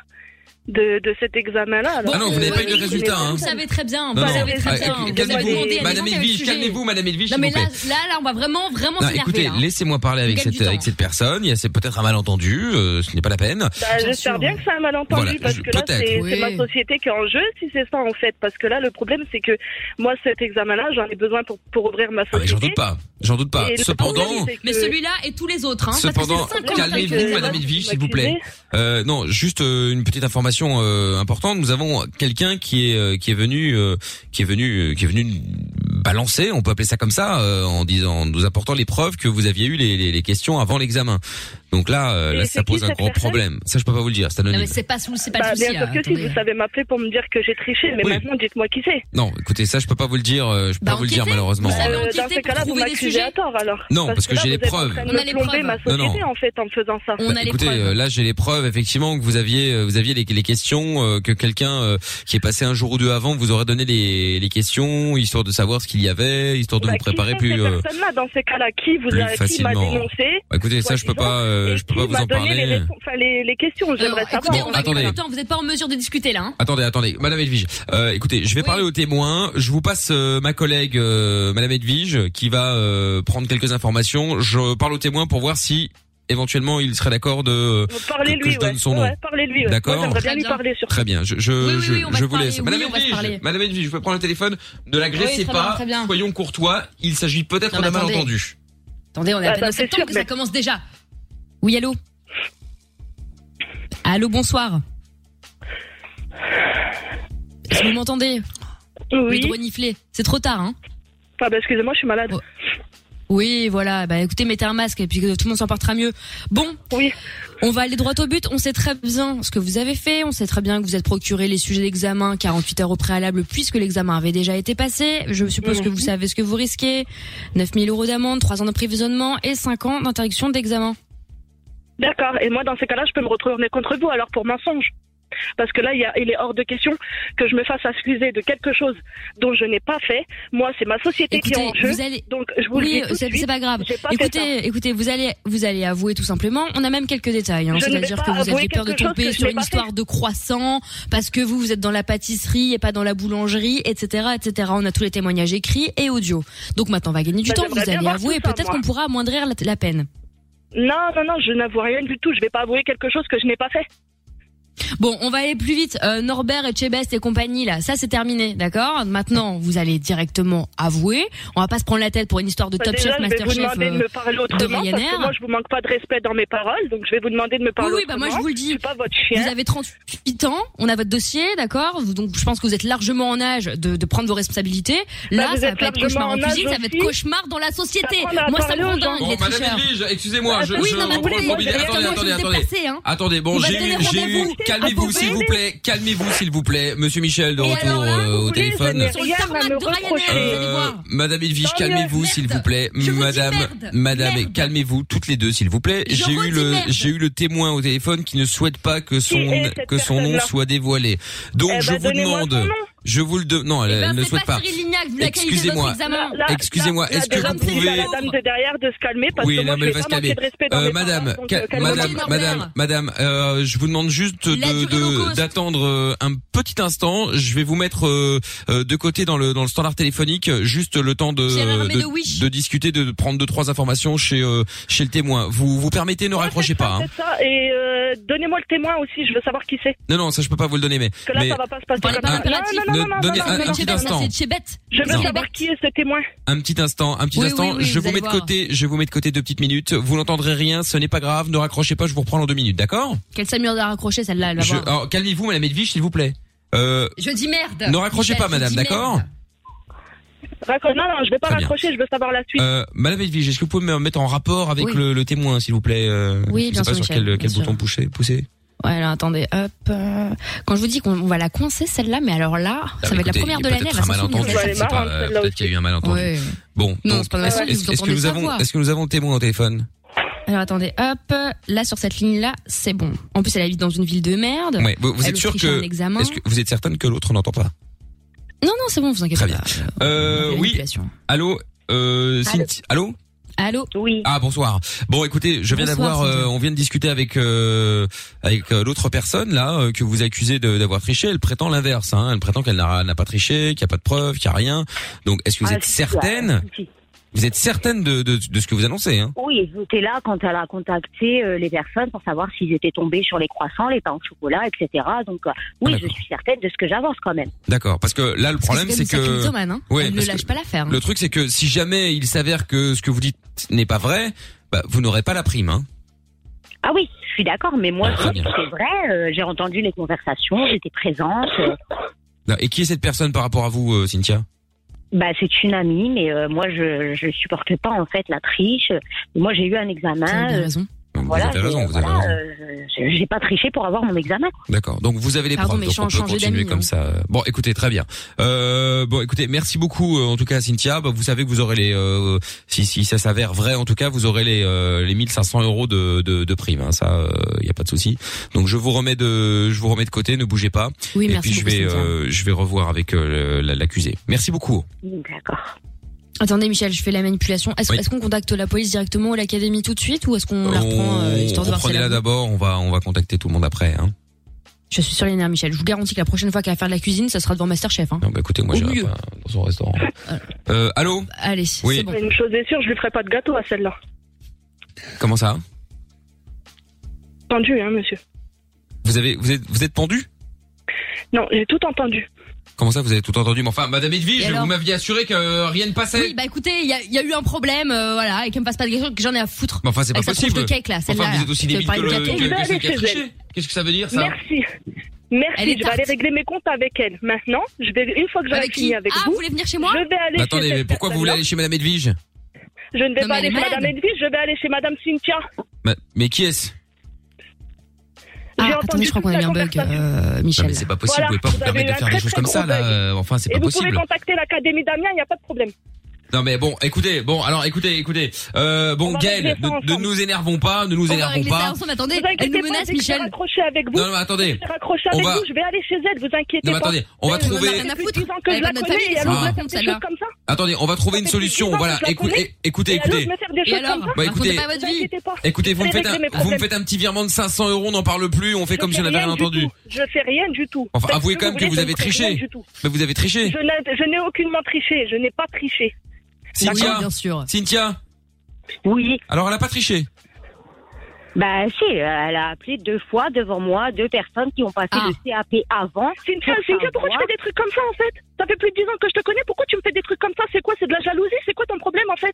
Speaker 6: de, de cet examen-là alors
Speaker 2: Ah non, vous n'avez pas eu de résultats, hein.
Speaker 5: Vous savez très bien,
Speaker 2: Non,
Speaker 5: vous
Speaker 2: non.
Speaker 5: savez
Speaker 2: Ah,
Speaker 5: très bien.
Speaker 2: écoutez,
Speaker 5: Vous avez
Speaker 2: calmez-vous.
Speaker 5: demandé à des
Speaker 2: Madame
Speaker 5: gens qui avaient le
Speaker 2: Edwige,
Speaker 5: sujet.
Speaker 2: calmez-vous, Madame Edwige,
Speaker 5: Non,
Speaker 2: s'il
Speaker 5: mais
Speaker 2: vous
Speaker 5: là,
Speaker 2: plaît.
Speaker 5: là, là, on va vraiment, vraiment
Speaker 2: Non,
Speaker 5: s'énerver.
Speaker 2: écoutez,
Speaker 5: hein.
Speaker 2: laissez-moi parler avec
Speaker 5: On gagne
Speaker 2: cette,
Speaker 5: du
Speaker 2: avec
Speaker 5: temps.
Speaker 2: cette personne. Il y a c'est peut-être un malentendu. euh, ce n'est pas la peine.
Speaker 6: Bah, J'espère bien que c'est un malentendu
Speaker 2: Voilà,
Speaker 6: parce
Speaker 2: je-
Speaker 6: que là
Speaker 2: peut-être.
Speaker 6: c'est
Speaker 2: Oui.
Speaker 6: c'est ma société qui est en jeu si c'est ça en fait parce que là le problème c'est que moi cet examen-là j'en ai besoin pour, pour ouvrir ma société.
Speaker 2: Ah, J'en doute pas. J'en doute pas.
Speaker 6: Et le
Speaker 2: Cependant,
Speaker 6: problème, c'est que-
Speaker 5: Mais celui-là et tous les autres. Hein,
Speaker 2: Cependant,
Speaker 5: parce que c'est 50
Speaker 2: calmez-vous,
Speaker 5: avec-
Speaker 2: Madame Edwige, s'il vous plaît. Euh, non, juste euh, une petite information euh, importante. Nous avons quelqu'un qui est euh, qui est venu euh, qui est venu euh, qui est venu balancer, on peut appeler ça comme ça, euh, en disant, en nous apportant les preuves que vous aviez eu les, les, les questions avant l'examen. Donc là, euh,
Speaker 6: Et
Speaker 2: là,
Speaker 6: c'est
Speaker 2: ça
Speaker 6: qui
Speaker 2: pose un
Speaker 6: cette
Speaker 2: gros
Speaker 6: personne
Speaker 2: problème. Ça, je peux pas vous le dire. C'est anonyme.
Speaker 5: Non, mais c'est pas, sou- c'est pas
Speaker 6: Bah,
Speaker 5: le souci.
Speaker 6: bien sûr
Speaker 5: là,
Speaker 6: que si
Speaker 5: attendez. hein.
Speaker 6: vous savez m'appeler pour me dire que j'ai triché mais
Speaker 2: Oui.
Speaker 6: maintenant dites-moi qui c'est.
Speaker 2: Non, écoutez, ça, je peux pas vous le dire. euh,
Speaker 6: Bah,
Speaker 2: Je peux pas vous le dire malheureusement.
Speaker 6: Euh, dans ces cas-là vous
Speaker 5: trouver des
Speaker 6: m'accusez
Speaker 5: sujets.
Speaker 6: à tort alors.
Speaker 2: Non, parce que
Speaker 6: là,
Speaker 2: j'ai les
Speaker 6: vous êtes en
Speaker 2: preuves.
Speaker 6: train de
Speaker 5: On
Speaker 6: me
Speaker 5: a les
Speaker 6: plomber
Speaker 5: preuves.
Speaker 6: ma
Speaker 2: Non, non.
Speaker 6: société en fait en faisant ça.
Speaker 2: Bah, écoutez, euh, là j'ai les preuves effectivement que vous aviez, euh, vous aviez les, les questions euh, que quelqu'un euh, qui est passé un jour ou deux avant vous aurait donné les, les questions histoire de savoir ce qu'il y avait, histoire de
Speaker 6: Bah,
Speaker 2: vous préparer
Speaker 6: qui sont
Speaker 2: plus.
Speaker 6: ces
Speaker 2: euh,
Speaker 6: personnes-là dans ces cas-là qui vous
Speaker 2: plus
Speaker 6: a, qui m'a
Speaker 2: facilement.
Speaker 6: dénoncé
Speaker 2: bah, écoutez, ça je peux pas, euh, euh, je peux pas
Speaker 11: Qui
Speaker 2: vous
Speaker 11: m'a
Speaker 2: en
Speaker 11: donné les,
Speaker 2: parler.
Speaker 11: réponses- enfin, les, les questions J'aimerais savoir.
Speaker 5: Écoutez, on a
Speaker 2: attendez.
Speaker 5: plus le temps, vous n'êtes pas en mesure de discuter là. Hein.
Speaker 2: Attendez, attendez, Madame Edwige. euh, écoutez, je vais parler aux témoins. Je vous passe euh, ma collègue euh, Madame Edwige qui va euh, prendre quelques informations. Je parle aux témoins pour voir si évenentiellement il serait d'accord de euh, que, que
Speaker 11: Parlez-lui,
Speaker 2: je donne
Speaker 11: ouais.
Speaker 2: son nom.
Speaker 11: Ouais, parlez-lui. ouais.
Speaker 2: D'accord.
Speaker 11: Moi, J'aimerais bien lui parler sur
Speaker 2: Très bien. Je je je,
Speaker 11: oui, on va
Speaker 2: je
Speaker 11: se
Speaker 2: vous
Speaker 11: parler,
Speaker 2: laisse.
Speaker 11: oui,
Speaker 2: Madame
Speaker 11: on va se
Speaker 2: Edwige,
Speaker 11: parler.
Speaker 2: Madame Edwige, je peux prendre le téléphone. Ne
Speaker 5: Oui,
Speaker 2: l'agressez
Speaker 5: très bien,
Speaker 2: pas.
Speaker 5: très bien.
Speaker 2: Soyons courtois. Il s'agit peut-être
Speaker 5: Non, mais
Speaker 2: d'un
Speaker 5: attendez.
Speaker 2: malentendu.
Speaker 5: Attendez, on est à
Speaker 11: Ah,
Speaker 5: peine
Speaker 11: non,
Speaker 5: en
Speaker 11: c'est
Speaker 5: septembre
Speaker 11: sûr,
Speaker 5: que ça
Speaker 11: mais-
Speaker 5: commence déjà. Oui, allô Allô, bonsoir. Est-ce que vous m'entendez
Speaker 11: Oui.
Speaker 5: Le renifler. C'est trop tard, hein
Speaker 11: Ah bah excusez-moi, je suis malade.
Speaker 5: Oui, voilà. Bah écoutez, mettez un masque et puis que tout le monde s'en portera mieux. Bon.
Speaker 11: Oui.
Speaker 5: On va aller droit au but. On sait très bien ce que vous avez fait. On sait très bien que vous êtes procuré les sujets d'examen 48 heures au préalable puisque l'examen avait déjà été passé. Je suppose que vous savez ce que vous risquez. 9000 euros d'amende, 3 ans d'emprisonnement et 5 ans d'interdiction d'examen.
Speaker 11: D'accord. Et moi, dans ces cas-là, je peux me retourner contre vous, alors pour mensonge. Parce que là, il, y a- il est hors de question que je me fasse accuser de quelque chose dont je n'ai pas fait. Moi, c'est ma société qui est en
Speaker 5: Écoutez,
Speaker 11: jeu.
Speaker 5: vous allez-
Speaker 11: Donc, je vous le dis
Speaker 5: oui, euh,
Speaker 11: tout de
Speaker 5: c'est
Speaker 11: suite,
Speaker 5: c'est pas grave.
Speaker 11: j'ai pas fait ça.
Speaker 5: écoutez, écoutez, vous allez, vous allez avouer tout simplement. On a même quelques détails. hein.
Speaker 11: Je ne vais
Speaker 5: C'est-à-dire
Speaker 11: pas
Speaker 5: que vous
Speaker 11: avouer
Speaker 5: aviez peur de
Speaker 11: quelque chose que
Speaker 5: tomber
Speaker 11: je
Speaker 5: sur
Speaker 11: n'ai
Speaker 5: une
Speaker 11: pas
Speaker 5: histoire de croissant parce que vous, vous êtes dans la pâtisserie et pas dans la boulangerie, etc., etc. On a tous les témoignages écrits et audio. Donc maintenant, on va gagner du
Speaker 11: Bah,
Speaker 5: temps.
Speaker 11: j'aimerais
Speaker 5: Vous
Speaker 11: bien
Speaker 5: allez
Speaker 11: voir
Speaker 5: avouer.
Speaker 11: tout ça,
Speaker 5: Peut-être
Speaker 11: moi.
Speaker 5: qu'on pourra amoindrir la, la peine.
Speaker 11: Non, non, non, je n'avoue rien du tout. Je vais pas avouer quelque chose que je n'ai pas fait.
Speaker 5: Bon, on va aller plus vite. Euh, Norbert et Chebest et compagnie, là, ça c'est terminé, d'accord Maintenant, vous allez directement avouer. On va pas se prendre la tête pour une histoire de
Speaker 11: Bah,
Speaker 5: Top
Speaker 11: déjà,
Speaker 5: Chef,
Speaker 11: je vais
Speaker 5: Master
Speaker 11: vous
Speaker 5: Chef,
Speaker 11: demander de me parler
Speaker 5: euh, de
Speaker 11: autrement parce
Speaker 5: Ryanair.
Speaker 11: que moi, je vous manque pas de respect dans mes paroles. Donc, je vais vous demander de me parler
Speaker 5: Oui, oui, bah,
Speaker 11: autrement.
Speaker 5: moi, je vous le
Speaker 11: dis. Je suis pas votre chien.
Speaker 5: Vous avez 38 ans, on a votre dossier, d'accord Donc je pense que vous êtes largement en âge de, de prendre vos responsabilités. Là,
Speaker 11: Bah, vous
Speaker 5: ça va
Speaker 11: êtes
Speaker 5: pas être
Speaker 11: largement
Speaker 5: cauchemar en
Speaker 11: en âge
Speaker 5: cuisine, ça va être
Speaker 11: aussi
Speaker 5: cauchemar dans la société.
Speaker 11: d'apprendre à
Speaker 5: Moi, ça me
Speaker 11: parler aux
Speaker 5: rend
Speaker 11: gens.
Speaker 5: dingue,
Speaker 11: Bon,
Speaker 5: les
Speaker 2: Madame
Speaker 5: tricheurs.
Speaker 2: Edwige, excusez-moi, je,
Speaker 5: Oui,
Speaker 2: je
Speaker 5: non, mais
Speaker 2: reprends le
Speaker 5: attendez,
Speaker 2: mobilier.
Speaker 5: moi, j'ai- moi,
Speaker 2: Attendez,
Speaker 5: je
Speaker 2: attendez,
Speaker 5: me
Speaker 2: attendez.
Speaker 5: déplaçais, hein.
Speaker 2: Attendez, bon,
Speaker 5: On va
Speaker 2: j'ai
Speaker 5: se donner
Speaker 2: eu, j'ai eu.
Speaker 5: rendez-vous à
Speaker 2: Calmez-vous, s'il vous
Speaker 5: Beauvais.
Speaker 2: plaît. Calmez-vous, s'il vous plaît. Monsieur Michel, de retour
Speaker 11: hein,
Speaker 2: euh, au téléphone.
Speaker 5: Sur le tarmac de Ryanair, vous allez
Speaker 2: Euh,
Speaker 5: voir.
Speaker 2: Madame Edwige,
Speaker 5: Tant mieux.
Speaker 2: calmez-vous s'il vous plaît. Madame,
Speaker 5: merde.
Speaker 2: Madame, calmez-vous toutes les deux s'il vous plaît.
Speaker 5: Je
Speaker 2: J'ai eu
Speaker 5: redis
Speaker 2: le,
Speaker 5: merde.
Speaker 2: j'ai eu le témoin au téléphone qui ne souhaite pas que son,
Speaker 5: est cette
Speaker 2: que son nom
Speaker 5: personne-là
Speaker 2: soit dévoilé. Donc
Speaker 5: Eh
Speaker 2: je
Speaker 5: ben,
Speaker 2: vous
Speaker 5: donnez-moi son
Speaker 2: demande,
Speaker 5: nom.
Speaker 2: je vous le de, non, elle,
Speaker 5: Eh ben,
Speaker 2: elle ne
Speaker 5: c'est
Speaker 2: souhaite
Speaker 5: pas
Speaker 2: pas.
Speaker 5: Cyril Lignac, vu la qualité de votre
Speaker 2: Excusez-moi,
Speaker 5: examen.
Speaker 11: Là,
Speaker 2: excusez-moi,
Speaker 11: là,
Speaker 2: est-ce que
Speaker 11: déjà,
Speaker 2: vous
Speaker 11: je dis à
Speaker 2: pouvez,
Speaker 11: La dame de derrière de se calmer parce
Speaker 2: oui,
Speaker 11: que moi,
Speaker 2: non, mais elle
Speaker 11: je
Speaker 2: va
Speaker 11: vais
Speaker 2: se
Speaker 11: pas manquer
Speaker 2: calmer.
Speaker 11: de respect dans
Speaker 2: Euh,
Speaker 11: mes
Speaker 2: madame,
Speaker 11: paroles, donc,
Speaker 2: cal-
Speaker 11: euh, calmez-vous.
Speaker 2: madame, madame, madame, euh, je vous demande juste
Speaker 5: La
Speaker 2: de,
Speaker 5: durée low
Speaker 2: de-
Speaker 5: cost.
Speaker 2: d'attendre euh, un petit instant. Je vais vous mettre euh, euh, de côté dans le dans le standard téléphonique, euh, juste le temps de
Speaker 5: Pierre Hermé
Speaker 2: de,
Speaker 5: de Wish.
Speaker 2: de discuter, de prendre deux trois informations chez euh, chez le témoin. Vous vous permettez, ne raccrochez pas. hein.
Speaker 11: C'est ça, et euh, donnez-moi le témoin aussi, je veux savoir qui c'est.
Speaker 2: Non, non, ça je peux pas vous le donner, mais
Speaker 11: Parce que là,
Speaker 2: mais
Speaker 11: ça va pas se passer comme
Speaker 5: pas
Speaker 11: ça.
Speaker 5: d'impératif.
Speaker 11: Non, non, non, non,
Speaker 2: Donnez
Speaker 11: non,
Speaker 2: un-
Speaker 11: non,
Speaker 2: un
Speaker 11: non,
Speaker 2: petit
Speaker 11: non,
Speaker 2: instant.
Speaker 5: C'est chez Bête.
Speaker 11: Je veux
Speaker 2: Non.
Speaker 11: savoir qui est ce témoin.
Speaker 2: un petit instant, un petit
Speaker 5: Oui, oui,
Speaker 2: instant.
Speaker 5: oui,
Speaker 2: je
Speaker 5: vous
Speaker 2: vous
Speaker 5: allez
Speaker 2: mets de
Speaker 5: voir.
Speaker 2: côté, je vous mets de côté deux petites minutes. Vous n'entendrez rien, ce n'est pas grave. Ne raccrochez pas, je vous reprends dans deux minutes, d'accord
Speaker 5: Quelle Samuel a raccroché celle-là, elle va
Speaker 2: Je-
Speaker 5: voir.
Speaker 2: alors, calmez-vous, Madame Edwige, s'il vous plaît. Euh,
Speaker 5: Je dis merde.
Speaker 2: ne raccrochez
Speaker 5: Chebet,
Speaker 2: pas,
Speaker 5: je
Speaker 2: Madame,
Speaker 5: dis
Speaker 2: d'accord
Speaker 5: merde.
Speaker 11: Raccro- Non, non, je vais pas
Speaker 2: Très bien.
Speaker 11: raccrocher, je veux savoir la suite.
Speaker 2: Euh, Madame Edwige, est-ce que vous pouvez me mettre en rapport avec
Speaker 5: Oui.
Speaker 2: le, le témoin, s'il vous plaît euh,
Speaker 5: Oui,
Speaker 2: je
Speaker 5: bien
Speaker 2: sais pas
Speaker 5: sûr,
Speaker 2: sur
Speaker 5: Michel,
Speaker 2: quel,
Speaker 5: bien
Speaker 2: quel
Speaker 5: sûr.
Speaker 2: bouton pousser, pousser.
Speaker 5: Ouais, alors attendez, hop. euh, Quand je vous dis qu'on on va la coincer celle-là, mais alors là, ça va être la
Speaker 2: Ah, Écoutez,
Speaker 5: première
Speaker 2: il y
Speaker 5: de
Speaker 2: a
Speaker 5: l'année, elle
Speaker 2: Peut-être
Speaker 5: va
Speaker 2: un
Speaker 5: s'en
Speaker 2: malentendu,
Speaker 5: souvenir.
Speaker 2: je ne sais pas. euh, Peut-être qu'il y a eu un malentendu.
Speaker 5: Ouais.
Speaker 2: Bon,
Speaker 5: Non,
Speaker 2: donc,
Speaker 5: c'est pas normal,
Speaker 2: est-ce-
Speaker 5: vous
Speaker 2: est-ce que
Speaker 5: entendez
Speaker 2: nous
Speaker 5: sa
Speaker 2: avons,
Speaker 5: voix.
Speaker 2: est-ce que nous avons un témoin au téléphone
Speaker 5: Alors attendez, hop, là sur cette ligne-là, c'est bon. En plus, elle habite dans une ville de merde.
Speaker 2: Ouais, Vous, vous
Speaker 5: Elle
Speaker 2: êtes sûr
Speaker 5: triche
Speaker 2: que,
Speaker 5: un examen.
Speaker 2: est-ce que vous êtes certaine que l'autre n'entend pas
Speaker 5: Non, non, c'est bon, vous inquiétez
Speaker 2: Très bien.
Speaker 5: pas.
Speaker 2: Euh,
Speaker 5: la
Speaker 2: oui.
Speaker 5: manipulation.
Speaker 2: Allô, euh, Cynthia- Allô
Speaker 5: Allô
Speaker 10: Oui.
Speaker 2: Ah bonsoir. Bon écoutez, je viens
Speaker 5: Bonsoir,
Speaker 2: d'avoir, euh,
Speaker 5: Cynthia.
Speaker 2: on vient de discuter avec euh, avec euh, l'autre personne là euh, que vous accusez de- d'avoir triché. Elle prétend l'inverse. Hein. Elle prétend qu'elle n'a n'a pas triché, qu'il n'y a pas de preuves, qu'il n'y a rien. Donc est-ce que vous
Speaker 10: Ah,
Speaker 2: êtes
Speaker 10: si, si,
Speaker 2: certaine
Speaker 10: ah, si.
Speaker 2: Vous êtes certaine de, de, de ce que vous annoncez hein
Speaker 10: Oui, j'étais là quand elle a contacté euh, les personnes pour savoir s'ils étaient tombés sur les croissants, les pains au chocolat, etc. Donc euh,
Speaker 2: Ah,
Speaker 10: oui, je suis certaine de ce que j'avance quand même.
Speaker 2: D'accord. Parce que là le problème c'est
Speaker 5: quand même une
Speaker 2: que
Speaker 5: sacrée mythomane, hein.
Speaker 2: Ouais,
Speaker 5: Elle ne
Speaker 2: parce que
Speaker 5: lâche pas l'affaire. hein.
Speaker 2: le truc c'est que si jamais il s'avère que ce que vous dites n'est pas vrai, bah, vous n'aurez pas la prime. Hein.
Speaker 10: Ah oui, je suis d'accord, mais moi,
Speaker 2: Ah,
Speaker 10: je
Speaker 2: très
Speaker 10: dis
Speaker 2: bien.
Speaker 10: que c'est vrai. euh, j'ai entendu les conversations, j'étais présente. euh,
Speaker 2: Et qui est cette personne par rapport à vous, euh, Cynthia
Speaker 10: bah, c'est une amie, mais euh, moi, je je supporte pas en fait la triche. Moi, j'ai eu un
Speaker 5: Vous avez
Speaker 10: examen.
Speaker 5: bien
Speaker 10: euh,
Speaker 5: raison.
Speaker 10: Voilà,
Speaker 2: avez raison,
Speaker 10: j'ai-
Speaker 2: vous avez
Speaker 10: voilà,
Speaker 2: raison.
Speaker 10: euh, je- j'ai pas triché pour avoir mon examen.
Speaker 2: D'accord. Donc vous avez les
Speaker 5: Pardon,
Speaker 2: preuves,
Speaker 5: mais
Speaker 2: donc on
Speaker 5: change-
Speaker 2: peut
Speaker 5: changer
Speaker 2: continuer
Speaker 5: d'amis,
Speaker 2: comme
Speaker 5: hein.
Speaker 2: ça. Bon, écoutez, très bien. Euh, bon, écoutez, merci beaucoup euh, en tout cas, Cynthia. Bah, vous savez que vous aurez les, euh, si si ça s'avère vrai, en tout cas, vous aurez les euh, les 1500 euros de de, de prime. Hein, ça, il y a pas de souci. Donc je vous remets de je vous remets de côté, ne bougez pas.
Speaker 5: Oui,
Speaker 2: Et
Speaker 5: merci
Speaker 2: puis je
Speaker 5: beaucoup,
Speaker 2: vais
Speaker 5: Cynthia.
Speaker 2: euh, je vais revoir avec euh, le- la- l'accusé. Merci beaucoup.
Speaker 10: D'accord.
Speaker 5: Attendez, Michel, je fais la manipulation. Est-ce
Speaker 2: Oui.
Speaker 5: est-ce qu'on contacte la police directement ou l'académie tout de suite ou est-ce qu'on la reprend euh,
Speaker 2: on
Speaker 5: histoire de voir si elle a
Speaker 2: là
Speaker 5: voulu
Speaker 2: d'abord, on va on va contacter tout le monde après. Hein.
Speaker 5: Je suis sur les nerfs, Michel. Je vous garantis que la prochaine fois qu'elle va faire de la cuisine, ça sera devant Masterchef. Hein.
Speaker 2: Non, bah écoutez, moi
Speaker 5: Au
Speaker 2: j'irai
Speaker 5: mieux.
Speaker 2: pas dans son restaurant. Euh, allô
Speaker 5: Allez,
Speaker 2: Oui.
Speaker 5: c'est bon.
Speaker 6: Une chose est sûre, je lui ferai pas de gâteau à celle-là.
Speaker 2: Comment ça
Speaker 6: Entendu, hein, monsieur.
Speaker 2: Vous avez vous êtes vous êtes pendu
Speaker 6: Non, j'ai tout entendu.
Speaker 2: Comment ça vous avez tout entendu Mais enfin, madame
Speaker 5: Et
Speaker 2: Edwige,
Speaker 5: alors
Speaker 2: vous m'aviez assuré que rien ne passait.
Speaker 5: Oui, bah écoutez, il y a, il y a eu un problème, euh, voilà, et qu'elle me passe pas de questions, que j'en ai à foutre.
Speaker 2: Mais enfin, c'est pas
Speaker 5: Avec sa
Speaker 2: possible.
Speaker 5: tronche de cake, là,
Speaker 2: Enfin,
Speaker 5: celle-là,
Speaker 2: vous
Speaker 5: là.
Speaker 2: êtes aussi
Speaker 5: Tu veux
Speaker 2: débile
Speaker 5: parler
Speaker 2: que
Speaker 5: de
Speaker 2: le-
Speaker 5: gâteau
Speaker 2: que-
Speaker 6: Je vais
Speaker 2: que
Speaker 6: aller
Speaker 2: celui qui a
Speaker 6: chez
Speaker 2: triché.
Speaker 6: elle.
Speaker 2: Qu'est-ce que ça veut dire ça Bah,
Speaker 6: Merci. Merci, je vais aller régler mes comptes avec elle. Maintenant, je vais une fois que j'aurai
Speaker 5: Avec qui
Speaker 6: fini avec
Speaker 5: Ah,
Speaker 6: vous,
Speaker 5: vous voulez venir chez moi
Speaker 6: je vais aller
Speaker 2: Mais
Speaker 6: chez
Speaker 2: Bah, attendez, mais
Speaker 6: cette
Speaker 2: pourquoi vous voulez aller
Speaker 6: personne-là.
Speaker 2: chez madame Edwige
Speaker 6: Je ne vais
Speaker 5: Non,
Speaker 6: pas
Speaker 5: mais
Speaker 6: aller
Speaker 5: elle
Speaker 6: chez
Speaker 5: est
Speaker 6: Madame
Speaker 5: malade.
Speaker 6: Edwige, je vais aller chez Madame Cynthia.
Speaker 2: mais, mais qui est-ce
Speaker 5: Ah,
Speaker 6: J'ai
Speaker 5: attendez, je crois qu'on a eu un bug, euh, Michel.
Speaker 2: Non, mais c'est pas possible,
Speaker 6: Voilà,
Speaker 2: vous pouvez pas vous
Speaker 6: vous
Speaker 2: permettre
Speaker 6: avez
Speaker 2: de
Speaker 6: eu un
Speaker 2: faire des
Speaker 6: très,
Speaker 2: choses
Speaker 6: très
Speaker 2: comme ça
Speaker 6: gros
Speaker 2: là,
Speaker 6: bug.
Speaker 2: euh, enfin, c'est
Speaker 6: Et
Speaker 2: pas
Speaker 6: vous pouvez
Speaker 2: possible.
Speaker 6: contacter l'Académie Damien, il n'y a pas de problème.
Speaker 2: Non mais bon, écoutez, bon alors écoutez, écoutez, euh, bon
Speaker 6: On va
Speaker 2: Gaël,
Speaker 6: régler ça
Speaker 2: ne, ne
Speaker 6: ensemble.
Speaker 2: nous énervons pas, ne nous
Speaker 5: On va
Speaker 2: énervons
Speaker 5: régler ça
Speaker 2: pas.
Speaker 5: ensemble. Attendez,
Speaker 6: Vous
Speaker 5: elle
Speaker 6: inquiétez
Speaker 5: nous
Speaker 6: pas,
Speaker 5: menace,
Speaker 6: dès que je vais
Speaker 5: Michel.
Speaker 6: raccrocher avec vous.
Speaker 2: Non, non, mais attendez.
Speaker 6: dès que Je vais raccrocher
Speaker 2: On
Speaker 6: avec
Speaker 2: va-
Speaker 6: vous, je vais aller chez elle, vous inquiétez
Speaker 2: Non, mais
Speaker 6: pas.
Speaker 2: attendez, on va
Speaker 6: Mais
Speaker 2: trouver-
Speaker 6: ça fait
Speaker 5: On en a rien à
Speaker 6: plus de 10 ans
Speaker 5: foutre.
Speaker 6: que
Speaker 5: Elle
Speaker 6: je
Speaker 5: va
Speaker 6: la
Speaker 5: notre
Speaker 6: connais
Speaker 5: famille,
Speaker 6: et elle
Speaker 5: ça.
Speaker 6: ouvre
Speaker 5: Ah.
Speaker 6: des
Speaker 5: Celle-là.
Speaker 6: choses comme ça.
Speaker 2: Attendez, on va trouver
Speaker 6: Ça
Speaker 2: une
Speaker 6: fait
Speaker 2: solution.
Speaker 6: dix ans
Speaker 2: Voilà,
Speaker 6: que je la
Speaker 2: écoutez,
Speaker 6: connais.
Speaker 2: écoutez,
Speaker 6: Et elle ose
Speaker 2: écoutez.
Speaker 6: me faire des
Speaker 5: Et
Speaker 6: choses
Speaker 5: alors
Speaker 6: comme ça.
Speaker 2: Bah, écoutez-
Speaker 5: racontez pas votre
Speaker 6: Vous
Speaker 5: vie.
Speaker 6: inquiétez pas.
Speaker 2: Écoutez, vous me,
Speaker 6: Je vais
Speaker 2: faites un,
Speaker 6: régler mes
Speaker 2: vous me
Speaker 6: problèmes.
Speaker 2: faites un petit virement de 500 euros, on n'en parle plus, on fait comme
Speaker 6: Je
Speaker 2: si on
Speaker 6: fais
Speaker 2: n'avait rien
Speaker 6: du
Speaker 2: entendu.
Speaker 6: tout. Je fais rien du tout.
Speaker 2: Enfin,
Speaker 6: Faites
Speaker 2: avouez
Speaker 6: ce
Speaker 2: quand même que
Speaker 6: voulez,
Speaker 2: vous avez
Speaker 6: je ne fais rien
Speaker 2: triché.
Speaker 6: du tout.
Speaker 2: Mais vous avez triché.
Speaker 6: Je n'ai- je n'ai aucunement triché. Je n'ai pas triché.
Speaker 5: D'accord,
Speaker 2: Cynthia,
Speaker 5: Ah, bien sûr.
Speaker 2: Cynthia.
Speaker 10: Oui,
Speaker 2: Alors elle a pas triché.
Speaker 10: bah si, euh, elle a appelé deux fois devant moi deux personnes qui ont passé
Speaker 5: Ah.
Speaker 10: le CAP avant.
Speaker 6: Cynthia,
Speaker 10: pour
Speaker 6: Cynthia, Ah, pourquoi tu
Speaker 10: savoir-
Speaker 6: fais des trucs comme ça en fait Ça fait plus de 10 ans que je te connais. Pourquoi tu me fais des trucs comme ça C'est quoi C'est de la jalousie C'est quoi ton problème en fait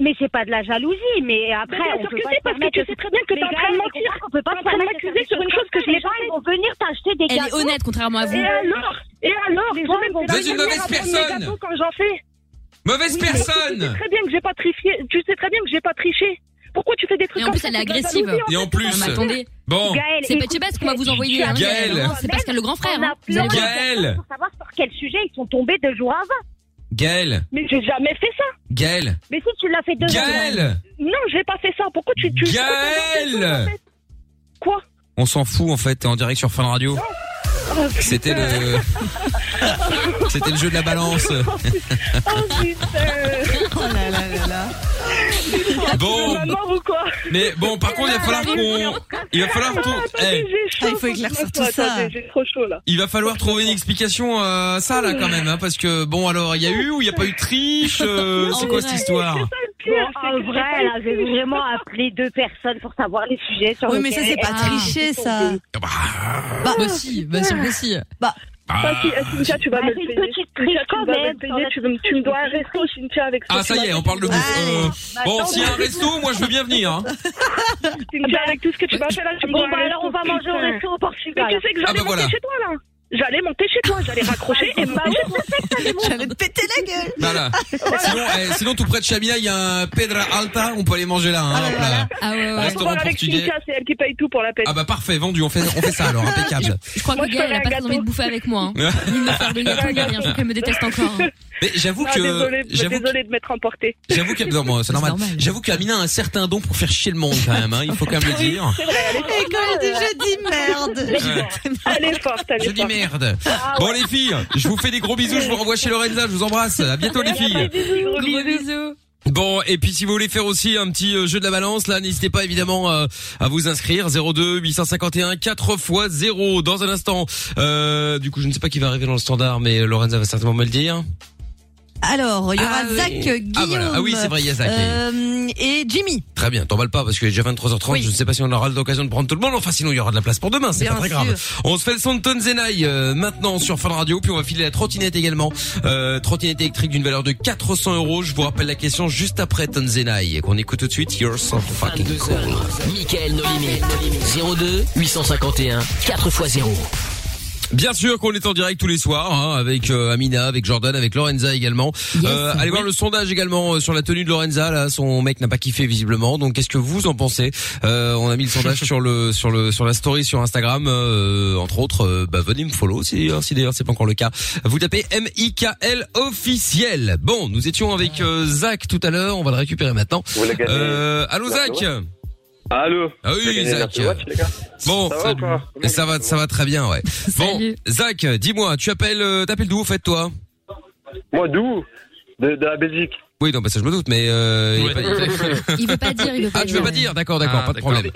Speaker 10: Mais c'est pas de la jalousie, mais
Speaker 6: Mais
Speaker 10: après. on
Speaker 6: Bien sûr
Speaker 10: peut
Speaker 6: que
Speaker 10: pas
Speaker 6: si,
Speaker 10: se
Speaker 6: parce que
Speaker 10: permettre
Speaker 6: tu
Speaker 10: de-
Speaker 6: sais très bien que
Speaker 10: Les
Speaker 6: t'es en
Speaker 10: gars,
Speaker 6: train de
Speaker 10: je
Speaker 6: mentir.
Speaker 10: comprends qu'on peut pas se
Speaker 6: T'es en train de
Speaker 10: permettre de
Speaker 6: m'accuser
Speaker 10: faire des
Speaker 6: sur une
Speaker 10: choses
Speaker 6: chose
Speaker 10: comme
Speaker 6: que je
Speaker 10: ça.
Speaker 6: n'ai
Speaker 10: Les
Speaker 6: pas
Speaker 10: gens, ils vont venir t'acheter des
Speaker 5: Elle est
Speaker 10: gâteaux.
Speaker 5: honnête, contrairement à vous.
Speaker 6: Et alors Et alors
Speaker 10: Les gens, ils
Speaker 6: Toi-même,
Speaker 10: vont
Speaker 6: t'es la
Speaker 2: Vous êtes une
Speaker 6: première à
Speaker 2: mauvaise
Speaker 6: prendre mes
Speaker 2: personne.
Speaker 6: gâteaux quand j'en fais.
Speaker 2: Mauvaise
Speaker 6: Oui, mais Tu sais
Speaker 2: personne.
Speaker 6: très bien que j'ai pas triché. Tu sais très bien que j'ai pas triché. Pourquoi tu fais des
Speaker 5: Et
Speaker 6: trucs
Speaker 5: en
Speaker 6: comme
Speaker 5: plus,
Speaker 6: ça
Speaker 5: elle est
Speaker 6: C'est de la
Speaker 5: agressive.
Speaker 6: jalousie,
Speaker 2: Et en
Speaker 6: fait.
Speaker 5: Non,
Speaker 2: plus,
Speaker 5: mais attendez,
Speaker 2: bon,
Speaker 10: Gaël,
Speaker 5: c'est pas
Speaker 10: écoute,
Speaker 5: Chebest qu'on va vous
Speaker 10: tu-
Speaker 5: envoyer. hein,
Speaker 2: Gaël.
Speaker 5: Non, C'est Pascal le grand frère.
Speaker 10: On
Speaker 5: hein.
Speaker 10: a
Speaker 5: Vous allez
Speaker 10: pleuré
Speaker 5: voir.
Speaker 2: Gaël.
Speaker 10: pour savoir sur quel sujet ils sont tombés deux jours avant.
Speaker 2: Gaël,
Speaker 6: Mais j'ai jamais fait ça.
Speaker 2: Gaël,
Speaker 10: Mais si tu l'as fait deux jours avant.
Speaker 2: Gaël.
Speaker 6: Non, j'ai pas fait ça. Pourquoi tu tu
Speaker 2: Gaël
Speaker 6: Quoi
Speaker 2: On s'en fout en fait, t'es en direct sur Fun Radio.
Speaker 6: Oh,
Speaker 2: C'était le, c'était le jeu de la balance.
Speaker 6: Oh putain
Speaker 4: Oh là là là là.
Speaker 2: Bon,
Speaker 6: Maman ou quoi
Speaker 2: mais bon, par contre, il
Speaker 6: Bah,
Speaker 2: va falloir qu'on, il va falloir Eh, tout.
Speaker 6: Attendez, bah, j'ai chaud.
Speaker 4: Ah, il faut éclaircir
Speaker 6: Attends,
Speaker 4: tout ça.
Speaker 6: attendez, J'ai trop chaud là.
Speaker 2: Il va falloir trouver une explication à ça là quand même, hein, parce que bon alors il y a eu ou il n'y a pas eu de triche, euh, c'est quoi cette histoire
Speaker 6: Pire, c'est
Speaker 10: en
Speaker 6: que
Speaker 10: vrai,
Speaker 6: j'ai
Speaker 10: elle
Speaker 6: pas
Speaker 10: avait
Speaker 6: écrit.
Speaker 10: vraiment appelé deux personnes pour savoir les sujets sur
Speaker 4: Oui, mais ça,
Speaker 10: lesquels
Speaker 4: c'est pas
Speaker 10: elles
Speaker 4: tricher,
Speaker 10: sont Ah.
Speaker 4: ça.
Speaker 10: tombées.
Speaker 2: bah,
Speaker 4: Bah,
Speaker 5: Bah si, bah si, bah si.
Speaker 6: Toi,
Speaker 2: bah.
Speaker 6: qui- euh, Cynthia, tu vas
Speaker 10: Bah,
Speaker 6: me le
Speaker 10: c'est une
Speaker 6: payer.
Speaker 10: petite triche
Speaker 6: Cynthia, tu
Speaker 10: quand
Speaker 6: vas me
Speaker 10: même,
Speaker 6: le
Speaker 10: sur
Speaker 6: payer.
Speaker 10: la
Speaker 6: Tu, veux me- tu me dois un resto, Cynthia, avec
Speaker 2: Ah ça y est, on parle de bouffe.
Speaker 6: Bah,
Speaker 2: Euh, bon, s'il y a un resto, moi je veux bien venir. Hein.
Speaker 6: Cynthia, avec tout ce que tu m'as fait là, tu me dois
Speaker 10: Bon,
Speaker 6: un
Speaker 10: bah alors, on
Speaker 6: resto,
Speaker 10: va manger au
Speaker 6: putain.
Speaker 10: resto au
Speaker 6: Mais
Speaker 10: Portugal.
Speaker 6: tu sais que
Speaker 2: Ah, bah,
Speaker 6: j'allais
Speaker 2: voilà.
Speaker 6: monter chez toi là. J'allais monter chez toi, j'allais raccrocher et monter chez toi.
Speaker 4: J'allais te péter la gueule.
Speaker 2: Voilà. Sinon, eh, sinon tout près de Chamia, il y a un Pedra Alta, on peut aller manger là. Hein, hop là.
Speaker 5: Ah ouais, ouais,
Speaker 6: On
Speaker 5: ouais.
Speaker 6: va
Speaker 2: Restaurant
Speaker 6: voir avec
Speaker 2: portugais.
Speaker 6: Cynthia, c'est elle qui paye tout pour la paix.
Speaker 2: Ah bah parfait, vendu, on fait, on fait ça alors, impeccable.
Speaker 5: Je crois
Speaker 6: Moi,
Speaker 5: que
Speaker 6: je
Speaker 5: Gaël, elle a
Speaker 6: ferais
Speaker 5: pas
Speaker 6: un
Speaker 5: très envie de
Speaker 6: gâteau.
Speaker 5: bouffer avec moi. Hein. Ni de me faire de gâteau, ni rien. Je crois qu'elle me déteste encore. hein.
Speaker 2: Mais j'avoue
Speaker 6: Ah,
Speaker 2: que,
Speaker 6: désolé,
Speaker 2: j'avoue que
Speaker 6: désolé de m'être emporté.
Speaker 2: J'avoue que non, bon, c'est normal.
Speaker 5: normal.
Speaker 2: J'avoue qu'Amina a un certain don pour faire chier le monde quand même. Hein, il faut quand même le dire.
Speaker 4: Et quand elle dit je dis merde.
Speaker 6: Elle est forte, elle est
Speaker 2: Je dis
Speaker 6: forte.
Speaker 2: merde. Bon les filles, je vous fais des gros bisous. Je vous renvoie chez Lorenza. Je vous embrasse. À bientôt les filles.
Speaker 5: Gros bisous.
Speaker 2: Bon et puis si vous voulez faire aussi un petit euh, jeu de la balance, là n'hésitez pas évidemment euh, à vous inscrire 02 851 4 x 0 dans un instant. Euh, du coup je ne sais pas qui va arriver dans le standard, mais Lorenza va certainement me le dire.
Speaker 4: Alors, il y aura
Speaker 2: Ah oui.
Speaker 4: Zach,
Speaker 2: Ah,
Speaker 4: Guillaume.
Speaker 2: voilà. Ah oui, c'est vrai, il y a Zach.
Speaker 4: euh, et Jimmy.
Speaker 2: Très bien, t'emballe pas parce que déjà 23h30,
Speaker 4: Oui.
Speaker 2: je ne sais pas si on aura l'occasion de prendre tout le monde, enfin sinon il y aura de la place pour demain, c'est
Speaker 4: Bien
Speaker 2: pas très
Speaker 4: sûr.
Speaker 2: grave. On se fait le son de Tonzenai euh, maintenant sur Fun Radio, puis on va filer la trottinette également, euh, trottinette électrique d'une valeur de 400 euros, je vous rappelle la question juste après Tonzenai, qu'on écoute tout de suite, you're so fucking cool.
Speaker 8: 22h. Michael No Limit. 02 851 4x0.
Speaker 2: Bien sûr qu'on est en direct tous les soirs hein, avec euh, Amina, avec Jordan, avec Lorenza également. Euh, allez voir le sondage également euh, sur la tenue de Lorenza. Là, son mec n'a pas kiffé visiblement. Donc, qu'est-ce que vous en pensez Euh, On a mis le sondage sur le sur le sur la story sur Instagram, euh, entre autres. euh, bah, venez me follow si, hein, si d'ailleurs c'est pas encore le cas. Vous tapez M I K L officiel. Bon, nous étions avec euh, Zach tout à l'heure. On va le récupérer maintenant.
Speaker 12: Vous l'avez gagné.
Speaker 2: Euh, allô
Speaker 12: Merci,
Speaker 2: Zach.
Speaker 12: ouais. Allô
Speaker 2: Ah
Speaker 12: Vous avez
Speaker 2: oui
Speaker 12: gagné
Speaker 2: Zach.
Speaker 12: l'Apple
Speaker 3: Euh,
Speaker 12: Watch, les gars
Speaker 2: Bon,
Speaker 12: Ça va ou pas
Speaker 2: ça, ça va, ça va très bien, ouais. Bon,
Speaker 5: Salut.
Speaker 2: Zach, dis-moi, tu appelles, euh, t'appelles d'où au fait, toi
Speaker 12: Moi, d'où de, de la Belgique.
Speaker 2: Oui, non, bah ça je me doute, mais euh, il y a pas-
Speaker 5: Il veut pas dire, il veut pas
Speaker 2: Ah, tu veux pas dire, d'accord, d'accord, pas
Speaker 3: Ah,
Speaker 2: de
Speaker 3: d'accord.
Speaker 2: problème.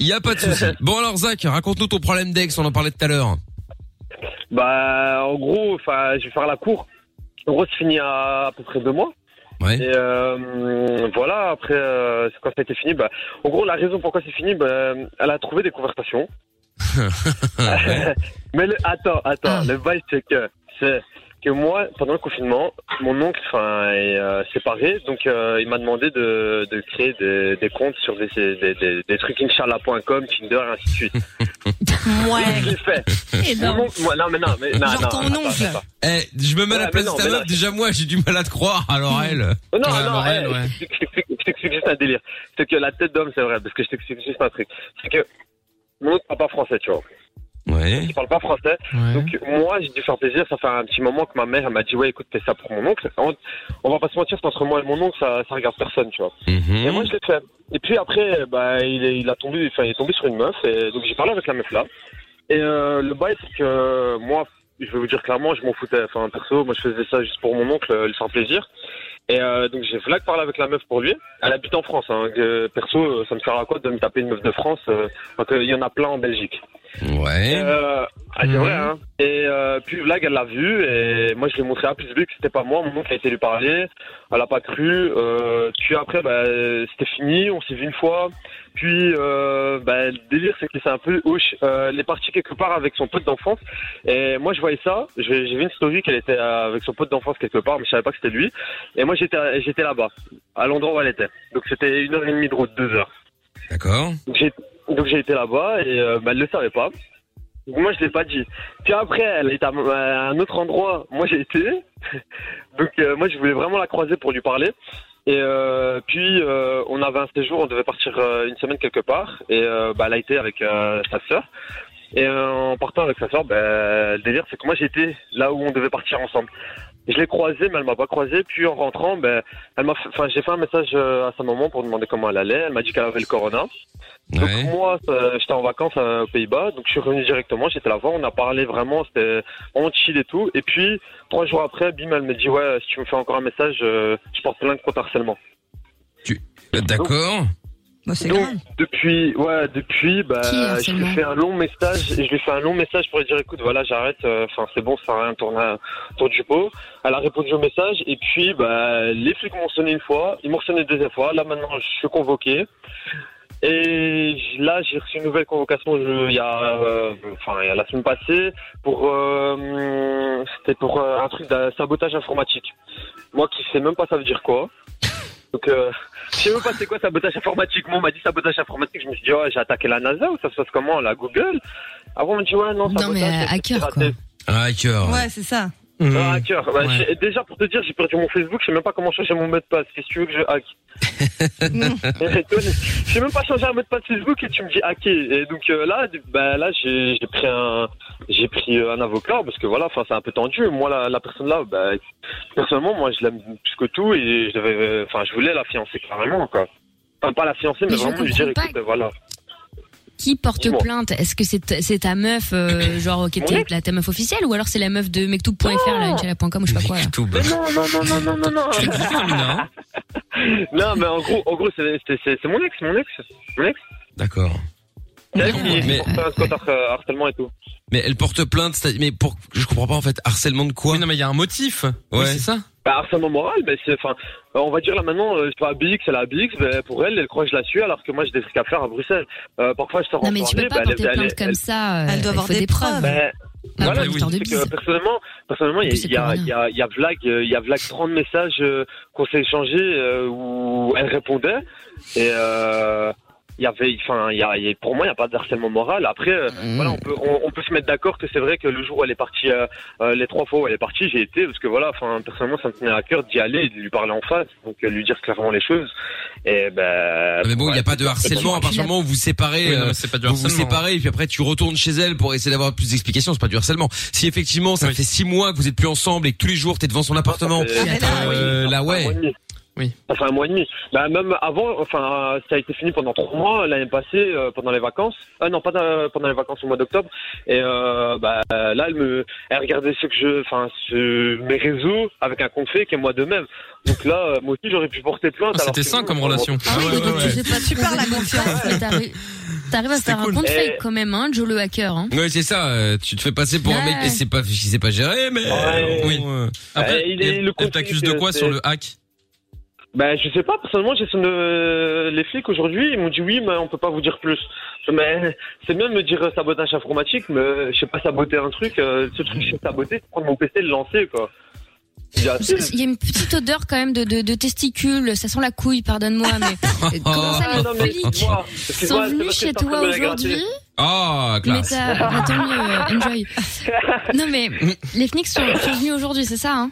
Speaker 2: Il y a pas de souci. Bon alors Zach, raconte-nous ton problème d'ex, on en parlait tout à l'heure.
Speaker 12: Bah, en gros, enfin, je vais faire la cour. En gros, c'est fini à, à peu près deux mois. Et euh, voilà, après, euh, c'est quand ça a été fini, bah, en gros, la raison pourquoi c'est fini, bah, elle a trouvé des conversations. Mais le, attends, attends, le bail, c'est que, c'est que moi, pendant le confinement, mon oncle enfin, est euh, séparé, donc euh, il m'a demandé de, de créer des, des comptes sur des, des, des, des trucs inchallah.com, Tinder, et ainsi de suite.
Speaker 4: Ouais.
Speaker 12: Je
Speaker 5: Eh
Speaker 12: l'ai
Speaker 5: ben.
Speaker 12: fait. Mon oncle- moi- non, mais non, mais non, non, attends, attends.
Speaker 2: Eh, je me mets à la
Speaker 12: Ouais,
Speaker 2: place
Speaker 12: mais
Speaker 2: de
Speaker 12: non,
Speaker 2: ta
Speaker 12: mais
Speaker 2: meuf,
Speaker 12: là-
Speaker 2: déjà moi j'ai du mal à te croire, alors elle.
Speaker 12: Euh, Non, non, hey, je t'explique- je t'explique juste un délire. C'est que la tête d'homme, c'est vrai, parce que je t'explique juste un truc. C'est que mon autre parle pas français, tu vois.
Speaker 2: Ouais.
Speaker 12: Il parle pas français. Donc, moi, j'ai dû faire plaisir. Ça fait un petit moment que ma mère elle m'a dit Ouais, écoute, fais ça pour mon oncle. On, on va pas se mentir, c'est entre moi et mon oncle, ça, ça regarde personne, tu vois. Et moi, je l'ai fait. Et puis après, bah, il, est, il, a tombé, enfin, il est tombé sur une meuf. Et donc, j'ai parlé avec la meuf là. Et euh, le bail, c'est que euh, moi, je vais vous dire clairement, je m'en foutais. Enfin, perso, moi, je faisais ça juste pour mon oncle, euh, lui faire plaisir. Et euh, donc, j'ai voulu parler avec la meuf pour lui. Elle habite en France. Hein, que, perso, euh, ça me sert à quoi de me taper une meuf de France euh, quand euh, il y en a plein en Belgique
Speaker 2: Ouais. Mhm.
Speaker 12: euh, ah, c'est vrai, hein. Et euh, puis là, elle l'a vu, et moi je lui ai montré à plus vu que c'était pas moi, mon oncle a été lui parler, elle a pas cru. Euh, puis après, bah, c'était fini, on s'est vu une fois. Puis euh, bah, le délire, c'est que c'est un peu hoche. Euh, elle est partie quelque part avec son pote d'enfance, et moi je voyais ça, j'ai j'ai vu une story qu'elle était euh, avec son pote d'enfance quelque part, mais je savais pas que c'était lui. Et moi j'étais j'étais là-bas, à l'endroit où elle était. Donc c'était une heure et demie de route, deux heures.
Speaker 2: D'accord.
Speaker 12: Donc j'ai donc j'ai été là-bas et euh, bah, elle le savait pas. Donc, moi je l'ai pas dit. Puis après elle est à, à un autre endroit. Moi j'ai été. donc euh, moi je voulais vraiment la croiser pour lui parler. Et euh, puis euh, on avait un séjour, on devait partir euh, une semaine quelque part. Et euh, bah, elle a été avec euh, sa sœur. Et euh, en partant avec sa sœur, bah, le délire c'est que moi j'étais là où on devait partir ensemble. Je l'ai croisée, mais elle m'a pas croisée. Puis en rentrant, ben, elle m'a, fait- enfin, j'ai fait un message euh, à sa maman pour demander comment elle allait. Elle m'a dit qu'elle avait le corona. Donc moi, euh, j'étais en vacances euh, aux Pays-Bas, donc je suis revenu directement. J'étais là-bas, on a parlé vraiment, c'était on chill et tout. Et puis trois jours après, bim, elle me dit ouais, si tu me fais encore un message, euh, je porte plainte contre harcèlement.
Speaker 2: D'accord.
Speaker 12: Donc, depuis, ouais, depuis, bah,
Speaker 2: Qui,
Speaker 9: hein,
Speaker 12: je
Speaker 2: harcèlement
Speaker 12: lui fais un long message, et je lui fais un long message pour lui dire, écoute, voilà, j'arrête, euh, enfin, c'est bon, ça sert à rien, tourne à- tourne du pot. Elle a répondu au message, et puis, bah, les flics m'ont sonné une fois, ils m'ont sonné une deuxième fois, là, maintenant, je suis convoqué. Et j- là, j'ai reçu une nouvelle convocation je- il y a, euh, enfin, il y a la semaine passée pour, euh, hum, c'était pour euh, un truc de sabotage informatique. Moi qui sais même pas ça veut dire quoi. Donc, euh, je sais même pas c'est quoi sabotage informatique. Moi, on m'a dit sabotage informatique. Je me suis dit, ouais, j'ai attaqué la NASA ou ça se passe comment, la Google Avant, on m'a dit, ouais, non,
Speaker 5: Non, mais
Speaker 12: sabotage.
Speaker 5: euh, hacker, quoi.
Speaker 2: Ah, hacker.
Speaker 4: Ouais, c'est ça.
Speaker 12: Ah, hacker. Bah, j'ai- Déjà, pour te dire, j'ai perdu mon Facebook. Je sais même pas comment changer mon mot de passe. Qu'est-ce que tu veux que je hack Et toi, Je sais même pas changer un mot de passe Facebook et tu me dis hacker. Et donc euh, là, du- bah, là j'ai j'ai pris un j'ai pris euh, un avocat parce que voilà, enfin c'est un peu tendu. Moi la, la personne là, bah, personnellement moi je l'aime plus que tout et je devais, enfin je voulais la fiancer carrément quoi. Enfin pas la fiancer mais,
Speaker 5: Mais je
Speaker 12: vraiment lui
Speaker 5: comprends
Speaker 12: dire
Speaker 5: pas.
Speaker 12: écoute euh, voilà.
Speaker 5: Qui porte
Speaker 12: Dis-moi.
Speaker 5: plainte Est-ce que c'est ta- c'est ta meuf, euh, genre, qui était
Speaker 12: Oui. Oh.
Speaker 5: la ta meuf officielle, ou alors c'est la meuf de mektoub.fr, là, inchallah.com, ou je sais pas quoi. là.
Speaker 12: Mais non non non non non non non. non mais en gros en gros c'est c'est- c'est- c'est mon ex mon ex mon ex.
Speaker 2: D'accord.
Speaker 12: C'est elle qui
Speaker 2: Mais-
Speaker 12: porte plainte contre, euh, harcèlement et tout.
Speaker 2: Mais elle porte plainte, c'est- mais pour je comprends pas en fait, harcèlement de quoi
Speaker 3: Non mais il y a un motif.
Speaker 2: Ouais.
Speaker 3: c'est ça.
Speaker 12: Bah, harcèlement moral, mais c'est, enfin, euh, on va dire là maintenant, euh, je pas à Bix, elle est à Bix, mais pour elle, elle croit que je la suis, alors que moi j'ai des trucs à faire à Bruxelles. Euh, parfois je sors en
Speaker 5: Non, mais tu
Speaker 12: soirée,
Speaker 5: peux pas
Speaker 12: bah, elle-
Speaker 5: porter
Speaker 12: elle-
Speaker 5: plainte
Speaker 12: elle-
Speaker 5: comme ça. euh,
Speaker 4: Elle doit
Speaker 5: il
Speaker 4: avoir
Speaker 5: faut
Speaker 4: des preuves.
Speaker 12: Ben,
Speaker 5: Ah,
Speaker 12: voilà,
Speaker 5: bah oui.
Speaker 12: c'est
Speaker 5: Histoire de
Speaker 12: que personnellement, personnellement, il y a, il y a, il y a, il y a Vlag, euh, il y a Vlag 30 messages euh, qu'on s'est échangés euh, où elle répondait et euh, il y avait, enfin, il y a, il y a- pour moi, il n'y a pas de harcèlement moral. Après, euh, voilà, on peut, on, on peut se mettre d'accord que c'est vrai que le jour où elle est partie, euh, euh, les trois fois où elle est partie, j'ai été parce que voilà, enfin, personnellement, ça me tenait à cœur d'y aller, et de lui parler en face, donc euh, lui dire clairement les choses. Et ben,
Speaker 2: Ah, Mais bon, il n'y
Speaker 12: ouais,
Speaker 2: a pas de
Speaker 12: c'est-
Speaker 2: harcèlement à partir du moment où vous séparez,
Speaker 3: Oui, non,
Speaker 2: euh,
Speaker 3: mais c'est pas du
Speaker 2: vous vous
Speaker 3: harcèlement.
Speaker 2: séparez et puis après tu retournes chez elle pour essayer d'avoir plus d'explications, c'est pas du harcèlement. Si
Speaker 3: Ah,
Speaker 2: Ah,
Speaker 3: euh,
Speaker 2: effectivement ça fait six mois que vous êtes plus ensemble et que tous les jours t'es devant son appartement,
Speaker 12: fait-
Speaker 2: euh, là ouais.
Speaker 3: Oui.
Speaker 12: Ça fait un mois et demi. Bah, même avant, enfin, euh, ça a été fini pendant trois mois l'année passée, euh, pendant les vacances. Ah non, pas dans- pendant les vacances au mois d'octobre. Et euh, bah, là, elle me, elle regardait ce que je, enfin, ce- mes réseaux avec un compte fake et moi de même. Donc là, euh, moi aussi, j'aurais pu porter plainte. alors
Speaker 3: Ah, C'était
Speaker 12: que
Speaker 3: sain
Speaker 12: non,
Speaker 3: comme
Speaker 12: enfin,
Speaker 3: relation. Ah,
Speaker 12: moi-
Speaker 5: super la confiance. mais t'arri- T'arrives à faire un compte fake quand même, hein, Joe le hacker. Hein.
Speaker 2: Ouais, c'est ça. euh, Tu te fais passer pour un mec
Speaker 5: Ouais.
Speaker 2: qui sait pas, qui sait pas gérer, mais euh,
Speaker 12: Oui.
Speaker 3: Après,
Speaker 12: il est-
Speaker 3: elle-
Speaker 12: le
Speaker 3: elle
Speaker 12: conflit,
Speaker 3: t'accuse de
Speaker 12: euh,
Speaker 3: quoi
Speaker 12: c'est-
Speaker 3: sur le hack
Speaker 12: Ben, je sais pas, personnellement, j'ai sonné euh, les flics aujourd'hui, ils m'ont dit oui, mais on peut pas vous dire plus. Mais c'est bien de me dire euh, sabotage informatique, mais euh, je sais pas saboter un truc, euh, ce truc que je sais saboter, c'est prendre mon PC et le lancer, quoi. J'ai dit, ah,
Speaker 5: Parce que Il y a une petite odeur quand même de, de, de testicules. Ça sent la couille, pardonne-moi, mais comment ça
Speaker 12: Ah. non,
Speaker 5: les
Speaker 12: mais
Speaker 5: flics
Speaker 12: excuse-moi,
Speaker 5: sont
Speaker 12: excuse-moi, c'est
Speaker 5: venus
Speaker 12: parce que
Speaker 5: chez
Speaker 12: t'es en
Speaker 5: toi
Speaker 12: train de me la gratter.
Speaker 5: aujourd'hui
Speaker 2: Ah,
Speaker 5: Mais
Speaker 2: classe.
Speaker 5: t'as, bah, tant mieux, euh, enjoy. Non mais les flics sont, sont venus aujourd'hui, c'est ça hein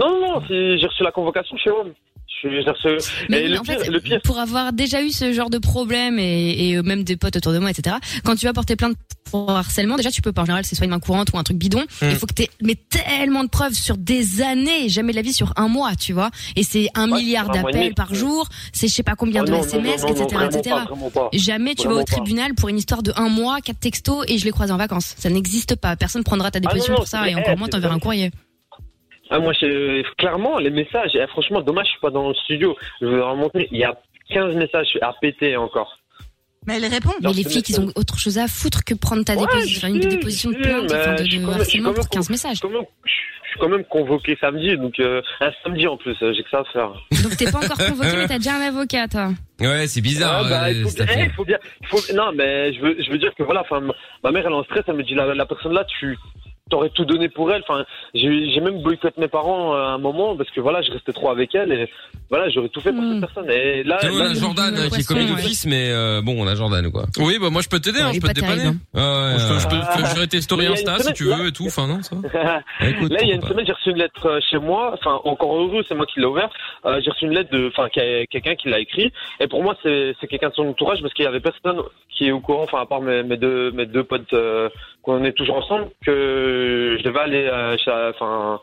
Speaker 12: Non, non, non, c'est- j'ai reçu la convocation chez Home. Je- J'ai reçu...
Speaker 5: Mais
Speaker 12: et
Speaker 5: oui,
Speaker 12: le
Speaker 5: en
Speaker 12: pire,
Speaker 5: fait,
Speaker 12: le pire,
Speaker 5: pour avoir déjà eu ce genre de problème et, et même des potes autour de moi, etc. Quand tu vas porter plainte pour harcèlement, déjà tu peux pas. En général, c'est soit une main courante ou un truc bidon.
Speaker 13: Mm.
Speaker 5: Il faut que t'aies mais tellement de preuves sur des années, jamais de la vie sur un mois, tu vois. Et c'est un
Speaker 13: Ouais,
Speaker 5: milliard
Speaker 13: un mois et
Speaker 5: d'appels
Speaker 13: demi.
Speaker 5: par jour, c'est je sais pas combien
Speaker 13: Oh
Speaker 5: de
Speaker 13: non, non,
Speaker 5: SMS,
Speaker 13: non, non,
Speaker 5: etc.,
Speaker 13: vraiment
Speaker 5: etc.
Speaker 13: pas, vraiment pas.
Speaker 5: Jamais tu vas au
Speaker 13: Vraiment pas.
Speaker 5: tribunal pour une histoire de un mois, quatre textos et je les croise en vacances. Ça n'existe pas. Personne prendra
Speaker 13: Ah
Speaker 5: ta
Speaker 12: non,
Speaker 5: déposition
Speaker 12: non,
Speaker 5: pour ça
Speaker 12: c'est-
Speaker 5: et
Speaker 12: eh,
Speaker 5: encore moins
Speaker 12: c'est
Speaker 5: t'enverras
Speaker 12: ça.
Speaker 5: un courrier.
Speaker 12: Ah, moi, je- clairement, les messages, eh, franchement, dommage, je suis pas dans le studio. Je vais vous montrer, il y a 15 messages à péter encore.
Speaker 5: Mais elle répond. Mais
Speaker 12: Non,
Speaker 5: les
Speaker 12: c'est
Speaker 5: filles, ils ont autre chose à foutre que prendre ta déposition, enfin, une déposition de plainte, enfin, de, de harcèlement pour 15 messages.
Speaker 12: Je suis quand même convoqué samedi, donc euh, un samedi en plus, euh, j'ai que ça à faire.
Speaker 5: Donc t'es pas encore convoqué, mais t'as déjà un avocat, toi.
Speaker 2: Ouais, c'est bizarre.
Speaker 12: Ah, bah,
Speaker 2: euh,
Speaker 12: il faut,
Speaker 2: cette
Speaker 12: eh,
Speaker 2: affaire.
Speaker 12: il faut bien, il faut- non, mais je veux, je veux dire que voilà, enfin, ma mère, elle est en stress, elle me dit, la, la personne là, tu t'aurais tout donné pour elle. Enfin, j'ai j'ai même boycotté mes parents euh, à un moment parce que voilà, je restais trop avec elle et voilà, j'aurais tout fait pour cette personne. Et là,
Speaker 2: Tiens, on
Speaker 12: là,
Speaker 2: a Jordan qui est commis d'office, mais euh, bon, on a Jordan quoi.
Speaker 3: Oui, bah moi je peux t'aider, hein, je peux te dépanner.
Speaker 2: Ouais,
Speaker 3: Je peux- je peux
Speaker 12: Ah.
Speaker 3: je peux gérer tes stories
Speaker 12: Mais il y a
Speaker 3: Insta
Speaker 12: une
Speaker 3: si tu
Speaker 12: semaine,
Speaker 3: veux et tout. Enfin non, ça.
Speaker 12: va.
Speaker 3: Écoute,
Speaker 12: là, il y a une
Speaker 3: pourquoi
Speaker 12: semaine, j'ai reçu une lettre euh, chez moi. Enfin, encore heureux, c'est moi qui l'ai ouvert. Euh, j'ai reçu une lettre de, enfin, qu'a- quelqu'un qui l'a écrit. Et pour moi, c'est c'est quelqu'un de son entourage parce qu'il y avait personne qui est au courant, enfin, à part mes, mes deux, mes deux potes euh, qu'on est toujours ensemble, que je devais aller, euh, chez la- enfin,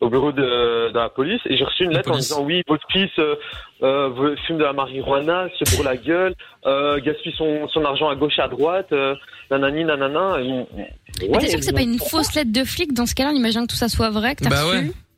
Speaker 12: au bureau de, de la police. Et j'ai reçu une lettre en disant oui, votre fils euh, euh, fume de la marijuana, se brûle la gueule, euh, gaspille son, son argent à gauche, à droite, euh, nanani, nanana. Et bon,
Speaker 5: Mais
Speaker 12: ouais,
Speaker 5: t'es sûr que c'est pas une fausse lettre de flic dans ce cas-là On imagine que tout ça soit vrai, que t'as
Speaker 12: Bah
Speaker 5: reçu.
Speaker 12: ouais.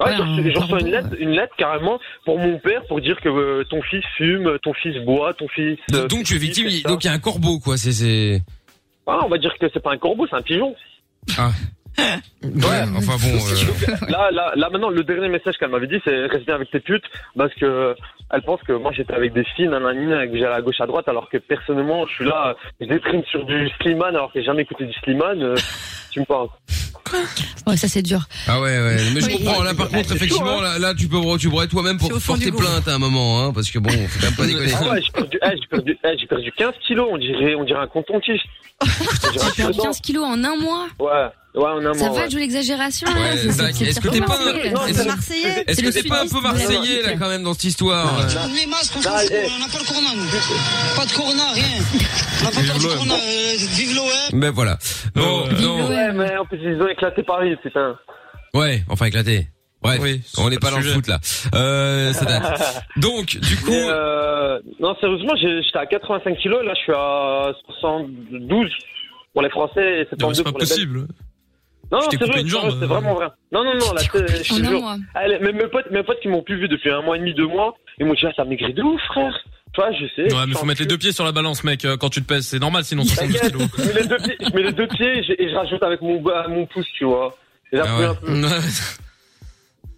Speaker 12: Ouais,
Speaker 5: Ouais,
Speaker 12: j'ai reçu-
Speaker 5: un
Speaker 12: j'ai reçu
Speaker 5: corbeau,
Speaker 12: une lettre, une lettre carrément pour mon père pour dire que euh, ton fils fume, ton fils boit, ton fils.
Speaker 2: Donc
Speaker 12: euh,
Speaker 2: tu es
Speaker 12: ton fils
Speaker 2: victime,
Speaker 12: fait ça.
Speaker 2: donc il y a un corbeau quoi, c'est c'est.
Speaker 12: Ah, on va dire que c'est pas un corbeau, c'est un pigeon.
Speaker 2: Ah. Ouais, enfin bon. euh,
Speaker 12: Là, là, là, maintenant, le dernier message qu'elle m'avait dit, c'est rester avec tes putes parce que elle pense que moi j'étais avec des filles, nanani, nanana, que j'allais à gauche à droite, alors que personnellement, je suis là, je déprime sur du Slimane alors que j'ai jamais écouté du Slimane. euh, tu me parles.
Speaker 5: Ouais, ça c'est dur.
Speaker 2: Ah ouais, ouais. Mais je
Speaker 5: Oui.
Speaker 2: comprends. Là, par contre,
Speaker 12: C'est
Speaker 2: effectivement,
Speaker 12: chaud,
Speaker 2: là, là, tu peux, tu pourrais toi-même pour
Speaker 12: C'est au fond
Speaker 2: porter
Speaker 12: du gouffre.
Speaker 2: plainte à un moment, hein, parce que bon, faut quand même pas déconner.
Speaker 12: Ah ouais, j'ai perdu, eh, j'ai perdu, eh, j'ai perdu 15 kilos, on dirait, on dirait un contontiste.
Speaker 5: J'ai perdu 15 kilos en un mois.
Speaker 12: Ouais, ouais, en un
Speaker 5: Ça
Speaker 12: mois,
Speaker 5: va,
Speaker 12: ouais.
Speaker 5: Joe l'exagération
Speaker 2: Ouais,
Speaker 5: hein, c'est-
Speaker 2: Zach,
Speaker 5: c'est-
Speaker 2: est-ce
Speaker 5: c'est
Speaker 2: que t'es
Speaker 5: pire
Speaker 2: pas,
Speaker 5: marseillais.
Speaker 2: un- est-ce- est-ce que
Speaker 5: le
Speaker 2: t'es pas un peu
Speaker 5: sudiste de la-
Speaker 2: marseillais là quand même dans cette histoire euh
Speaker 14: Les masques, franchement, c'est bon, on n'a pas le corona, nous. Pas de corona, rien. On n'a pas peur du
Speaker 2: l'OM.
Speaker 14: corona. euh, Vive l'OM.
Speaker 2: Ben voilà. Bon, non.
Speaker 12: Ouais, mais en plus, ils ont éclaté Paris, putain.
Speaker 2: Ouais, enfin éclaté. Bref, on n'est pas dans le foot là. Euh, ça date. Donc, du
Speaker 12: coup. euh, non, sérieusement, j'ai- j'étais à 85 kilos, là je suis à 72 pour les Français et 72
Speaker 3: c'est pas
Speaker 12: pour les Belges.
Speaker 3: possible.
Speaker 12: Non,
Speaker 3: Je t'ai
Speaker 12: c'est
Speaker 3: coupé
Speaker 12: vrai,
Speaker 3: une
Speaker 12: c'est
Speaker 3: jambe. hein.
Speaker 12: vrai, c'est vraiment vrai. Non, non, non, là, c'est- je
Speaker 5: En
Speaker 12: te
Speaker 5: un
Speaker 12: jure.
Speaker 5: mois.
Speaker 12: Allez, mais mes potes, mes potes qui m'ont plus vu depuis un mois et demi, deux mois, ils m'ont dit, ah, ça maigrit de ouf, frère. Tu vois, je sais.
Speaker 3: Ouais, mais faut mettre les deux pieds sur la balance, mec, euh, quand tu te pèses. C'est normal, sinon 72 kilos.
Speaker 12: Je mets les deux pieds, je mets les deux pieds et, je, et je rajoute avec mon, ba- mon pouce, tu vois. Et là,
Speaker 2: Ah
Speaker 12: plus
Speaker 2: ouais.
Speaker 12: un peu.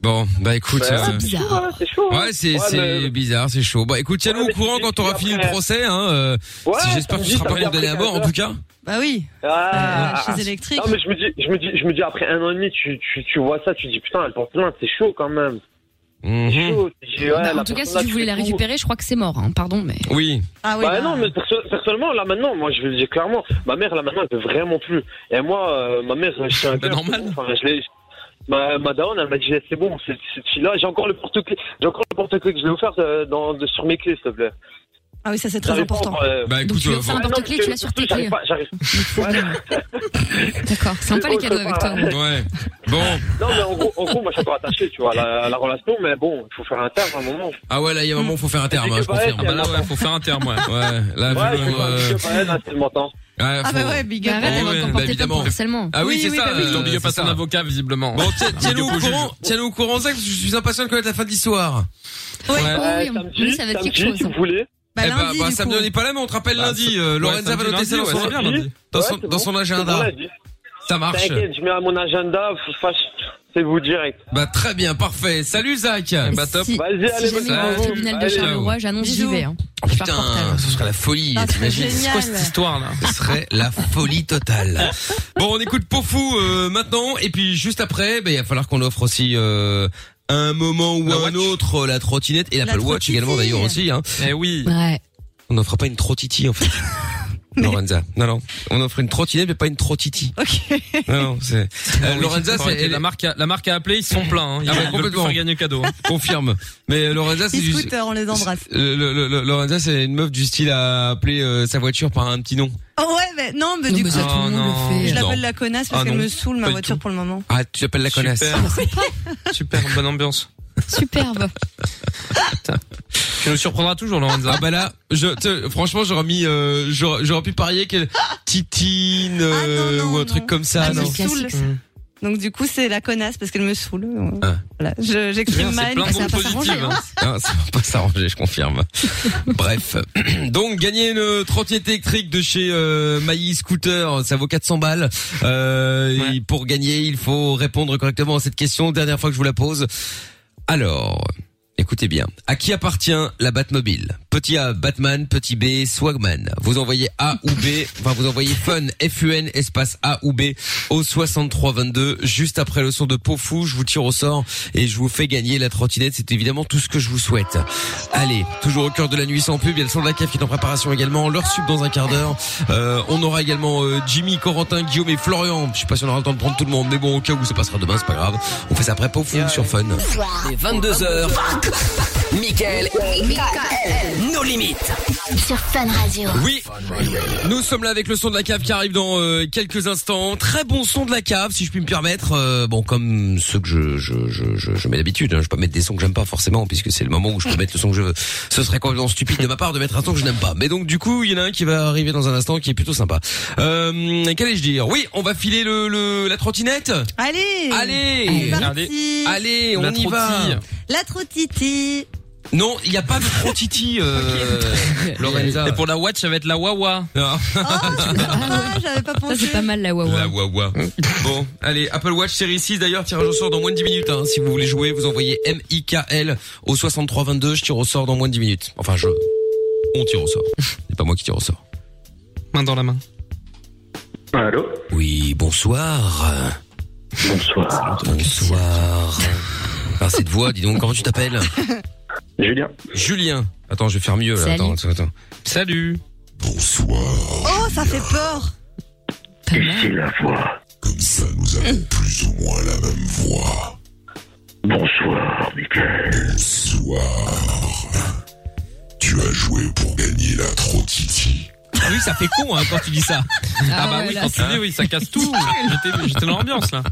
Speaker 2: Bon, bah écoute.
Speaker 12: Ouais,
Speaker 2: euh,
Speaker 12: c'est bizarre, hein, c'est chaud, hein.
Speaker 2: Ouais, c'est
Speaker 12: Ouais,
Speaker 2: c'est
Speaker 12: mais-
Speaker 2: bizarre, c'est chaud. Bah écoute, tiens-nous au courant quand t'auras fini le procès. Hein, euh,
Speaker 12: Ouais,
Speaker 2: si J'espère que tu
Speaker 12: samedi,
Speaker 2: seras pas
Speaker 12: samedi
Speaker 2: condamné à
Speaker 12: après
Speaker 2: mort en tout cas.
Speaker 4: Bah oui.
Speaker 12: Ah,
Speaker 4: Euh, chaise électrique.
Speaker 12: Non, mais je me dis, je me dis, je me dis, après un an et demi, tu, tu, tu vois ça, tu dis, putain, elle porte plainte, c'est chaud quand même.
Speaker 2: Mhm.
Speaker 5: Bah, en tout cas, si tu voulais la récupérer, je crois que c'est mort. hein, Pardon, mais.
Speaker 2: Oui.
Speaker 5: Ah oui,
Speaker 12: bah,
Speaker 5: bah.
Speaker 12: non, mais perso- personnellement, là maintenant, moi je vais le dire clairement, ma mère là maintenant elle veut vraiment plus. Et moi, euh, ma mère, je suis un peu normal. Enfin, je l'ai. Ma, ma daronne, elle m'a dit c'est bon, cette, cette fille-là, j'ai encore le porte-clés, j'ai encore le porte-clés que je l'ai offert euh, dans, de- sur mes clés, s'il te plaît.
Speaker 4: Ah oui, ça c'est très
Speaker 12: J'arrive pas à
Speaker 4: important.
Speaker 12: en parler.
Speaker 2: Bah,
Speaker 5: écoute, tu
Speaker 4: euh,
Speaker 5: lui offres un
Speaker 12: Ouais, non,
Speaker 5: porte-clés,
Speaker 12: parce
Speaker 5: tu
Speaker 12: que
Speaker 5: l'as sur tes clés.
Speaker 12: j'arrive pas- J'arrive.
Speaker 5: D'accord, sympa les cadeaux avec toi.
Speaker 2: Ouais. Bon.
Speaker 12: Non, mais en gros, en gros, moi, je suis encore attaché, tu vois, à la, à la relation, mais bon, il faut faire un terme à un moment.
Speaker 2: Ah ouais, là, il y a un moment, faut faire un terme, hein, je confirme.
Speaker 12: Ah bah là,
Speaker 2: ouais, faut faire un terme, ouais. Ouais, là,
Speaker 12: Ouais,
Speaker 2: vu
Speaker 12: je
Speaker 2: le-
Speaker 12: sais pas, je sais pas, là, tu m'entends.
Speaker 2: Ouais,
Speaker 4: Ah
Speaker 2: faut-
Speaker 4: bah ouais, big up.
Speaker 5: Arrête, elle va
Speaker 2: Ouais,
Speaker 5: te
Speaker 2: bah,
Speaker 5: comporter comme
Speaker 2: évidemment.
Speaker 5: harcèlement.
Speaker 2: Ah oui,
Speaker 3: Oui,
Speaker 2: c'est
Speaker 3: oui,
Speaker 2: ça.
Speaker 3: bah oui.
Speaker 2: euh,
Speaker 3: Ton big up à
Speaker 2: c'est
Speaker 3: ton
Speaker 2: ça.
Speaker 3: avocat, visiblement.
Speaker 2: Bon, tiens-
Speaker 3: Big
Speaker 2: tiens-nous
Speaker 3: up
Speaker 2: au
Speaker 3: au juge.
Speaker 2: courant, tiens-nous au courant, Zach, parce que je suis impatient de connaître la fin de l'histoire.
Speaker 5: Oui,
Speaker 2: Ouais.
Speaker 5: Ah oui, oui,
Speaker 12: samedi,
Speaker 5: oui, ça va être quelque
Speaker 12: samedi,
Speaker 5: chose.
Speaker 12: si vous voulez.
Speaker 4: Bah,
Speaker 2: Eh
Speaker 4: lundi, du
Speaker 2: samedi,
Speaker 4: coup.
Speaker 2: on n'est pas là, mais on te rappelle
Speaker 3: Bah,
Speaker 2: lundi.
Speaker 3: c'est-
Speaker 2: Euh,
Speaker 3: ouais,
Speaker 2: Lorenza va
Speaker 3: samedi,
Speaker 2: noter ça
Speaker 3: lundi,
Speaker 2: dans
Speaker 3: ouais,
Speaker 2: son,
Speaker 3: c'est bien, lundi.
Speaker 2: dans
Speaker 12: Ouais,
Speaker 2: son,
Speaker 12: c'est
Speaker 2: dans
Speaker 12: bon,
Speaker 2: son
Speaker 12: c'est bon,
Speaker 2: agenda.
Speaker 12: lundi.
Speaker 2: Ça marche.
Speaker 12: T'inquiète, je mets à mon agenda, fâche, c'est vous direct.
Speaker 2: Bah, très bien, parfait. Salut, Zach. Bah, top.
Speaker 5: Si,
Speaker 12: Vas-y,
Speaker 5: si jamais
Speaker 12: allez,
Speaker 5: il va
Speaker 12: bonne
Speaker 5: au
Speaker 12: soirée.
Speaker 5: tribunal de
Speaker 12: Allez,
Speaker 5: Charleroi, j'annonce j'y
Speaker 4: Bisous.
Speaker 5: vais. hein.
Speaker 2: Oh, Putain, ce serait la folie,
Speaker 4: Ah,
Speaker 2: t'imagines
Speaker 4: c'est génial.
Speaker 3: C'est quoi cette histoire, là
Speaker 2: Ce serait la folie totale. Bon, on écoute Pofou euh, maintenant, et puis juste après, ben, il va falloir qu'on offre aussi euh, un moment ou un autre euh, la trottinette et l'Apple
Speaker 4: La
Speaker 2: Watch également d'ailleurs aussi. Hein.
Speaker 3: Eh oui.
Speaker 5: Ouais.
Speaker 2: On n'offre pas une trottiti en fait. Lorenza, non non, on offre une trottinette mais pas une trottiti.
Speaker 4: Ok.
Speaker 2: Non, non, c'est Euh,
Speaker 3: Ah oui,
Speaker 2: Lorenza, c'est
Speaker 3: faut arrêter.
Speaker 2: elle-
Speaker 3: la marque, a, la marque a appelé, ils sont pleins. Hein. Ils
Speaker 2: Ah bah,
Speaker 3: veulent plus
Speaker 2: complètement.
Speaker 3: faire gagner le cadeau. hein.
Speaker 2: confirme. Mais euh, Lorenza, c'est
Speaker 4: Les
Speaker 2: du...
Speaker 4: scooters, on les embrasse.
Speaker 2: Le- le- le- le- Lorenza, c'est une meuf du style à appeler euh, sa voiture par un petit nom.
Speaker 4: Oh ouais, mais non, mais
Speaker 5: Non,
Speaker 4: du
Speaker 5: mais
Speaker 4: coup,
Speaker 5: ça, tout le monde
Speaker 2: non.
Speaker 5: le fait.
Speaker 4: je
Speaker 2: non.
Speaker 4: l'appelle la connasse parce
Speaker 2: Ah
Speaker 4: qu'elle
Speaker 2: non,
Speaker 4: me saoule
Speaker 2: pas
Speaker 4: ma
Speaker 2: du
Speaker 4: voiture pour le moment.
Speaker 2: Ah, tu appelles la connasse.
Speaker 3: Super. Super, bonne ambiance.
Speaker 5: Superbe.
Speaker 3: Tu nous surprendras toujours, Lorenza.
Speaker 2: Ah bah là, je, te- franchement, j'aurais mis, euh, j'aurais j'aurais pu parier qu'elle titine
Speaker 4: Ah,
Speaker 2: euh,
Speaker 4: non, non,
Speaker 2: ou un
Speaker 4: non.
Speaker 2: truc comme ça.
Speaker 5: Ah,
Speaker 4: Elle me
Speaker 2: non. Mm.
Speaker 5: c'est
Speaker 4: saoule.
Speaker 5: classique.
Speaker 4: Donc du coup, c'est la connasse parce qu'elle me saoule.
Speaker 2: Ah.
Speaker 4: Voilà, je- j'exprime
Speaker 3: Bien,
Speaker 4: ma
Speaker 3: c'est
Speaker 4: haine.
Speaker 3: plein
Speaker 5: bah,
Speaker 3: de
Speaker 5: ça va
Speaker 3: bons
Speaker 5: pas s'arranger,
Speaker 3: positifs. hein.
Speaker 2: Ah, ça va pas s'arranger, je confirme. Bref, donc gagner une trottinette électrique de chez euh, Maï Scooter, ça vaut 400 balles. Euh,
Speaker 3: Ouais.
Speaker 2: et Pour gagner, il faut répondre correctement à cette question. Dernière fois que je vous la pose. Alors, écoutez bien. À qui appartient la Batmobile Petit A, Batman. Petit B, Swagman. Vous envoyez A ou B. Enfin, vous envoyez Fun, F-U-N, espace A ou B au 6322. Juste après le son de Pofou, je vous tire au sort et je vous fais gagner la trottinette. C'est évidemment tout ce que je vous souhaite. Allez, toujours au cœur de la nuit sans pub. Il y a le son de la CAF qui est en préparation également. Leur sub dans un quart d'heure. Euh, on aura également euh, Jimmy, Corentin, Guillaume et Florian. Je sais pas si on aura le temps de prendre tout le monde, mais bon, au cas où ça passera demain, c'est pas grave. On fait ça après Pofou sur Fun.
Speaker 1: Les 22h. Michael. Nos limites.
Speaker 13: Sur Fun Radio.
Speaker 2: Oui, nous sommes là avec le son de la cave qui arrive dans euh, quelques instants. Très bon son de la cave, si je puis me permettre. Euh, bon, comme ceux que je je je je, je mets d'habitude, hein. je peux pas mettre des sons que j'aime pas forcément, puisque c'est le moment où je peux mettre le son que je veux. Ce serait complètement stupide de ma part de mettre un son que je n'aime pas. Mais donc du coup, il y en a un qui va arriver dans un instant qui est plutôt sympa. Euh, Qu'allais-je dire Oui, on va filer le, le la trottinette.
Speaker 4: Allez,
Speaker 2: Allez,
Speaker 4: c'est
Speaker 3: regardez.
Speaker 4: parti.
Speaker 2: allez, on
Speaker 3: La
Speaker 2: y va.
Speaker 3: trottille.
Speaker 4: La trottiti.
Speaker 2: Non, il n'y a pas de trottiti, euh, Lorenza.
Speaker 3: Et pour la watch, ça va être la Wawa.
Speaker 2: Non.
Speaker 4: Oh, c'est sympa, j'avais pas
Speaker 5: Ah, Ça,
Speaker 4: pensé.
Speaker 5: c'est pas mal, la Wawa.
Speaker 2: La Wawa. bon, allez, Apple Watch série 6 d'ailleurs, tirage au sort dans moins de 10 minutes. hein. Si vous voulez jouer, vous envoyez MIKL au 6322, je tire au sort dans moins de 10 minutes. Enfin, je... On tire au sort. C'est pas moi qui tire au sort.
Speaker 3: Main dans la main.
Speaker 12: Allô
Speaker 2: Oui, bonsoir.
Speaker 12: Bonsoir.
Speaker 2: Bonsoir. Par cette voix, dis donc, comment tu t'appelles
Speaker 12: Julien.
Speaker 2: Julien. Attends, je vais faire mieux là.
Speaker 5: Salut.
Speaker 2: Attends, attends, attends.
Speaker 3: Salut.
Speaker 4: Oh, ça fait peur.
Speaker 5: Pas mal.
Speaker 12: la voix.
Speaker 15: Comme ça, nous avons plus ou moins la même voix.
Speaker 12: Bonsoir, Michael.
Speaker 15: Bonsoir. Tu as joué pour gagner la Trotiti.
Speaker 2: Oui, ça fait con hein, quand tu dis ça.
Speaker 3: Ah, bah
Speaker 5: ouais,
Speaker 3: oui,
Speaker 5: là,
Speaker 3: quand tu dis oui, ça casse tout. J'étais- J'étais dans l'ambiance, là.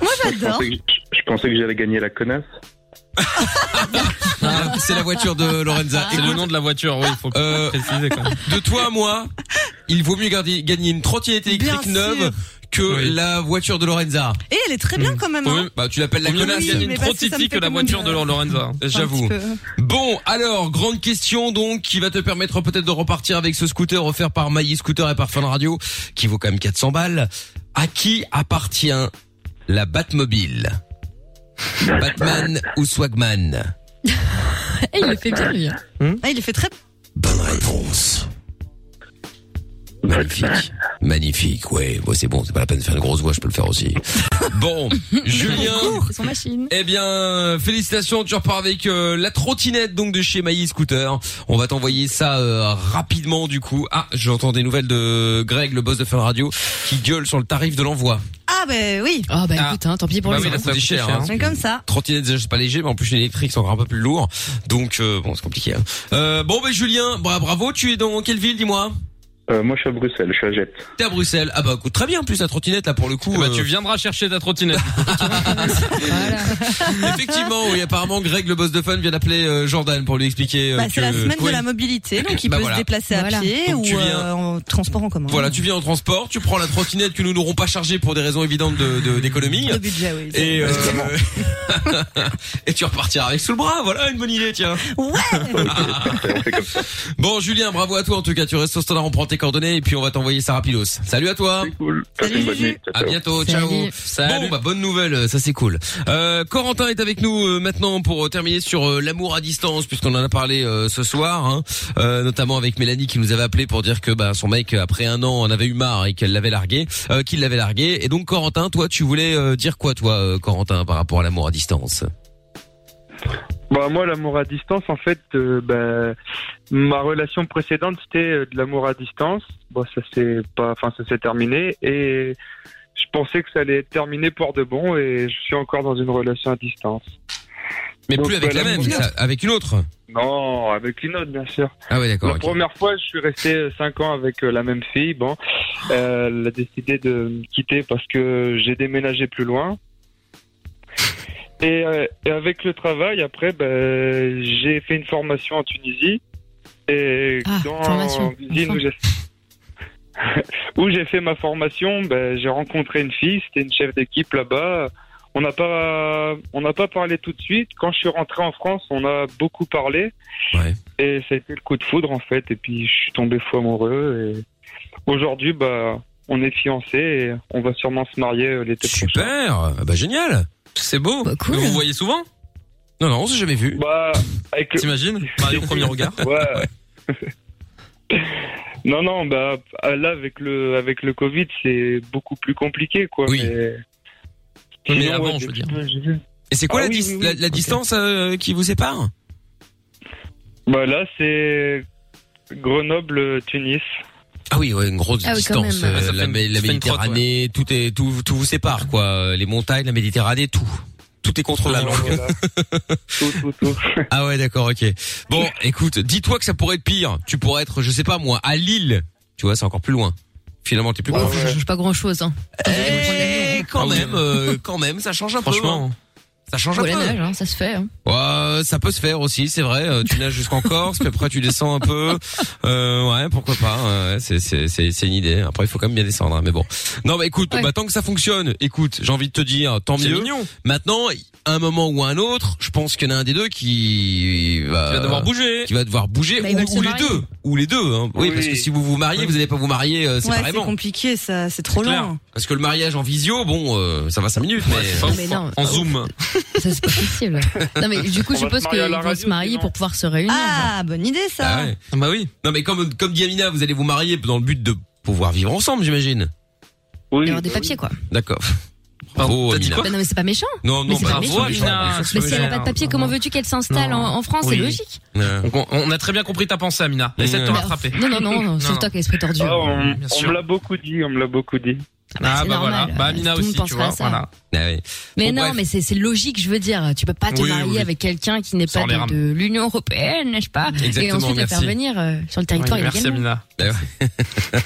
Speaker 4: Moi, j'adore.
Speaker 9: Je pensais que j'allais gagner la connasse.
Speaker 2: Ah, C'est la voiture de Lorenza.
Speaker 3: C'est le nom de la voiture, oui, il faut
Speaker 2: Euh,
Speaker 3: préciser quand même.
Speaker 2: de toi à moi, il vaut mieux garder- gagner une trottinette électrique
Speaker 4: Bien
Speaker 2: neuve
Speaker 4: sûr.
Speaker 2: que
Speaker 3: Oui. Mm.
Speaker 2: la voiture de Lorenza.
Speaker 4: Et elle est très bien quand même.
Speaker 3: Faut
Speaker 4: hein.
Speaker 3: même-
Speaker 2: Bah, tu l'appelles la
Speaker 3: Faut mieux
Speaker 2: connasse.
Speaker 4: Oui,
Speaker 3: gagner
Speaker 4: mais
Speaker 3: une
Speaker 4: parce que
Speaker 3: trop
Speaker 4: ça me fait
Speaker 3: que la
Speaker 4: comme
Speaker 3: voiture
Speaker 4: une-
Speaker 3: de Lorenza.
Speaker 2: J'avoue.
Speaker 4: Un petit peu.
Speaker 2: Bon, alors, grande question donc, qui va te permettre peut-être de repartir avec ce scooter offert par Mailly Scooter et par Fun Radio, qui vaut quand même 400 balles. À qui appartient la Batmobile Batman ou Swagman
Speaker 4: hein.
Speaker 2: Hmm
Speaker 5: Eh, il le fait bien, lui.
Speaker 4: Ah, il est fait très.
Speaker 15: Bonne réponse.
Speaker 2: Magnifique. Magnifique, ouais. Bon, c'est bon, c'est pas la peine de faire une grosse voix, je peux le faire aussi. Bon, Julien.
Speaker 5: Son machine.
Speaker 2: Eh bien, félicitations, tu repars avec euh, la trottinette donc de chez Maï Scooter. On va t'envoyer ça euh, rapidement du coup. Ah, j'entends des nouvelles de Greg, le boss de Fun Radio, qui gueule sur le tarif de l'envoi.
Speaker 4: Ah, bah oui.
Speaker 5: Ah, bah écoute, hein, tant pis pour
Speaker 2: Bah
Speaker 5: les
Speaker 2: oui,
Speaker 5: gens.
Speaker 2: là, ça va coûter cher, hein.
Speaker 4: C'est comme ça.
Speaker 2: Trottinette déjà c'est pas léger, mais en plus l'électrique sont un peu plus lourd. Donc euh, bon, c'est compliqué. hein. Euh, bon,
Speaker 3: bah,
Speaker 2: ben Julien, bra- bravo. Tu es dans quelle ville, dis-moi
Speaker 9: Euh, moi, je suis à Bruxelles, je suis à Jette.
Speaker 2: T'es à Bruxelles. Ah bah écoute, très bien. En plus la trottinette là pour le coup.
Speaker 3: Bah,
Speaker 2: euh,
Speaker 3: tu viendras chercher ta trottinette.
Speaker 2: Effectivement, oui, apparemment Greg le boss de fun vient d'appeler euh, Jordan pour lui expliquer euh,
Speaker 4: Bah,
Speaker 2: que-
Speaker 4: c'est la semaine
Speaker 2: Ouais.
Speaker 4: de la mobilité, donc il
Speaker 2: Bah
Speaker 4: peut
Speaker 2: voilà.
Speaker 4: se déplacer à
Speaker 2: Voilà.
Speaker 4: pied
Speaker 2: Donc
Speaker 4: ou
Speaker 2: tu viens-
Speaker 4: euh, en transport en commun.
Speaker 2: Voilà, tu viens en transport, tu prends la trottinette que nous n'aurons pas chargée pour des raisons évidentes de- de- d'économie.
Speaker 4: Le budget, oui.
Speaker 2: et, euh, et tu repartiras avec sous le bras, voilà une bonne idée, tiens.
Speaker 4: Ouais.
Speaker 2: bon, Julien, bravo à toi en tout cas, tu restes au standard, on prend tes coordonnées et puis on va t'envoyer ça rapidos. Salut à toi.
Speaker 9: Passez une bonne nuit. Ciao,
Speaker 2: À
Speaker 9: ciao.
Speaker 2: bientôt, ciao. Bon, bah, bonne nouvelle, ça c'est cool. Euh, Corentin est avec nous euh, maintenant pour euh, terminer sur euh, l'amour à distance, puisqu'on en a parlé euh, ce soir, hein, euh, notamment avec Mélanie qui nous avait appelé pour dire que bah, son mec, après un an, en avait eu marre et qu'elle l'avait largué, euh, qu'il l'avait largué. Et donc, Corentin, toi, tu voulais euh, dire quoi, toi, euh, Corentin, par rapport à l'amour à distance
Speaker 9: Bah, moi, l'amour à distance, en fait, euh, bah, ma relation précédente, c'était euh, de l'amour à distance. Bon, ça s'est pas, enfin, ça s'est terminé et je pensais que ça allait être terminé pour de bon et je suis encore dans une relation à distance.
Speaker 2: Mais
Speaker 9: Donc,
Speaker 2: plus avec
Speaker 9: bah,
Speaker 2: la même,
Speaker 9: première-
Speaker 2: ça- avec une autre.
Speaker 9: Non, avec une autre, bien sûr.
Speaker 2: Ah ouais, d'accord.
Speaker 9: La
Speaker 2: ok.
Speaker 9: première fois, je suis resté 5 ans avec euh, la même fille. Bon, Euh, elle a décidé de me quitter parce que j'ai déménagé plus loin. Et, euh, et avec le travail, après, ben, j'ai fait une formation en Tunisie. Et
Speaker 13: Ah,
Speaker 9: dans
Speaker 13: formation,
Speaker 9: l'usine où
Speaker 13: enfin.
Speaker 9: j'ai où j'ai fait ma formation, ben, j'ai rencontré une fille, c'était une chef d'équipe là-bas. On n'a pas, on n'a pas parlé tout de suite. Quand je suis rentré en France, on a beaucoup parlé. Et ça a été le coup de foudre en fait. Et puis je suis tombé fou amoureux. Et aujourd'hui, bah, on est fiancés et on va sûrement se marier euh, l'été prochain.
Speaker 2: Super, bah génial. C'est beau.
Speaker 3: Vous vous voyez souvent
Speaker 2: Non, non, on s'est jamais vu.
Speaker 9: Bah, avec
Speaker 3: T'imagines Marié Bah, au premier regard.
Speaker 9: Ouais. Non, non, bah là avec le avec le Covid, c'est beaucoup plus compliqué, quoi. Mais,
Speaker 2: Mais
Speaker 9: Sinon,
Speaker 2: avant,
Speaker 9: ouais,
Speaker 2: je veux
Speaker 9: depuis
Speaker 2: dire.
Speaker 9: peu, j'ai vu.
Speaker 2: Et c'est quoi
Speaker 9: Ah
Speaker 2: la,
Speaker 9: oui,
Speaker 2: dis-
Speaker 9: oui, oui.
Speaker 2: la- la distance euh, qui vous sépare
Speaker 9: Bah là, c'est Grenoble, Tunis.
Speaker 2: Ah oui, ouais, une grosse
Speaker 9: Ah oui, quand
Speaker 2: distance.
Speaker 9: même.
Speaker 2: euh,
Speaker 9: Ah, ça
Speaker 2: la,
Speaker 9: fait une-
Speaker 2: mé- la
Speaker 9: ça fait une trotte,
Speaker 2: Méditerranée, tout est tout, tout vous sépare quoi. Euh, Les montagnes, la Méditerranée, tout. Tout est contre la langue. ah ouais, d'accord, ok. Bon, écoute, dis-toi que ça pourrait être pire. Tu pourrais être, je sais pas moi, à Lille. Tu vois, c'est encore plus loin. Finalement, t'es plus
Speaker 5: Bon,
Speaker 2: loin.
Speaker 5: Ça change pas grand chose. Hein.
Speaker 2: Et Euh. Eh,
Speaker 9: Ah
Speaker 2: quand même, euh, quand même, ça change un peu.
Speaker 5: Franchement.
Speaker 2: hein. Ça change un
Speaker 5: Pour la
Speaker 2: peu.
Speaker 5: nage, hein, ça se fait. hein.
Speaker 2: Ouais, ça peut se faire aussi, c'est vrai. Euh, Tu nages jusqu'en Corse, puis après tu descends un peu. Euh, ouais, pourquoi pas. ouais, c'est- c'est c'est- c'est une idée. Après, il faut quand même bien descendre, hein, mais bon. Non, mais écoute, bah, tant que ça fonctionne, écoute, j'ai envie de te dire, tant
Speaker 3: C'est
Speaker 2: mieux.
Speaker 3: mignon.
Speaker 2: Maintenant, à un moment ou à un autre, je pense qu'il y en a un des deux qui va,
Speaker 3: Qui va devoir bouger.
Speaker 2: Qui va devoir bouger,
Speaker 4: Bah, ils
Speaker 2: ou,
Speaker 4: veulent se
Speaker 2: ou les
Speaker 4: marier.
Speaker 2: deux. Ou les deux. Hein. Oui,
Speaker 4: Oui.
Speaker 2: parce que si vous vous mariez, vous n'allez pas vous marier euh,
Speaker 4: Ouais, c'est
Speaker 2: séparément.
Speaker 4: compliqué, ça, c'est trop
Speaker 2: Clair.
Speaker 4: long.
Speaker 2: Parce que le mariage en visio, bon, euh, ça va 5 minutes, mais,
Speaker 5: Mais non. Ah,
Speaker 2: en zoom.
Speaker 5: Ça, c'est pas possible. Non, mais du coup,
Speaker 2: On
Speaker 5: je
Speaker 2: va se
Speaker 5: suppose
Speaker 2: marier à
Speaker 5: qu'ils
Speaker 2: la
Speaker 5: vont se marier pour pouvoir se réunir.
Speaker 4: Ah, bonne idée ça.
Speaker 2: Ah ouais. Bah oui. Non mais comme comme dit Amina, vous allez vous marier dans le but de pouvoir vivre ensemble, j'imagine.
Speaker 9: Oui.
Speaker 5: Il y aura des papiers, quoi.
Speaker 2: D'accord. Bravo, Amina.
Speaker 5: Bah non, mais c'est pas méchant.
Speaker 2: Non,
Speaker 5: Mais
Speaker 2: non,
Speaker 5: c'est
Speaker 2: bah
Speaker 5: pas
Speaker 2: non,
Speaker 5: méchant.
Speaker 2: c'est pas
Speaker 5: Mais si
Speaker 2: méchant.
Speaker 5: elle a pas de papier, comment veux-tu qu'elle s'installe en, en France C'est
Speaker 3: Oui.
Speaker 5: logique.
Speaker 3: On, on a très bien compris ta pensée, Amina. Essaie de te
Speaker 5: Bah,
Speaker 3: rattraper.
Speaker 5: Non, non, non, non, c'est toi qui as l'esprit tordu.
Speaker 9: Ah, on
Speaker 3: Bien
Speaker 9: on
Speaker 3: sûr.
Speaker 9: me l'a beaucoup dit, on me l'a beaucoup dit.
Speaker 3: Ah
Speaker 5: c'est
Speaker 3: bah voilà,
Speaker 5: normal,
Speaker 3: bah
Speaker 5: euh,
Speaker 3: Amina
Speaker 9: Ah
Speaker 5: tout le monde
Speaker 3: aussi, tu
Speaker 5: pensera
Speaker 3: vois,
Speaker 5: à ça.
Speaker 3: voilà.
Speaker 2: Ah
Speaker 5: Mais
Speaker 3: Bon,
Speaker 5: non,
Speaker 3: bref.
Speaker 5: mais c'est c'est logique, je veux dire. Tu peux pas te
Speaker 3: Oui,
Speaker 5: marier
Speaker 3: oui.
Speaker 5: avec quelqu'un qui n'est
Speaker 3: Sans
Speaker 5: pas
Speaker 3: les
Speaker 5: de,
Speaker 3: rames.
Speaker 5: de l'Union européenne, n'est-ce pas Et
Speaker 3: Exactement,
Speaker 5: ensuite la faire
Speaker 3: merci.
Speaker 5: venir euh, sur le territoire
Speaker 3: Oui, merci
Speaker 5: illégalement.
Speaker 3: Amina.
Speaker 2: Bah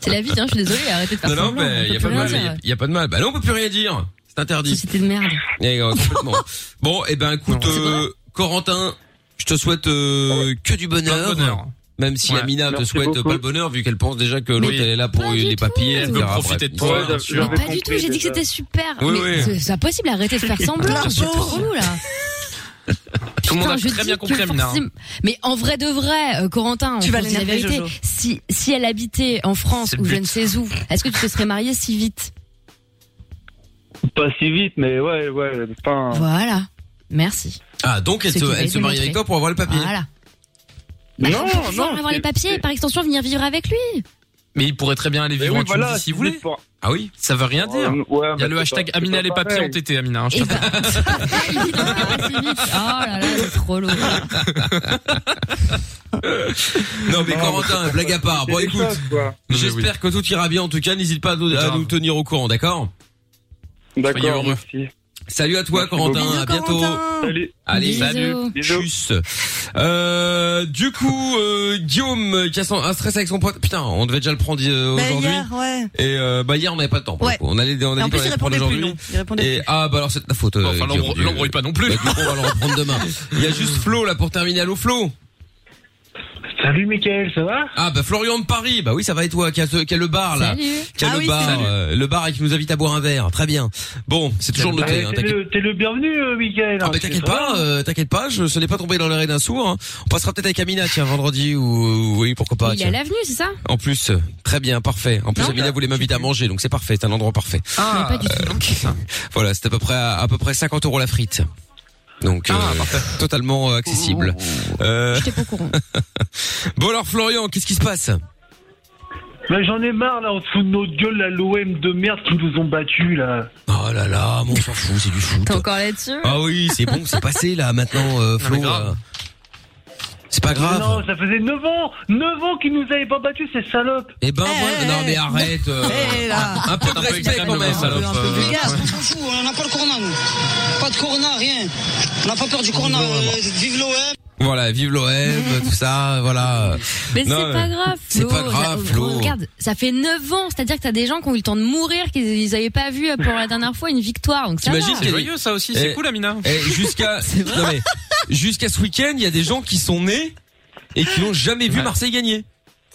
Speaker 5: C'est la vie, hein, je suis désolée, arrêtez de faire
Speaker 2: Non, non,
Speaker 5: semblant. hein, on
Speaker 2: mais
Speaker 5: peut
Speaker 2: y a
Speaker 5: plus
Speaker 2: pas de
Speaker 5: rien
Speaker 2: mal.
Speaker 5: dire.
Speaker 2: y a- Y a pas de mal. Bah non, on peut plus rien dire. C'est interdit.
Speaker 5: C'était de merde.
Speaker 2: Eh, euh, complètement. bon, et ben écoute, euh, Corentin, je te souhaite euh, que du bonheur. Même si
Speaker 3: Ouais.
Speaker 2: Amina te
Speaker 3: Merci
Speaker 2: souhaite
Speaker 3: beaucoup.
Speaker 2: pas le bonheur, vu qu'elle pense déjà que l'autre elle est là pour les papiers,
Speaker 3: Elle veut
Speaker 2: etc.
Speaker 3: profiter de
Speaker 2: Bref.
Speaker 3: toi, bien sûr.
Speaker 5: Pas du tout, j'ai dit que c'était super.
Speaker 2: Oui,
Speaker 5: mais
Speaker 2: oui.
Speaker 5: c'est- c'est impossible, arrêtez de faire semblant.
Speaker 2: Bravo.
Speaker 5: C'est trop relou, là.
Speaker 3: Tout le monde
Speaker 5: Putain,
Speaker 3: a
Speaker 5: je
Speaker 3: très
Speaker 5: dis
Speaker 3: bien
Speaker 5: que
Speaker 3: compris
Speaker 2: hein.
Speaker 3: Amina.
Speaker 5: forcément- Mais en vrai de vrai, euh, Corentin, on
Speaker 4: Tu vas
Speaker 5: se dit la
Speaker 4: l'énerver,
Speaker 5: vérité.
Speaker 4: Jojo.
Speaker 5: Si, si elle habitait en France
Speaker 9: C'est le
Speaker 5: ou je
Speaker 9: but.
Speaker 5: ne sais où, est-ce que tu te serais marié si vite
Speaker 9: Pas si vite, mais ouais, ouais. Enfin,
Speaker 5: Voilà. Merci.
Speaker 2: Ah, donc elle
Speaker 5: Ce
Speaker 2: se,
Speaker 5: qui va
Speaker 2: elle
Speaker 5: être
Speaker 2: se marie
Speaker 5: démontré.
Speaker 2: avec toi pour avoir le papier.
Speaker 5: Voilà. Bah,
Speaker 3: Non,
Speaker 5: pour pouvoir
Speaker 3: non,
Speaker 5: avoir les papiers et par extension venir vivre avec lui.
Speaker 3: Mais il pourrait très bien aller vivre
Speaker 9: oui,
Speaker 3: en
Speaker 9: voilà,
Speaker 3: Tunisie s'il
Speaker 9: c'est
Speaker 3: voulait.
Speaker 9: pour-
Speaker 3: Ah oui Ça veut rien dire.
Speaker 9: Ouais, ouais,
Speaker 3: il y
Speaker 9: mais
Speaker 3: a le
Speaker 9: c'est
Speaker 3: hashtag
Speaker 9: pas- c'est
Speaker 3: Amina
Speaker 9: pas
Speaker 3: les papiers
Speaker 9: pareil.
Speaker 3: ont été, Amina. hein,
Speaker 5: Eh
Speaker 3: je te rappelle.
Speaker 5: ben, Assez vite. Oh là là, c'est trop
Speaker 2: Bah,
Speaker 5: lourd.
Speaker 2: Non mais Corentin, blague à part. Bon écoute, j'espère que tout ira bien en tout cas. N'hésite pas à nous, à nous tenir au courant, d'accord Soyez
Speaker 9: D'accord,
Speaker 2: heureux.
Speaker 9: merci.
Speaker 2: Salut à toi Corentin, à bientôt.
Speaker 9: Salut.
Speaker 2: Allez,
Speaker 9: Bisous.
Speaker 2: salut. Tchuss. Euh, du coup, euh, Guillaume qui a son- un stress avec son pote. Putain, on devait déjà le prendre euh,
Speaker 4: Bah,
Speaker 2: aujourd'hui.
Speaker 4: hier, ouais.
Speaker 2: Et euh, bah hier on n'avait pas le temps. pour
Speaker 4: Ouais.
Speaker 2: le coup. On allait on
Speaker 4: Et
Speaker 2: allait
Speaker 4: en plus, il
Speaker 2: prendre
Speaker 4: répondait plus,
Speaker 2: aujourd'hui.
Speaker 4: non. Il répondait
Speaker 2: Et ah bah alors c'est de ta faute.
Speaker 3: Enfin, l'embrouille- l'embrouille
Speaker 2: pas non plus. Bah, du coup on va le reprendre demain. Il y a juste Flo là pour terminer. Allô Flo.
Speaker 13: Salut Mickaël, ça va
Speaker 2: Ah bah Florian de Paris. Bah oui ça va et toi qui a, ce- qui a le bar là.
Speaker 13: Salut.
Speaker 2: Qui a
Speaker 13: Ah
Speaker 2: le
Speaker 13: oui,
Speaker 2: bar,
Speaker 13: salut.
Speaker 2: euh, le bar et qui nous invite à boire un verre. Très bien. Bon c'est toujours
Speaker 13: Bah,
Speaker 2: noté. hein,
Speaker 13: T'es
Speaker 2: t'inquiète
Speaker 13: le, t'es le bienvenu, euh, Mickaël.
Speaker 2: Ah
Speaker 13: hein,
Speaker 2: bah
Speaker 13: c'est
Speaker 2: t'inquiète
Speaker 13: ça.
Speaker 2: pas, euh, t'inquiète pas, je ce n'est pas tombé dans l'oreille d'un sourd. hein. On passera peut-être avec Amina, tiens, vendredi ou ou- oui pourquoi pas.
Speaker 5: il est
Speaker 2: tiens.
Speaker 5: à l'avenue, c'est ça
Speaker 2: En plus, euh, très bien, parfait. En plus,
Speaker 5: Non,
Speaker 2: Amina voulait m'inviter à manger, donc c'est parfait, c'est un endroit parfait.
Speaker 5: Ah, pas du tout.
Speaker 2: Voilà, c'est à peu près à, à peu près 50 euros la frite. Donc euh, totalement euh, accessible. Euh,
Speaker 5: J'étais pas au courant.
Speaker 2: bon alors Florian, qu'est-ce qui se passe
Speaker 13: Bah, J'en ai marre, là, en dessous de notre gueule, là, l'OM de merde qui nous ont battus, là.
Speaker 2: Oh là là, mon s'en fout, c'est du foot.
Speaker 5: T'es encore là-dessus
Speaker 2: Ah oui, c'est bon, c'est passé là maintenant euh, Flo. euh, c'est pas grave.
Speaker 13: Non, ça faisait 9 ans 9 ans qu'ils nous avaient pas battus, ces salopes
Speaker 2: Eh ben, voilà- non mais arrête. euh,
Speaker 13: Eh, là.
Speaker 2: Un peu de respect quand même.
Speaker 13: salope, euh,
Speaker 14: Les gars, on s'en fout, on n'a pas le corona, nous. Pas de corona, rien. On n'a pas peur du corona.
Speaker 2: bah,
Speaker 14: euh, vive l'OM.
Speaker 2: Voilà, vive l'OM, tout ça, voilà.
Speaker 5: Mais
Speaker 2: Non,
Speaker 5: c'est pas grave,
Speaker 2: C'est
Speaker 5: Flo.
Speaker 2: pas grave,
Speaker 5: Ça-
Speaker 2: Flo.
Speaker 5: Regarde, ça fait 9 ans, c'est-à-dire que t'as des gens qui ont eu le temps de mourir, qu'ils ils avaient pas vu pour la dernière fois une victoire, donc ça va.
Speaker 2: T'imagines qu'il y a des- Eh, eh, jusqu'à non, mais jusqu'à ce week-end, il y a des gens qui sont nés et qui n'ont jamais vu Marseille gagner.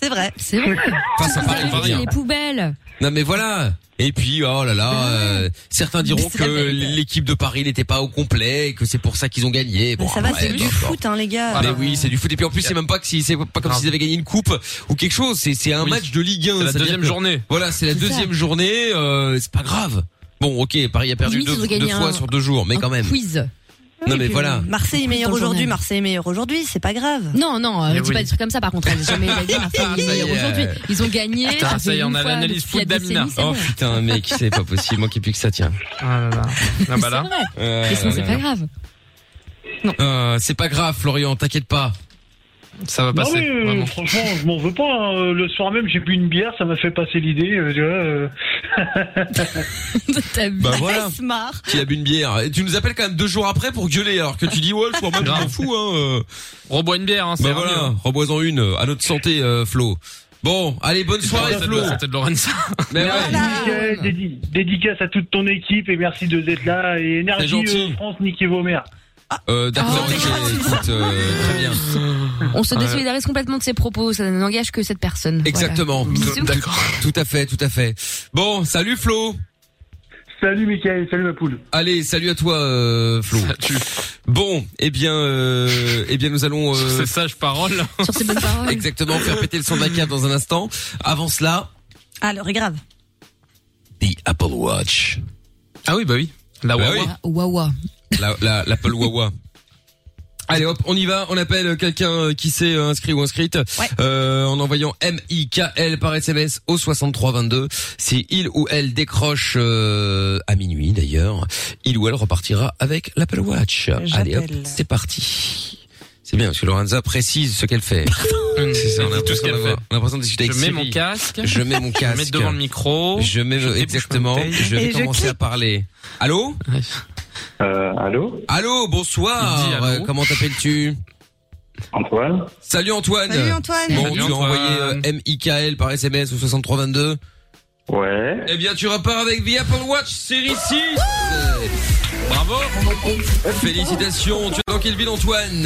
Speaker 4: C'est vrai.
Speaker 5: C'est vrai.
Speaker 2: Enfin, ça
Speaker 5: Vous
Speaker 2: paraît
Speaker 5: avez
Speaker 2: pas
Speaker 5: vu
Speaker 2: bien.
Speaker 5: les poubelles.
Speaker 2: Non mais voilà. Et puis oh là là, euh, certains diront
Speaker 4: Mais c'est la
Speaker 2: que l'équipe de Paris n'était pas au complet, et que c'est pour ça qu'ils ont gagné. Bon,
Speaker 4: Mais ça va,
Speaker 2: après,
Speaker 4: c'est
Speaker 2: peu
Speaker 4: du
Speaker 2: importe.
Speaker 4: foot, hein, les gars.
Speaker 2: Mais oui, c'est du foot. Et puis en plus, c'est même pas que si, c'est pas comme s'ils avaient gagné une coupe ou quelque chose. C'est, c'est un match de Ligue 1.
Speaker 3: C'est
Speaker 2: ça veut
Speaker 3: la
Speaker 2: dire
Speaker 3: deuxième
Speaker 2: que-
Speaker 3: journée.
Speaker 2: Voilà, c'est la
Speaker 3: C'est ça.
Speaker 2: deuxième journée. euh, c'est pas grave. Bon, ok, Paris a perdu
Speaker 5: Limite,
Speaker 2: deux,
Speaker 5: ils ont gagné
Speaker 2: deux fois
Speaker 5: un-
Speaker 2: sur deux jours, mais
Speaker 5: un
Speaker 2: quand même.
Speaker 5: Quiz.
Speaker 2: Non mais voilà.
Speaker 4: Marseille est meilleur
Speaker 5: Dans le
Speaker 4: aujourd'hui,
Speaker 5: journal.
Speaker 4: Marseille est meilleur aujourd'hui, c'est pas grave.
Speaker 5: Non, non, euh,
Speaker 4: Mais
Speaker 5: dis
Speaker 4: oui.
Speaker 5: pas des trucs comme ça par contre. elle a Jamais gagné Marseille
Speaker 4: Ah, ça
Speaker 5: est
Speaker 4: y
Speaker 5: meilleure
Speaker 4: est.
Speaker 5: aujourd'hui.
Speaker 2: euh,
Speaker 5: Ils ont gagné.
Speaker 4: Putain,
Speaker 5: ça
Speaker 4: ça
Speaker 5: fait
Speaker 4: y est, on
Speaker 5: une
Speaker 4: a
Speaker 5: fois
Speaker 4: l'analyse
Speaker 5: depuis
Speaker 4: foot
Speaker 5: la décennie,
Speaker 4: d'Amina.
Speaker 5: c'est
Speaker 2: Oh
Speaker 5: vrai.
Speaker 2: putain, mec, c'est pas possible. Moi qui plus que ça, tiens.
Speaker 3: Ah là là. Ah bah là.
Speaker 5: C'est
Speaker 2: Euh,
Speaker 5: vrai. Mais sinon, c'est pas grave.
Speaker 2: Euh, c'est pas grave, Florian. T'inquiète pas. Ça va
Speaker 13: Non, mais euh, franchement, je m'en veux pas. hein. Euh, Le soir même, j'ai bu une bière, ça m'a fait passer l'idée. euh, tu vois, euh.
Speaker 2: Bah voilà.
Speaker 4: Smart.
Speaker 2: Qui a bu une bière. Et tu nous appelles quand même deux jours après pour gueuler alors que tu dis ouais, le soir même, je m'en fous. Hein, euh.
Speaker 3: Rebois une bière, hein, c'est
Speaker 2: Bah
Speaker 3: rare
Speaker 2: voilà,
Speaker 3: mieux.
Speaker 2: reboisons une euh, à notre santé, euh, Flo. Bon, allez, bonne soirée,
Speaker 3: Ça
Speaker 2: Flo.
Speaker 3: doit- ça doit être Lorenza.
Speaker 2: Mais ouais.
Speaker 13: Mickaël,
Speaker 2: Ah.
Speaker 13: dédi- dédicace à toute ton équipe et merci de être là. Et énergie
Speaker 2: gentil.
Speaker 13: euh, France, niquez vos mères.
Speaker 2: Euh, D'accord, ok, écoute, euh, très bien.
Speaker 5: On se
Speaker 2: Ouais.
Speaker 5: désolidarise complètement de ses propos. Ça n'engage que cette personne.
Speaker 2: Exactement.
Speaker 5: Bisous.
Speaker 2: D'accord. Tout à fait, tout à fait. Bon, salut Flo.
Speaker 13: Salut Mickaël, salut ma poule.
Speaker 2: Allez, salut à toi euh, Flo. Bon, eh bien, euh, eh bien, nous allons. Euh,
Speaker 3: Ces sages paroles.
Speaker 5: Sur ces bonnes paroles.
Speaker 2: Exactement. Faire péter le son de la cave dans un instant. Avant cela,
Speaker 4: Ah, le regarde.
Speaker 2: the Apple Watch. Ah oui, bah oui. La
Speaker 5: Wawa. Wawa.
Speaker 2: La- la- L'Apple Wawa. Allez hop, on y va, on appelle quelqu'un euh, qui s'est euh, inscrit ou inscrite euh, en envoyant M-I-K-L par SMS au 6322. Si il ou elle décroche euh, à minuit d'ailleurs, il ou elle repartira avec l'Apple Watch. Allez hop, c'est parti. C'est bien parce que Lorenza précise ce qu'elle fait. C'est ça, on a
Speaker 3: Elle dit Hum, tout
Speaker 2: l'impression
Speaker 3: ce qu'elle
Speaker 2: d'avoir-
Speaker 3: fait.
Speaker 2: on a l'impression de discuter
Speaker 3: Je
Speaker 2: avec
Speaker 3: mets
Speaker 2: Siri.
Speaker 3: mon casque.
Speaker 2: Je mets mon casque.
Speaker 3: Je mets devant le micro.
Speaker 2: Je mets
Speaker 3: Je débouche
Speaker 2: exactement.
Speaker 3: ma bouteille.
Speaker 2: Je vais
Speaker 3: Et je
Speaker 2: commencer
Speaker 3: clique.
Speaker 2: à parler. Allô
Speaker 16: Euh, Allô
Speaker 2: Allô, bonsoir.
Speaker 16: Il dit allô.
Speaker 2: Euh, Comment t'appelles-tu
Speaker 16: Antoine.
Speaker 2: Salut Antoine.
Speaker 16: Salut Antoine.
Speaker 2: Bon,
Speaker 16: Salut
Speaker 2: tu as
Speaker 16: Antoine.
Speaker 2: envoyé euh, MIKL par SMS au 6322.
Speaker 16: Ouais.
Speaker 2: Eh bien, tu repars avec The Apple Watch Série 6. Bravo. Félicitations. Tu es dans quelle ville, Antoine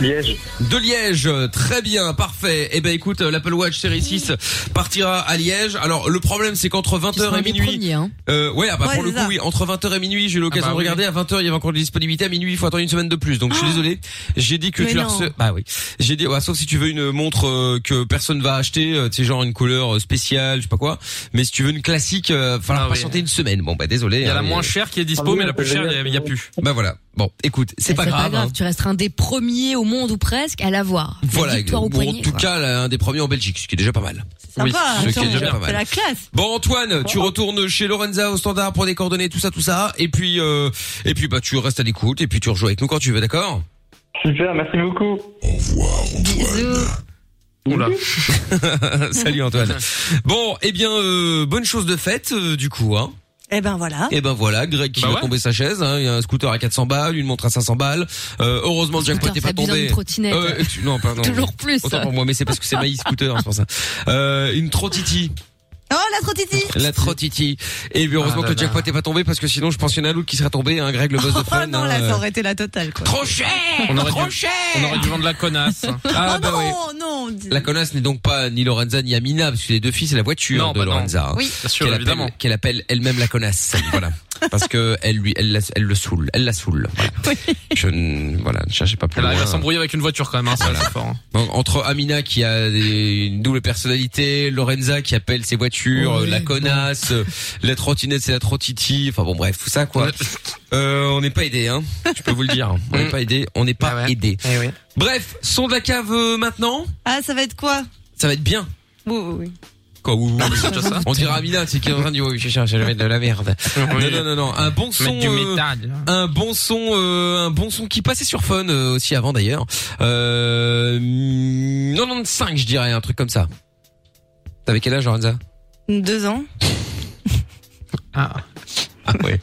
Speaker 16: Liège.
Speaker 2: De Liège, très bien, parfait. Eh ben écoute, euh, l'Apple Watch Série 6 partira à Liège. Alors le problème c'est qu'entre
Speaker 5: seras
Speaker 2: 20h
Speaker 5: un
Speaker 2: et
Speaker 5: des
Speaker 2: minuit
Speaker 5: premiers, hein.
Speaker 2: euh, ouais, ah bah
Speaker 5: Ouais,
Speaker 2: pour le
Speaker 5: c'est
Speaker 2: coup
Speaker 5: ça.
Speaker 2: oui, entre 20h et minuit, j'ai eu l'occasion
Speaker 3: Ah bah
Speaker 2: de
Speaker 3: oui. Ah.
Speaker 2: regarder à 20h, il y avait encore de disponibilité à minuit, il faut attendre une semaine de plus. Donc je suis désolé. J'ai dit que
Speaker 3: Mais
Speaker 2: tu la
Speaker 3: non.
Speaker 2: rece- bah oui. J'ai dit ouais, sauf si tu veux une montre euh, que personne va acheter, euh, tu sais genre une couleur euh, spéciale, je sais pas quoi, mais si tu veux une classique, euh, falloir
Speaker 3: Ah oui.
Speaker 2: patienter une semaine. Bon bah désolé.
Speaker 3: Il y a
Speaker 2: hein,
Speaker 3: la
Speaker 2: mais-
Speaker 3: moins chère qui est dispo, mais la plus Eh, chère, il y a- il y a plus.
Speaker 2: Bah voilà. Bon, écoute, c'est
Speaker 5: Eh, C'est
Speaker 2: pas grave. hein.
Speaker 5: Tu resteras un des premiers au monde ou presque à l'avoir.
Speaker 2: Voilà,
Speaker 5: victoire au
Speaker 2: ou en
Speaker 5: poignet, hein,
Speaker 2: tout
Speaker 5: quoi.
Speaker 2: cas là, un des premiers en Belgique, ce qui est déjà pas mal.
Speaker 4: Sympa, hein,
Speaker 2: ce qui
Speaker 4: attends,
Speaker 2: est déjà pas
Speaker 4: c'est
Speaker 2: mal.
Speaker 4: la classe.
Speaker 2: Bon Antoine, tu retournes chez Lorenza au standard pour des coordonnées, tout ça, tout ça, et puis euh, et puis bah tu restes à l'écoute et puis tu rejoues avec nous quand tu veux, d'accord
Speaker 16: Super, merci beaucoup.
Speaker 2: Oula. Salut Antoine. Bon, eh bien euh, bonne chose de faite euh, du coup, hein.
Speaker 4: Eh ben voilà.
Speaker 5: Ah.
Speaker 2: Et ben voilà, Greg qui
Speaker 3: Bah
Speaker 2: va
Speaker 3: ouais.
Speaker 2: tomber sa chaise. hein. Il y a un scooter à 400 balles, une montre à 500 balles. Euh, heureusement, Jackpot
Speaker 5: Scooter,
Speaker 2: n'est pas
Speaker 5: ça abuse
Speaker 2: tombé.
Speaker 5: d'une trottinette.
Speaker 2: Euh, tu- non, pardon.
Speaker 5: Toujours plus.
Speaker 2: Autant pour moi, mais c'est parce que c'est maïs scooter, c'est pour ça. Euh, une trottiti,
Speaker 4: Oh, la trottiti
Speaker 2: la trottiti. Et puis heureusement
Speaker 3: Ah là
Speaker 2: que le
Speaker 3: là.
Speaker 2: jackpot n'est pas tombé parce que sinon je pense qu'il y en a un autre qui serait tombé. Hein, Greg le boss de
Speaker 4: Oh
Speaker 2: Fran.
Speaker 4: non,
Speaker 2: hein,
Speaker 4: là, ça
Speaker 2: euh,
Speaker 4: aurait été la totale, quoi.
Speaker 2: Trop cher
Speaker 3: On aurait
Speaker 2: Trop
Speaker 3: dû-
Speaker 2: cher
Speaker 3: On aurait dû vendre la connasse.
Speaker 2: Ah,
Speaker 4: oh
Speaker 2: bah
Speaker 4: non,
Speaker 2: oui.
Speaker 4: non. dis-
Speaker 2: La connasse n'est donc pas ni Lorenza ni Amina, parce que les deux filles, c'est la voiture
Speaker 3: Non,
Speaker 2: de
Speaker 3: bah non.
Speaker 2: Lorenza. hein,
Speaker 3: Oui. Bien sûr,
Speaker 2: qu'elle
Speaker 3: évidemment.
Speaker 2: appelle- Qu'elle appelle elle-même la connasse. voilà. Parce que elle lui, elle, la- elle le saoule. Elle la saoule. Voilà. Je ne, voilà, ne cherchez pas plus
Speaker 3: Elle arrive
Speaker 2: loin.
Speaker 3: à s'embrouiller avec une voiture quand même, hein, ça, c'est fort. hein.
Speaker 2: Donc, entre Amina qui a des- une double personnalité, Lorenza qui appelle ses voitures, euh, la connasse, euh, la trottinette c'est la trottiti, enfin bon bref, tout ça quoi. Euh, on n'est pas aidé, hein. Je peux vous le dire. On n'est pas aidé. On n'est pas aidé. Bref, son de la cave euh, maintenant.
Speaker 4: Ah, ça va être quoi
Speaker 2: Ça va être bien.
Speaker 4: Oui, oui, oui.
Speaker 2: Quoi, oui, oui, oui.
Speaker 4: c'est déjà ça.
Speaker 2: On dirait Amina, c'est qui est en train de dire, oui, je cherche, je vais de la merde. Non, non, non, non, un bon son,
Speaker 3: Mettre du
Speaker 2: euh,
Speaker 3: métal. hein.
Speaker 2: un bon son, euh, un bon son qui passait sur Fun euh, aussi avant d'ailleurs. Euh, 95, je dirais, un truc comme ça. T'avais quel âge, Lorenza
Speaker 4: Deux ans.
Speaker 3: Ah.
Speaker 2: Ah ouais.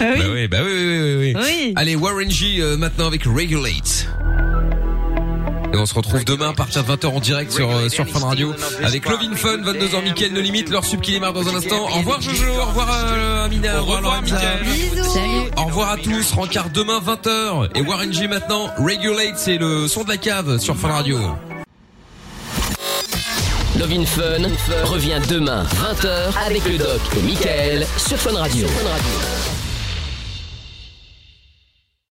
Speaker 4: Ah oui.
Speaker 2: Bah oui, bah oui, oui, oui, oui.
Speaker 4: Oui.
Speaker 2: Allez, Warren G euh, maintenant avec Regulate. Et on se retrouve demain à partir de 20h en direct sur, euh, sur Fun Radio avec Lovin Fun, 22h Mickaël, No Limite, leur sub qui démarre dans un instant. Au revoir Jojo, au revoir euh, Amina, au revoir Lorenza. Au revoir à tous, rencard demain 20h. Et Warren G maintenant, Regulate, c'est le son de la cave sur Fun Radio.
Speaker 1: Lovin Fun revient demain 20h avec le doc et Michael sur Fun Radio.